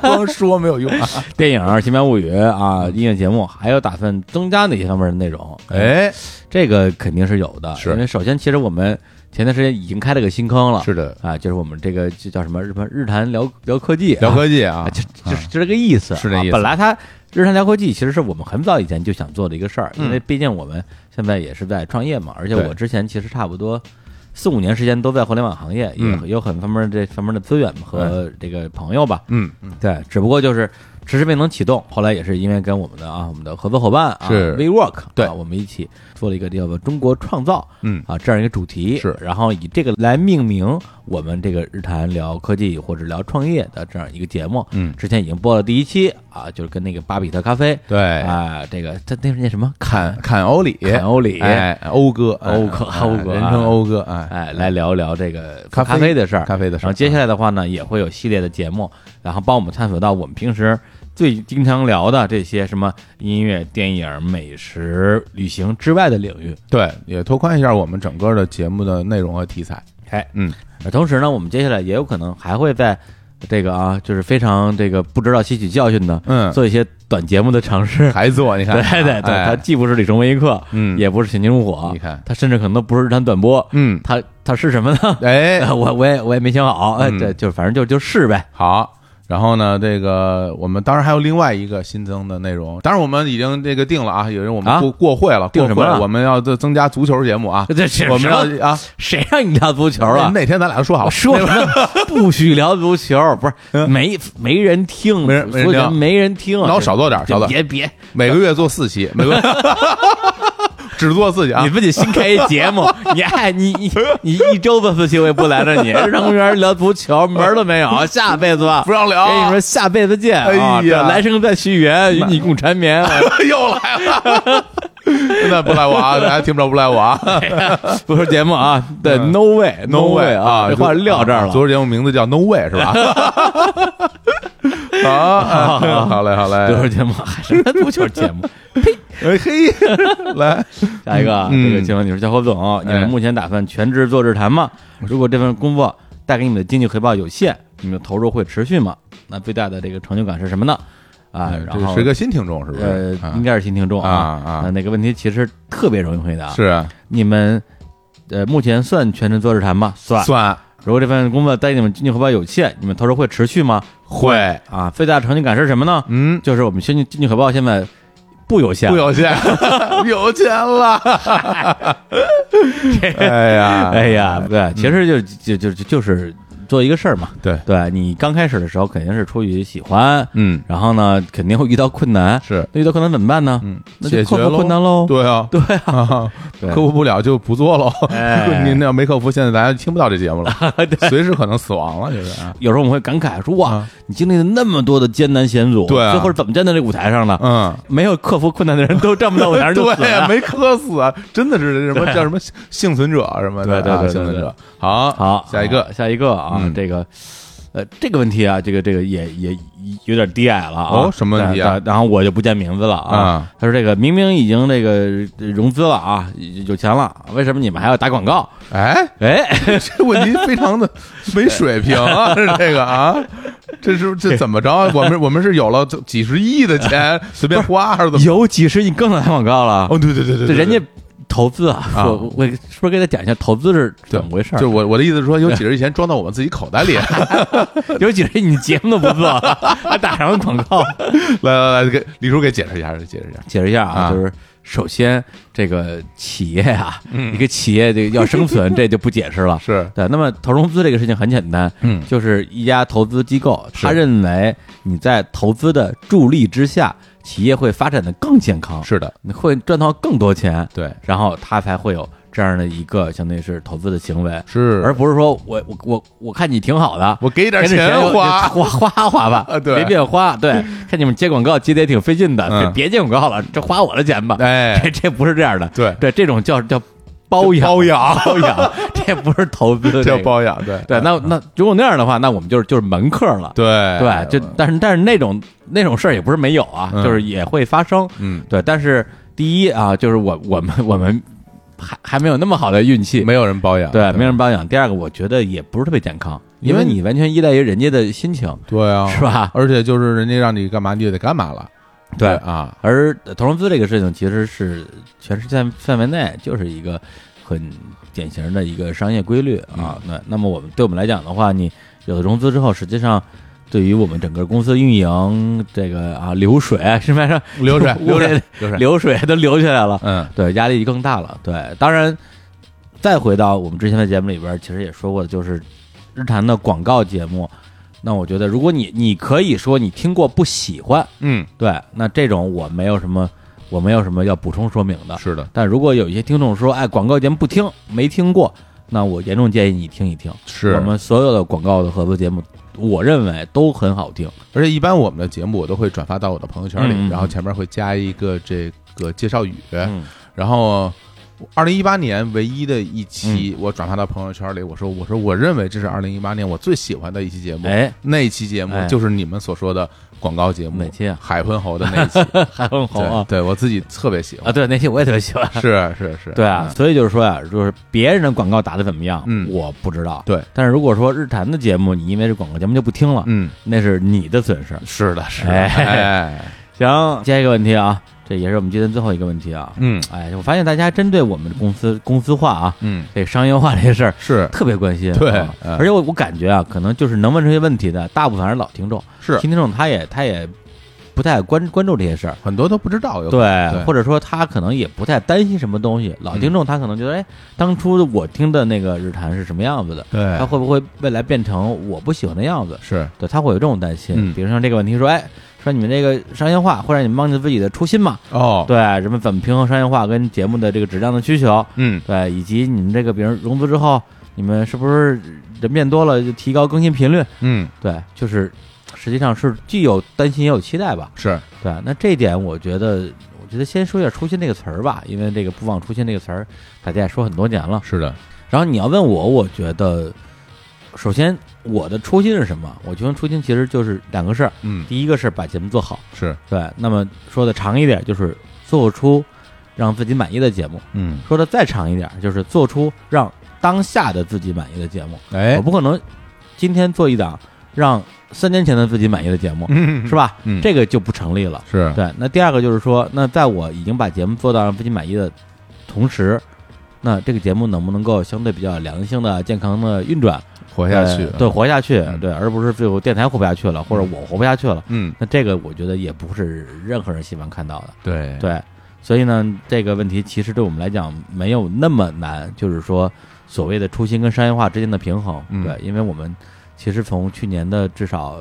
S2: 光说没有用啊。
S1: 电影《奇妙物语》啊，音乐节目，还有打算增加哪些方面的内容？，
S2: 哎，
S1: 这个肯定是有的，
S2: 是
S1: 因为首先，其实我们前段时间已经开了个新坑了，
S2: 是的，
S1: 啊，就是我们这个就叫什么日本日谈聊聊科技啊，
S2: 聊科技啊
S1: 啊，，就就就这个意思啊，
S2: 是这意思
S1: 本来它日谈聊科技其实是我们很早以前就想做的一个事儿，
S2: 嗯
S1: 因为毕竟我们现在也是在创业嘛，而且
S2: 对
S1: 我之前其实差不多。四五年时间都在互联网行业，也
S2: 嗯
S1: 有很方面这方面的资源和这个朋友吧。
S2: 嗯嗯，
S1: 对，只不过就是迟迟未能启动。后来也是因为跟我们的啊，我们的合作伙伴啊
S2: 是
S1: ，WeWork，
S2: 对
S1: 啊我们一起做了一个叫做“中国创造”
S2: 嗯
S1: 啊这样一个主题，
S2: 是
S1: 然后以这个来命名我们这个日谈聊科技或者聊创业的这样一个节目。
S2: 嗯
S1: 之前已经播了第一期啊，就是跟那个巴比特咖啡，
S2: 对，
S1: 啊，这个他那是念什么
S2: 坎坎欧里，
S1: 坎欧里
S2: 哎，欧哥，哎
S1: 欧哥
S2: 哎
S1: 欧哥
S2: 人称欧哥，哎，
S1: 哎，来聊聊这个
S2: 咖啡
S1: 咖啡的事儿。
S2: 咖啡的
S1: 然
S2: 事儿。
S1: 后接下来的话呢，也会有系列的节目，然后帮我们探索到我们平时最经常聊的这些什么音乐、电影、美食、旅行之外的领域。
S2: 对，也拓宽一下我们整个的节目的内容和题材。
S1: 哎，
S2: 嗯，
S1: 而同时呢，我们接下来也有可能还会在这个啊， 就是非常这个不知道吸取教训的，
S2: 嗯
S1: 做一 些短节目的尝试。
S2: 还做，你看，
S1: 对对对，
S2: 哎
S1: 它既不是李成威一课，
S2: 嗯
S1: 也不是请金如火，
S2: 你看
S1: 它甚至可能都不是日常短波，
S2: 嗯，
S1: 它它是什么呢？
S2: 哎，
S1: 我我也我也没想好，哎，
S2: 嗯
S1: 这就反正就就是呗。
S2: 好。然后呢，这个我们当然还有另外一个新增的内容，当然我们已经这个定了啊，也是我们
S1: 啊
S2: 过、过会了，
S1: 定
S2: 过
S1: 什
S2: 会
S1: 么
S2: 了，
S1: 了
S2: 我们要增增加足球节目啊，
S1: 这是
S2: 我们
S1: 什么
S2: 要啊，
S1: 谁让你聊足球
S2: 那
S1: 了？
S2: 那天咱俩说好
S1: 我
S2: 了，
S1: 说什么 不许聊足球？不是
S2: 嗯
S1: 没没人听，
S2: 没人没人
S1: 所以
S2: 听
S1: 没人听。啊
S2: 那我少做点，少做
S1: 别
S2: 点，
S1: 别，
S2: 每个月做四期，每个 月只做四期啊
S1: 你。不得新开一节 目？你爱你你你一周做四期我也不拦着你。日常公园聊足球门儿都没有，下辈子吧
S2: 不。让聊，
S1: 跟你说，下辈子见
S2: 哎呀
S1: 啊！这来生再续缘，与你共缠绵。啊
S2: 又来了， 真的不赖 我啊！大家听不着不赖我啊
S1: 不是节目啊，对
S2: 嗯
S1: 哎，No way，No way
S2: 啊！
S1: 这话撂这儿了
S2: 昨。儿节目名字叫 No Way 是吧？ 好，哎好嘞，好
S1: 足球
S2: 嘞，
S1: 节目还什么足球节目？
S2: 哎嘿，
S1: 哎
S2: 来，
S1: 下一个啊，
S2: 嗯
S1: 这个请问你是小侯总，你
S2: 哎
S1: 们目前打算全职做日坛吗？如果这份工作带给你们的经济回报有限，你们的投入会持续吗？那最大的这个成就感是什么呢？啊，然
S2: 哎这
S1: 后
S2: 是个新听众是不
S1: 呃
S2: 是？，
S1: 应
S2: 啊
S1: 该是新听众
S2: 啊啊
S1: 那那个问题其实特别容易回答。
S2: 是啊
S1: 你们呃目前算全职做日坛吗？算。
S2: 算
S1: 如果这份工作带给你们经济回报有限，你们投入会持续吗？
S2: 会，
S1: 啊，最大的成就感是什么呢？
S2: 嗯，
S1: 就是我们经济经济回报现在不有限，
S2: 不有钱， 有 钱了，哎呀，
S1: 哎呀，对，其实就就就就就是做一个事儿嘛。
S2: 对
S1: 对你刚开始的时候肯定是出于喜欢，
S2: 嗯，
S1: 然后呢肯定会遇到困难，
S2: 是，
S1: 那遇到困难怎么办呢？
S2: 嗯，
S1: 那
S2: 解
S1: 就
S2: 决
S1: 克
S2: 了
S1: 服困难喽。
S2: 对啊，
S1: 对啊，
S2: 啊，
S1: 对
S2: 克服不了就不做喽。
S1: 哎
S2: 您要没克服，现在大家听不到这节 目了，随时可能死亡了，就是啊。
S1: 有时候我们会感慨说哇
S2: 啊，
S1: 你经历了那么多的艰难险阻，
S2: 对啊
S1: 最后是怎么站在这舞台上的？
S2: 嗯，
S1: 没有克服困难的人都站不到舞台上就死啊
S2: 对，
S1: 了。
S2: 没磕死啊，真的是什么叫什么幸幸存者什么的，
S1: 对对
S2: 啊
S1: 对对
S2: 幸存
S1: 对
S2: 者。好，
S1: 好，
S2: 下一
S1: 好
S2: 个，
S1: 下一个啊，
S2: 嗯
S1: 这个。呃，这个问题啊，这个这个也也有点低矮了啊。
S2: 哦什么问题啊
S1: 对对然后我就不见名字了
S2: 啊
S1: 他说这个明明已经这个融资了啊，有钱了，为什么你们还要打广告？
S2: 哎，
S1: 哎，
S2: 这问题非常的没水平啊，是这个啊，这是这怎么着啊？我们我们是有了几十亿的 钱，随便花还是怎 么？
S1: 有几十亿更能打广告了。
S2: 哦，对对对
S1: 这
S2: 对，对
S1: 人
S2: 对
S1: 家投资啊，
S2: 啊
S1: 我我是不是给他讲一下投资是怎么回事儿？
S2: 就我我的意思是说，有几十亿钱装到我们自己口袋里，
S1: 有几十亿你节目都不做 了，还打什么广告？
S2: 来来来，给李叔给解释一下，解释一下。
S1: 解释一下
S2: 啊
S1: 啊，就是首先这个企业啊，
S2: 嗯
S1: 一个企业这个要生存，这就不解释了。
S2: 是，
S1: 对，那么投融资这个事情很简单，
S2: 嗯
S1: 就是一家投资机构，
S2: 是
S1: 他认为你在投资的助力之下，企业会发展的更健康，
S2: 是的，
S1: 你会赚到更多钱，
S2: 对，
S1: 然后他才会有这样的一个相当于是投资的行为，
S2: 是，
S1: 而不是说我我我我看你挺好的。
S2: 我给点
S1: 给点钱
S2: 花，
S1: 花花花吧
S2: 啊，对
S1: 随便花。对， 看你们接广告接的也挺费劲的，
S2: 嗯
S1: 别别接广告了，这花我的钱吧。 这
S2: 哎，
S1: 这不是这样的，
S2: 对，
S1: 对，这种叫叫包养，
S2: 包养
S1: 包 养，这不是投资，这
S2: 叫
S1: 个。
S2: 包养，对
S1: 对，那那如果那样的话，那我们就是就是门客了。
S2: 对
S1: 对，就但是但是那种那种事儿也不是没有啊，
S2: 嗯
S1: 就是也会发生。
S2: 嗯，
S1: 对，但是第一啊，就是我我们我们还还没有那么好的运气，
S2: 没有人包养，
S1: 啊对，没人包养。第二个，我觉得也不是特别健康，
S2: 因
S1: 因
S2: 为
S1: 为哦你完全依赖于人家的心情，
S2: 对啊，
S1: 是？吧？
S2: 而且就是人家让你干嘛，你就得干嘛了，
S1: 对
S2: 啊，
S1: 而投融资这个事情，其实是全世界范围内就是一个很典型的一个商业规律啊。那那么我们对我们来讲的话，你有了融资之后，实际上对于我们整个公司运营这个啊流水，市面上
S2: 流水
S1: 我
S2: 流
S1: 也
S2: 水流水，
S1: 流水都流下来了，
S2: 嗯，
S1: 对，压力更大了。对，当然再回到我们之前的节目里边，其实也说过的，就是日坛的广告节目。那我觉得，如果你你可以说你听过不喜欢，
S2: 嗯，
S1: 对，那这种我没有什么，我没有什么要补充说明的。
S2: 是的，
S1: 但如果有一些听众说，哎，广告节目不听，没听过，那我严重建议你听一听。
S2: 是
S1: 我们所有的广告的合作节目，我认为都很好听。
S2: 而且一般我们的节目我都会转发到我的朋友圈里，
S1: 嗯嗯
S2: 然后前面会加一个这个介绍语，
S1: 嗯，
S2: 然后。二零一八年唯一的一期，
S1: 嗯
S2: 我转发到朋友圈里，我说：“我说我认为这是二零一八年我最喜欢的一期节目。
S1: 哎，
S2: 那一期节目
S1: 哎
S2: 就是你们所说的广告节目，
S1: 哪期 啊
S2: 海昏侯的那一 期。
S1: 还很好啊
S2: 对，对我自己特别喜欢
S1: 啊！。对，那期我也特别喜欢。
S2: 是是是，
S1: 对啊，
S2: 嗯，
S1: 所以就是说呀、就是别人的广告打的怎么样，
S2: 嗯
S1: 我不知道。
S2: 对，
S1: 但是如果说日坛的节目，你因为这广告节目就不听了，
S2: 嗯，
S1: 那是你的损失。
S2: 是的，是的，
S1: 哎
S2: 哎，
S1: 行，下一个问题啊，这也是我们今天最后一个问题啊。
S2: 嗯
S1: 哎，我发现大家针对我们公司公司化啊，
S2: 嗯，
S1: 这商业化这事儿
S2: 是
S1: 特别关心。
S2: 对
S1: 啊
S2: 嗯
S1: 而且我我感觉啊，可能就是能问这些问题的，大部分还是老听众，
S2: 是
S1: 新听众他也他也不太关关注这些事儿。
S2: 很多都不知道有可
S1: 对
S2: 能，对嗯
S1: 或者说他可能也不太担心什么东西。老听众他可能觉得，哎，当初我听的那个日谈是什么样子的，他
S2: 对
S1: 会不会未来变成我不喜欢的样子？
S2: 是
S1: 对，他会有这种担心。
S2: 嗯
S1: 比如像这个问题说，哎，说你们这个商业化会让你们忘记自己的初心嘛？
S2: 哦，
S1: 对，什么怎么平衡商业化跟节目的这个质量的需求？
S2: 嗯
S1: 对，以及你们这个，比如融资之后，你们是不是人变多了就提高更新频率？
S2: 嗯
S1: 对，就是实际上是既有担心也有期待吧。
S2: 是
S1: 对，那这一点我觉得，我觉得先说一下“初心”这个词儿吧，因为这个“不忘初心”这个词儿，大家也说很多年了。
S2: 是的，
S1: 然后你要问我，我觉得，首先我的初心是什么？我觉得初心其实就是两个事儿，
S2: 嗯
S1: 第一个是把节目做好，
S2: 是
S1: 对，那么说的长一点就是做出让自己满意的节目；
S2: 嗯
S1: 说的再长一点就是做出让当下的自己满意的节目。
S2: 哎
S1: 嗯我不可能今天做一档让三年前的自己满意的节目，
S2: 嗯
S1: 是吧？
S2: 嗯
S1: 这个就不成立了。
S2: 是
S1: 对，那第二个就是说，那在我已经把节目做到让自己满意的同时，那这个节目能不能够相对比较良性的、健康的运转
S2: 活下去
S1: 呃对，活下去，
S2: 嗯
S1: 对，而不是最后电台活不下去了，或者我活不下去了。
S2: 嗯
S1: 那这个我觉得也不是任何人希望看到的。
S2: 对
S1: 对，所以呢，这个问题其实对我们来讲没有那么难，就是说所谓的初心跟商业化之间的平衡，
S2: 嗯
S1: 对，因为我们其实从去年的至少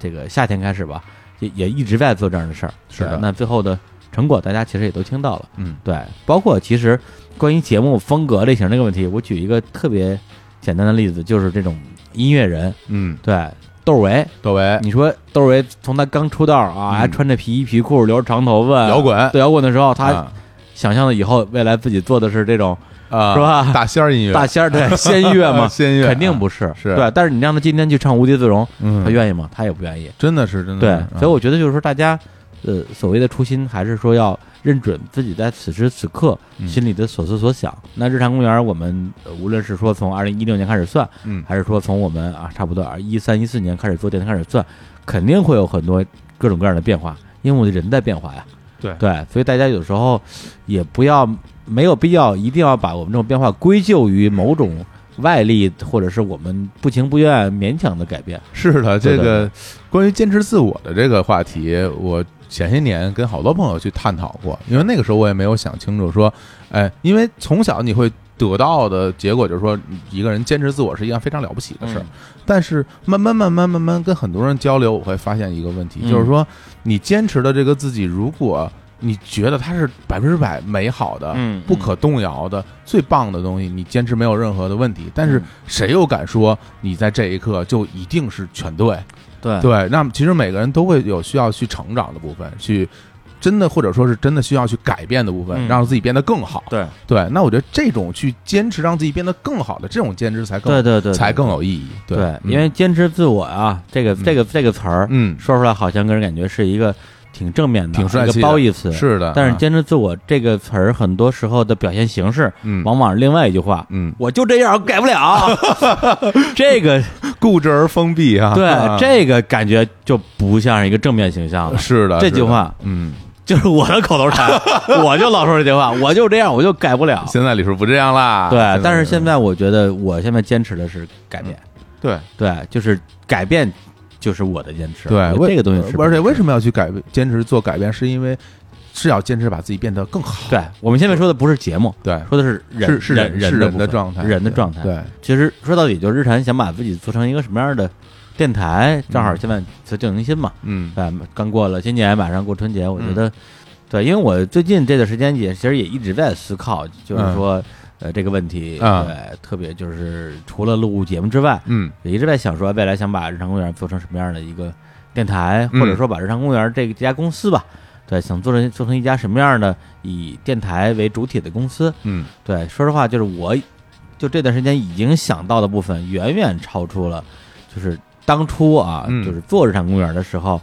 S1: 这个夏天开始吧，也也一直在做这样的事儿，
S2: 是的
S1: 对那最后的成果大家其实也都听到了，
S2: 嗯
S1: 对，包括其实关于节目风格类型这个问题，我举一个特别简单的例子，就是这种音乐人，
S2: 嗯
S1: 对。窦唯，
S2: 窦唯
S1: 你说窦唯从他刚出道啊，还穿着皮衣皮裤，留着长头发，
S2: 嗯摇滚
S1: 呃对摇滚的时候，他
S2: 啊
S1: 想象的以后未来自己做的是这种
S2: 啊
S1: 是吧
S2: 大仙儿音乐
S1: 大仙儿对仙 乐嘛，
S2: 仙乐啊
S1: 肯定不是，
S2: 是
S1: 对。但是你让他今天去唱《无地自容》，
S2: 嗯
S1: 他愿意吗？他也不愿意。
S2: 真的是啊真
S1: 对
S2: 的，是
S1: 所以我觉得就是说，大家呃所谓的初心，还是说要认准自己在此时此刻
S2: 嗯
S1: 心里的所思所想。那日常公园，我们呃无论是说从二零一六年开始算，
S2: 嗯
S1: 还是说从我们啊差不多啊一三一四年开始做电台开始算，肯定会有很多各种各样的变化，因为我的人在变化呀。
S2: 对
S1: 对，所以大家有时候也不要没有必要一定要把我们这种变化归咎于某种外力，或者是我们不情不愿勉强的改变。
S2: 是的，
S1: 对
S2: 这
S1: 对
S2: 个关于坚持自我的这个话题，我前些年跟好多朋友去探讨过，因为那个时候我也没有想清楚说，哎，因为从小你会得到的结果就是说，一个人坚持自我是一件非常了不起的事儿，
S1: 嗯
S2: 但是慢慢慢慢慢慢跟很多人交流，我会发现一个问题，
S1: 嗯
S2: 就是说你坚持的这个自己，如果你觉得它是百分之百美好的，
S1: 嗯
S2: 不可动摇的最棒的东西，你坚持没有任何的问题。但是
S1: 嗯
S2: 谁又敢说你在这一刻就一定是全对？
S1: 嗯对
S2: 对，那么其实每个人都会有需要去成长的部分，去真的或者说是真的需要去改变的部分，
S1: 嗯
S2: 让自己变得更好。
S1: 对
S2: 对，那我觉得这种去坚持让自己变得更好的这种坚持才更
S1: 对对嗯对，
S2: 才更有意义。
S1: 对，
S2: 对，
S1: 因为坚持自我啊，这个
S2: 嗯
S1: 这个这个词儿
S2: 嗯，
S1: 说出来，好像给人感觉是一个挺正面的，
S2: 挺帅
S1: 一个
S2: 气的
S1: 褒义词。
S2: 嗯是的，
S1: 但是
S2: 啊
S1: 坚持自我这个词儿，很多时候的表现形式，
S2: 嗯
S1: 往往是另外一句话。
S2: 嗯
S1: 我就这样，改不 了。这个
S2: 固执而封闭啊，
S1: 对
S2: 啊
S1: 这个感觉就不像是一个正面形象了。
S2: 是的
S1: 这
S2: 是
S1: 句
S2: 的
S1: 话
S2: 嗯，
S1: 就是我的口头 禅，我就老说这句话，我就这样，我就改不了。
S2: 现在李叔不这样啦，
S1: 对，
S2: 在
S1: 但是
S2: 李叔
S1: 现在我觉得，我现在坚持的是改变。
S2: 嗯对。
S1: 对，就是改变，就是我的坚持。
S2: 对，为
S1: 这个东西是不
S2: 而且
S1: 能
S2: 为什么要去改变坚持做改变，是因为是要坚持把自己变得更好。
S1: 对我们现在说的不是节目，
S2: 对，
S1: 说的是人
S2: 是是
S1: 人
S2: 是
S1: 的
S2: 人
S1: 部
S2: 的
S1: 分
S2: 状态，
S1: 人的状态。，
S2: 对，
S1: 其实说到底，就是日产想把自己做成一个什么样的电台，正好现在辞旧迎新嘛，
S2: 嗯
S1: 对，刚过了新年，马上过春节，我觉得，对，因为我最近这段时间也其实也一直在思考，就是说，呃，这个问题，
S2: 嗯啊
S1: 对，特别就是除了录节目之外，
S2: 嗯
S1: 也一直在想说，未来想把日常公园做成什么样的一个电台，
S2: 嗯
S1: 或者说把日常公园这个这家公司吧，对，想做成做成一家什么样的以电台为主体的公司，
S2: 嗯，
S1: 对，说实话，就是我，就这段时间已经想到的部分，远远超出了，就是当初啊，
S2: 嗯
S1: 就是做日产公园的时候，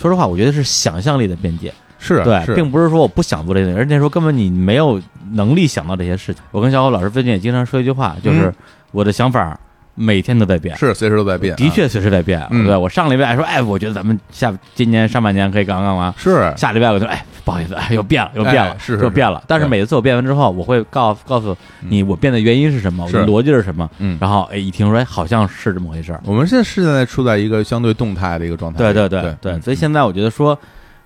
S1: 说实话，我觉得是想象力的边界。
S2: 是
S1: 对，
S2: 是
S1: 并不是说我不想做这些，而是那时候根本你没有能力想到这些事情。我跟小虎老师最近也经常说一句话，就是
S2: 嗯
S1: 我的想法每天都在变，
S2: 是随时都在变，
S1: 的
S2: 啊
S1: 确随时在变。
S2: 嗯
S1: 对我上礼拜说，哎，我觉得咱们下今年上半年可以干嘛干嘛，
S2: 是
S1: 下礼拜我就哎，不好意思，哎又变了，又
S2: 嗯哎
S1: 变了，
S2: 是是
S1: 又变了。但是
S2: 对
S1: 每次我变完之后，我会告告诉你我变的原因是什么，我的
S2: 是
S1: 逻辑是什么。
S2: 嗯
S1: 然后哎，一听说哎，好像是这么回事儿。
S2: 我们现在是现在处在一个相对动态的一个状态
S1: 对
S2: 里，
S1: 对
S2: 对
S1: 对，
S2: 嗯
S1: 所以现在我觉得说，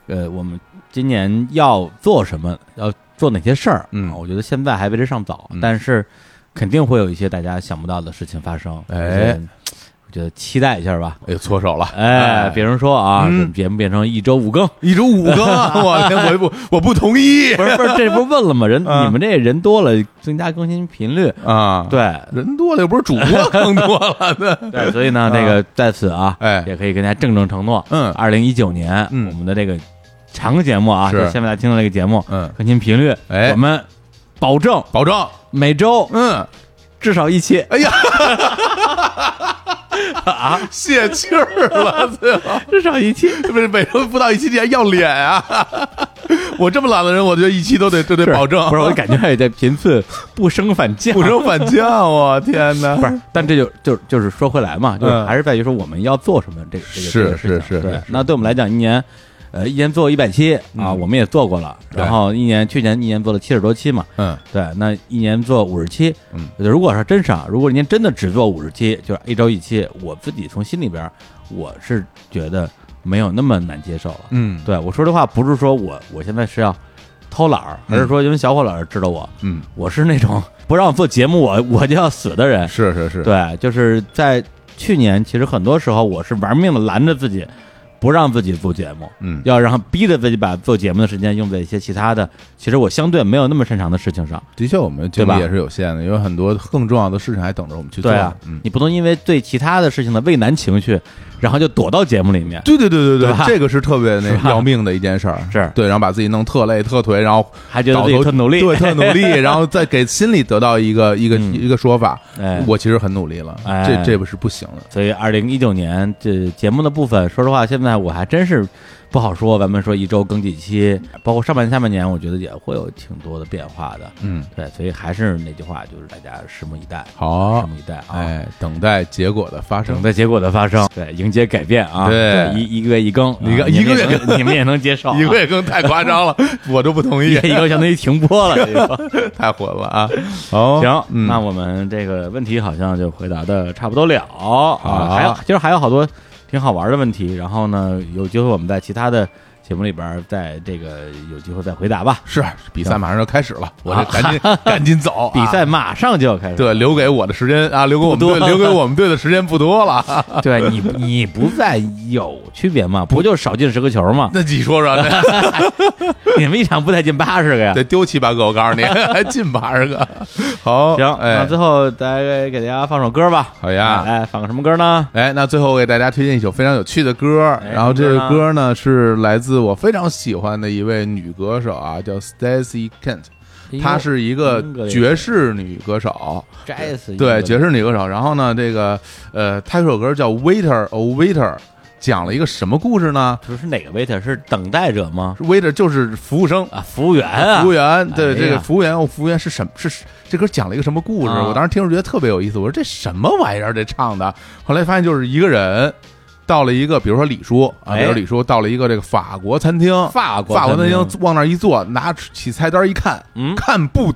S1: 呃，我们今年要做什么，要做哪些事儿，
S2: 嗯
S1: 啊我觉得现在还为时尚早
S2: 嗯，
S1: 但是肯定会有一些大家想不到的事情发生。
S2: 哎
S1: 而且，我觉得期待一下吧。
S2: 哎呦搓手了，
S1: 哎，别人说啊，
S2: 嗯
S1: 怎么节目变成一周五更，
S2: 一周五更啊， 我我不我不同意
S1: 不是不是，这不是问了吗？ 人
S2: 啊
S1: 你们这人多了，增加更新频率，嗯
S2: 啊，，
S1: 对
S2: 人多了又不是主播更多 了， 对，
S1: 对，所以呢，这个在此啊，
S2: 哎
S1: 也可以跟大家郑重承诺，
S2: 嗯
S1: 二零一九年
S2: 嗯
S1: 我们的这个长节目啊，
S2: 是
S1: 就现在大家听到这个节目，
S2: 嗯，
S1: 更新频率，
S2: 哎
S1: 我们保证
S2: 保证，
S1: 每周
S2: 嗯，
S1: 至少一期，
S2: 哎呀，啊，泄气儿 了，最后
S1: 至少一期，
S2: 不是每周不到一期，你还要脸啊？ 我这么懒的人，我觉得一期都得都得保 证，
S1: 不是，我感觉也在频次不升反降，
S2: 不升反降，我天哪！
S1: 不是，但这就就就是说回来嘛，就是
S2: 嗯
S1: 还是在于说我们要做什么这个这个
S2: 是
S1: 这个事情
S2: 是是
S1: 对
S2: 是。
S1: 那对我们来讲，一年，呃，一年做一百期啊，
S2: 嗯
S1: 我们也做过了。
S2: 对
S1: 然后一年去年一年做了七十多期嘛，
S2: 嗯，
S1: 对，那一年做五十期，
S2: 嗯，
S1: 如果说真是啊，如果您真的只做五十期，就是一周一期，我自己从心里边儿，我是觉得没有那么难接受了。
S2: 嗯，
S1: 对我说这话不是说我我现在是要偷懒儿，而是说因为小伙老师知道我，
S2: 嗯，
S1: 我是那种不让我做节目我 我就要死的人，
S2: 是是是，
S1: 对，就是在去年，其实很多时候我是玩命的拦着自己，不让自己做节目，
S2: 嗯，
S1: 要让逼着自己把做节目的时间用在一些其他的，其实我相对没有那么擅长的事情上。
S2: 的确，我们
S1: 对
S2: 精力
S1: 吧
S2: 也是有限的，因为很多更重要的事情还等着我们去做。
S1: 对啊，
S2: 嗯，
S1: 你不能因为对其他的事情的畏难情绪，然后就躲到节目里面，
S2: 对对对对
S1: 对吧
S2: 这个是特别那
S1: 是吧
S2: 要命的一件事儿，
S1: 是
S2: 对，然后把自己弄特累、特颓，然后
S1: 还觉得自己
S2: 倒头
S1: 特努力。
S2: 对，特努 力，然后再给心里得到一个一个
S1: 嗯
S2: 一个说法
S1: 哎，
S2: 我其实很努力了，
S1: 哎
S2: 这这不是不行的，
S1: 所以，二零一九年这节目的部分，说实话，现在我还真是不好说。咱们说一周更几期，包括上半年、下半年，我觉得也会有挺多的变化的。
S2: 嗯，
S1: 对，所以还是那句话，就是大家拭目以待，拭
S2: 好，
S1: 目以待啊！
S2: 哎，等待结果的发生
S1: 等。待结果的发生，对，迎接改变啊！
S2: 对
S1: 一一个月一更，
S2: 一个
S1: 啊你
S2: 一个
S1: 们也
S2: 月
S1: 能 你们也能接受啊，
S2: 一个月更太夸张 了，我都不同
S1: 一
S2: 意
S1: 个，月一更相当于停播 了。这个
S2: 太混了啊！哦，
S1: 行，
S2: 嗯
S1: 那我们这个问题好像就回答的差不多了啊，
S2: 好
S1: 还有其实还有好多挺好玩的问题，然后呢，有机会我们在其他的节目里边儿，在这个有机会再回答吧。
S2: 是比赛马上就开始了，我
S1: 啊
S2: 这赶紧 赶紧走啊，
S1: 比赛马上就要开始了，
S2: 对，留给我的时间啊，留给我们
S1: 不多
S2: 队，留给我们队的时间不多 了。啊
S1: 对你你不在有区别吗？不就少进十个球 吗？
S2: 那你说说，那
S1: 你们一场不带进八十个呀？
S2: 得丢七八个，我告 诉你，还进八十个。好，
S1: 行，那
S2: 哎，
S1: 最后再给大家放首歌吧。
S2: 好呀
S1: 哎，放个什么歌呢？
S2: 哎，那最后我给大家推荐一首非常有趣的歌，
S1: 哎
S2: 然后这
S1: 什
S2: 个
S1: 么歌
S2: 歌呢是来自我非常喜欢的一位女歌手啊，叫 Stacy Kent，她是一个
S1: 英格兰
S2: 爵士女歌手，
S1: 摘死
S2: 对，爵士女歌手。然后呢，这个呃，她有首歌叫《Waiter Oh Waiter》，讲了一个什么故事呢
S1: 不是哪个 waiter 是等待者吗？
S2: ？Waiter 就是服务生，
S1: 啊，服务员啊，
S2: 服务员，对
S1: 哎呀
S2: 这个服务员，我服务员是什么？是这歌讲了一个什么故事？
S1: 啊
S2: 我当时听着觉得特别有意思，我说这什么玩意儿这唱的？后来发现就是一个人到了一个，比如说李叔啊，
S1: 哎
S2: 比如李叔到了一个这个法国餐厅，
S1: 法国
S2: 法国
S1: 餐
S2: 餐厅往那儿一坐，拿起菜单一看，
S1: 嗯
S2: 看不
S1: 哎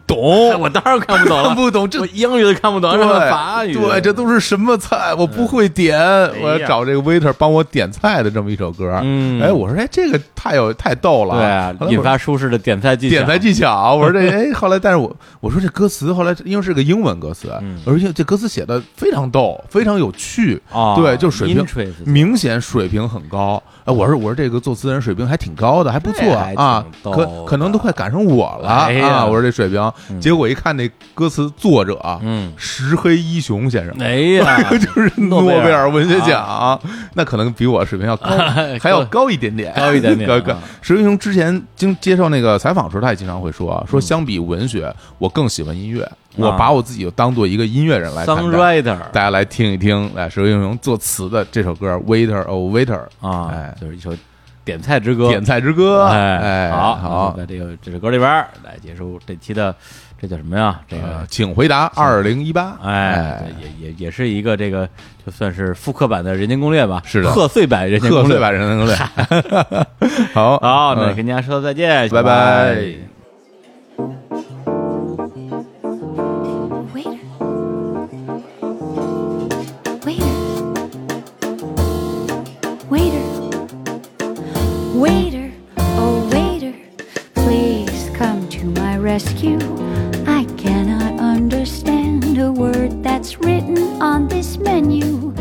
S2: 懂，
S1: 我当然看不懂
S2: 看
S1: 了，
S2: 不哦 懂这
S1: 我。英语都看不懂，让他法
S2: 对，
S1: 语，
S2: 对，这都是什么菜？我不会点，我要
S1: 哎呀
S2: 找这个 waiter 帮我点菜的这么一首歌。
S1: 嗯
S2: 哎，我说，哎，这个太有太逗了
S1: 对
S2: 啊。
S1: 啊
S2: 后来我
S1: 引发啊舒适的点菜技巧，
S2: 点菜技巧。我说这哎，后来但是我我说这歌词后来因为是个英文歌词，
S1: 嗯
S2: 而且这歌词写的非常逗，非常有趣，
S1: 哦
S2: 对，就水平
S1: interest
S2: 明显水平很高。哎，我说我说这个作词人水平还挺高的，还不错
S1: 这哎还挺
S2: 啊，
S1: 逗
S2: 可
S1: 的
S2: 可能都快赶上我了
S1: 哎呀
S2: 啊！我说这水平，
S1: 嗯
S2: 结果一看那歌词作者啊
S1: 嗯，
S2: 石黑一雄先生。
S1: 哎 呀，
S2: 就是诺
S1: 诺贝尔啊
S2: 贝尔文学奖，那可能比我水平要高， 还要高一点点，
S1: 高一点点
S2: 高
S1: 啊
S2: 高。石英雄之前经接受那个采访的时候，他也经常会说，
S1: 嗯
S2: 说相比文学，我更喜欢音
S1: 啊
S2: 乐，我把我自己当做一个音乐人来看待。
S1: songwriter
S2: 大家来听一听，来石英雄作词的这首歌《Waiter Oh Waiter》
S1: 啊
S2: 哎，
S1: 就是一首点菜之歌，
S2: 点菜之歌，
S1: 哎
S2: 哎，
S1: 好那就在
S2: 好，
S1: 这个这首歌里边儿来结束这期的这叫什么呀？这个
S2: 呃请回答二零一八，
S1: 哎，
S2: 哎，
S1: 这也也也是一个这个就算是复刻版的《人间攻略》吧，
S2: 是的
S1: 贺岁版《人间
S2: 贺
S1: 攻略
S2: 岁》。版人能略， 好，
S1: 好，那
S2: 嗯
S1: 跟大家说再见，
S2: 拜拜
S4: Waiter. Waiter. Waiter. Waiter. Oh, waiter. Please come to my rescue. I cannot understand a word that's written on this menu.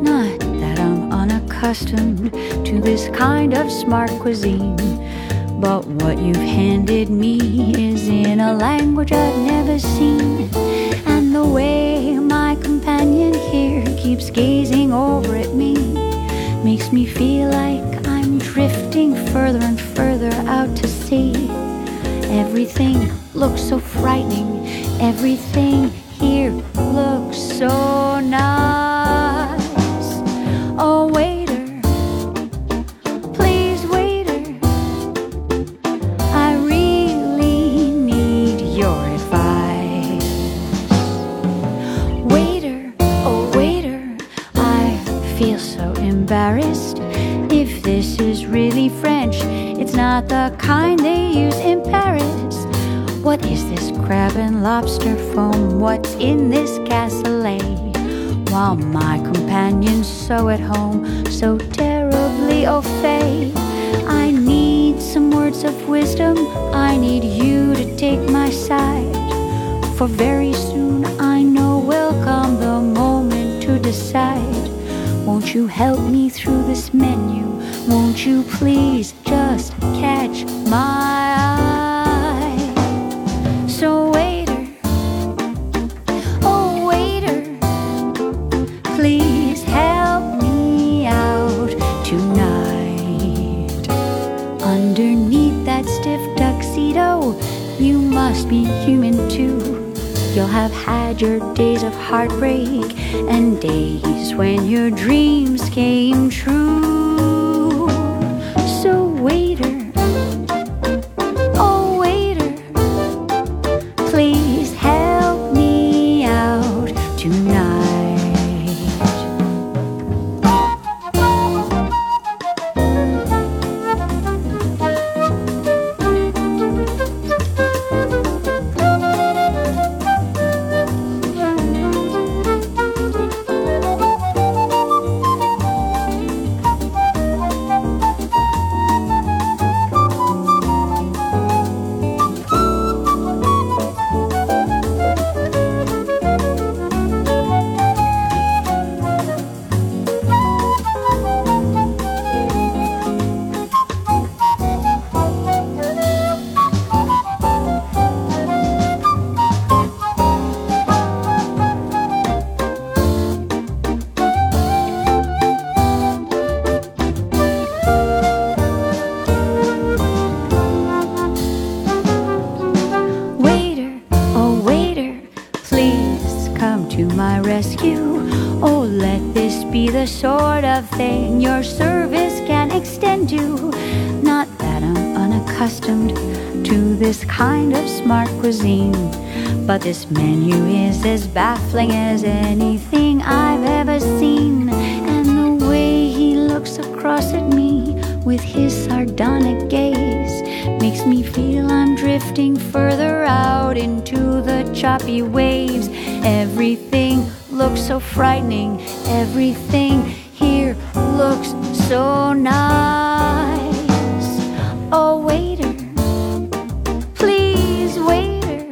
S4: Not that I'm unaccustomed to this kind of smart cuisine. But what you've handed me is in a language I've never seen. And the way my companion here keeps gazing over at me makes me feel like I'm drifting further and further out to sea. Everything looks so frightening. Everything here looks so nice. Oh, waiter, please, waiter. I really need your advice. Waiter, oh waiter, I feel so embarrassed. If this is really French, it's not the kind they use in Paris. What is this crab and lobster foam? What's in this cassoulet? While my companion's so at home, so terribly au fait. I need some words of wisdom, I need you to take my side. For very soon I know will come the moment to decide. Won't you help me through this menu? Won't you please just catch my eye? So, waiter, oh, waiter. Please help me out tonight. Underneath that stiff tuxedo, you must be human too. You'll have had your days of heartbreak and days when your dreams came true. So, waiter, oh, waiter. Please help me out tonight. Waiter, oh waiter, please come to my rescue. Oh, let this be the sort of thing your service can extend to. Not that I'm unaccustomed to this kind of smart cuisine, but this menu is as baffling as anything I've ever seen. And the way he looks across at me with his sardonic gaze makes me feel I'm drifting further out into the choppy waves. Everything looks so frightening, everything here looks so nice. Oh, waiter, please, waiter,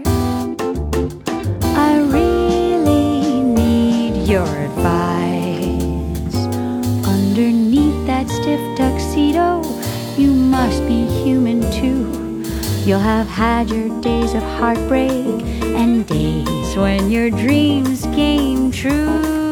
S4: I really need your advice. Underneath that stiff tuxedo, you must be human too. You'll have had your days of heartbreak and days when your dreams came true. oh, oh, Oh,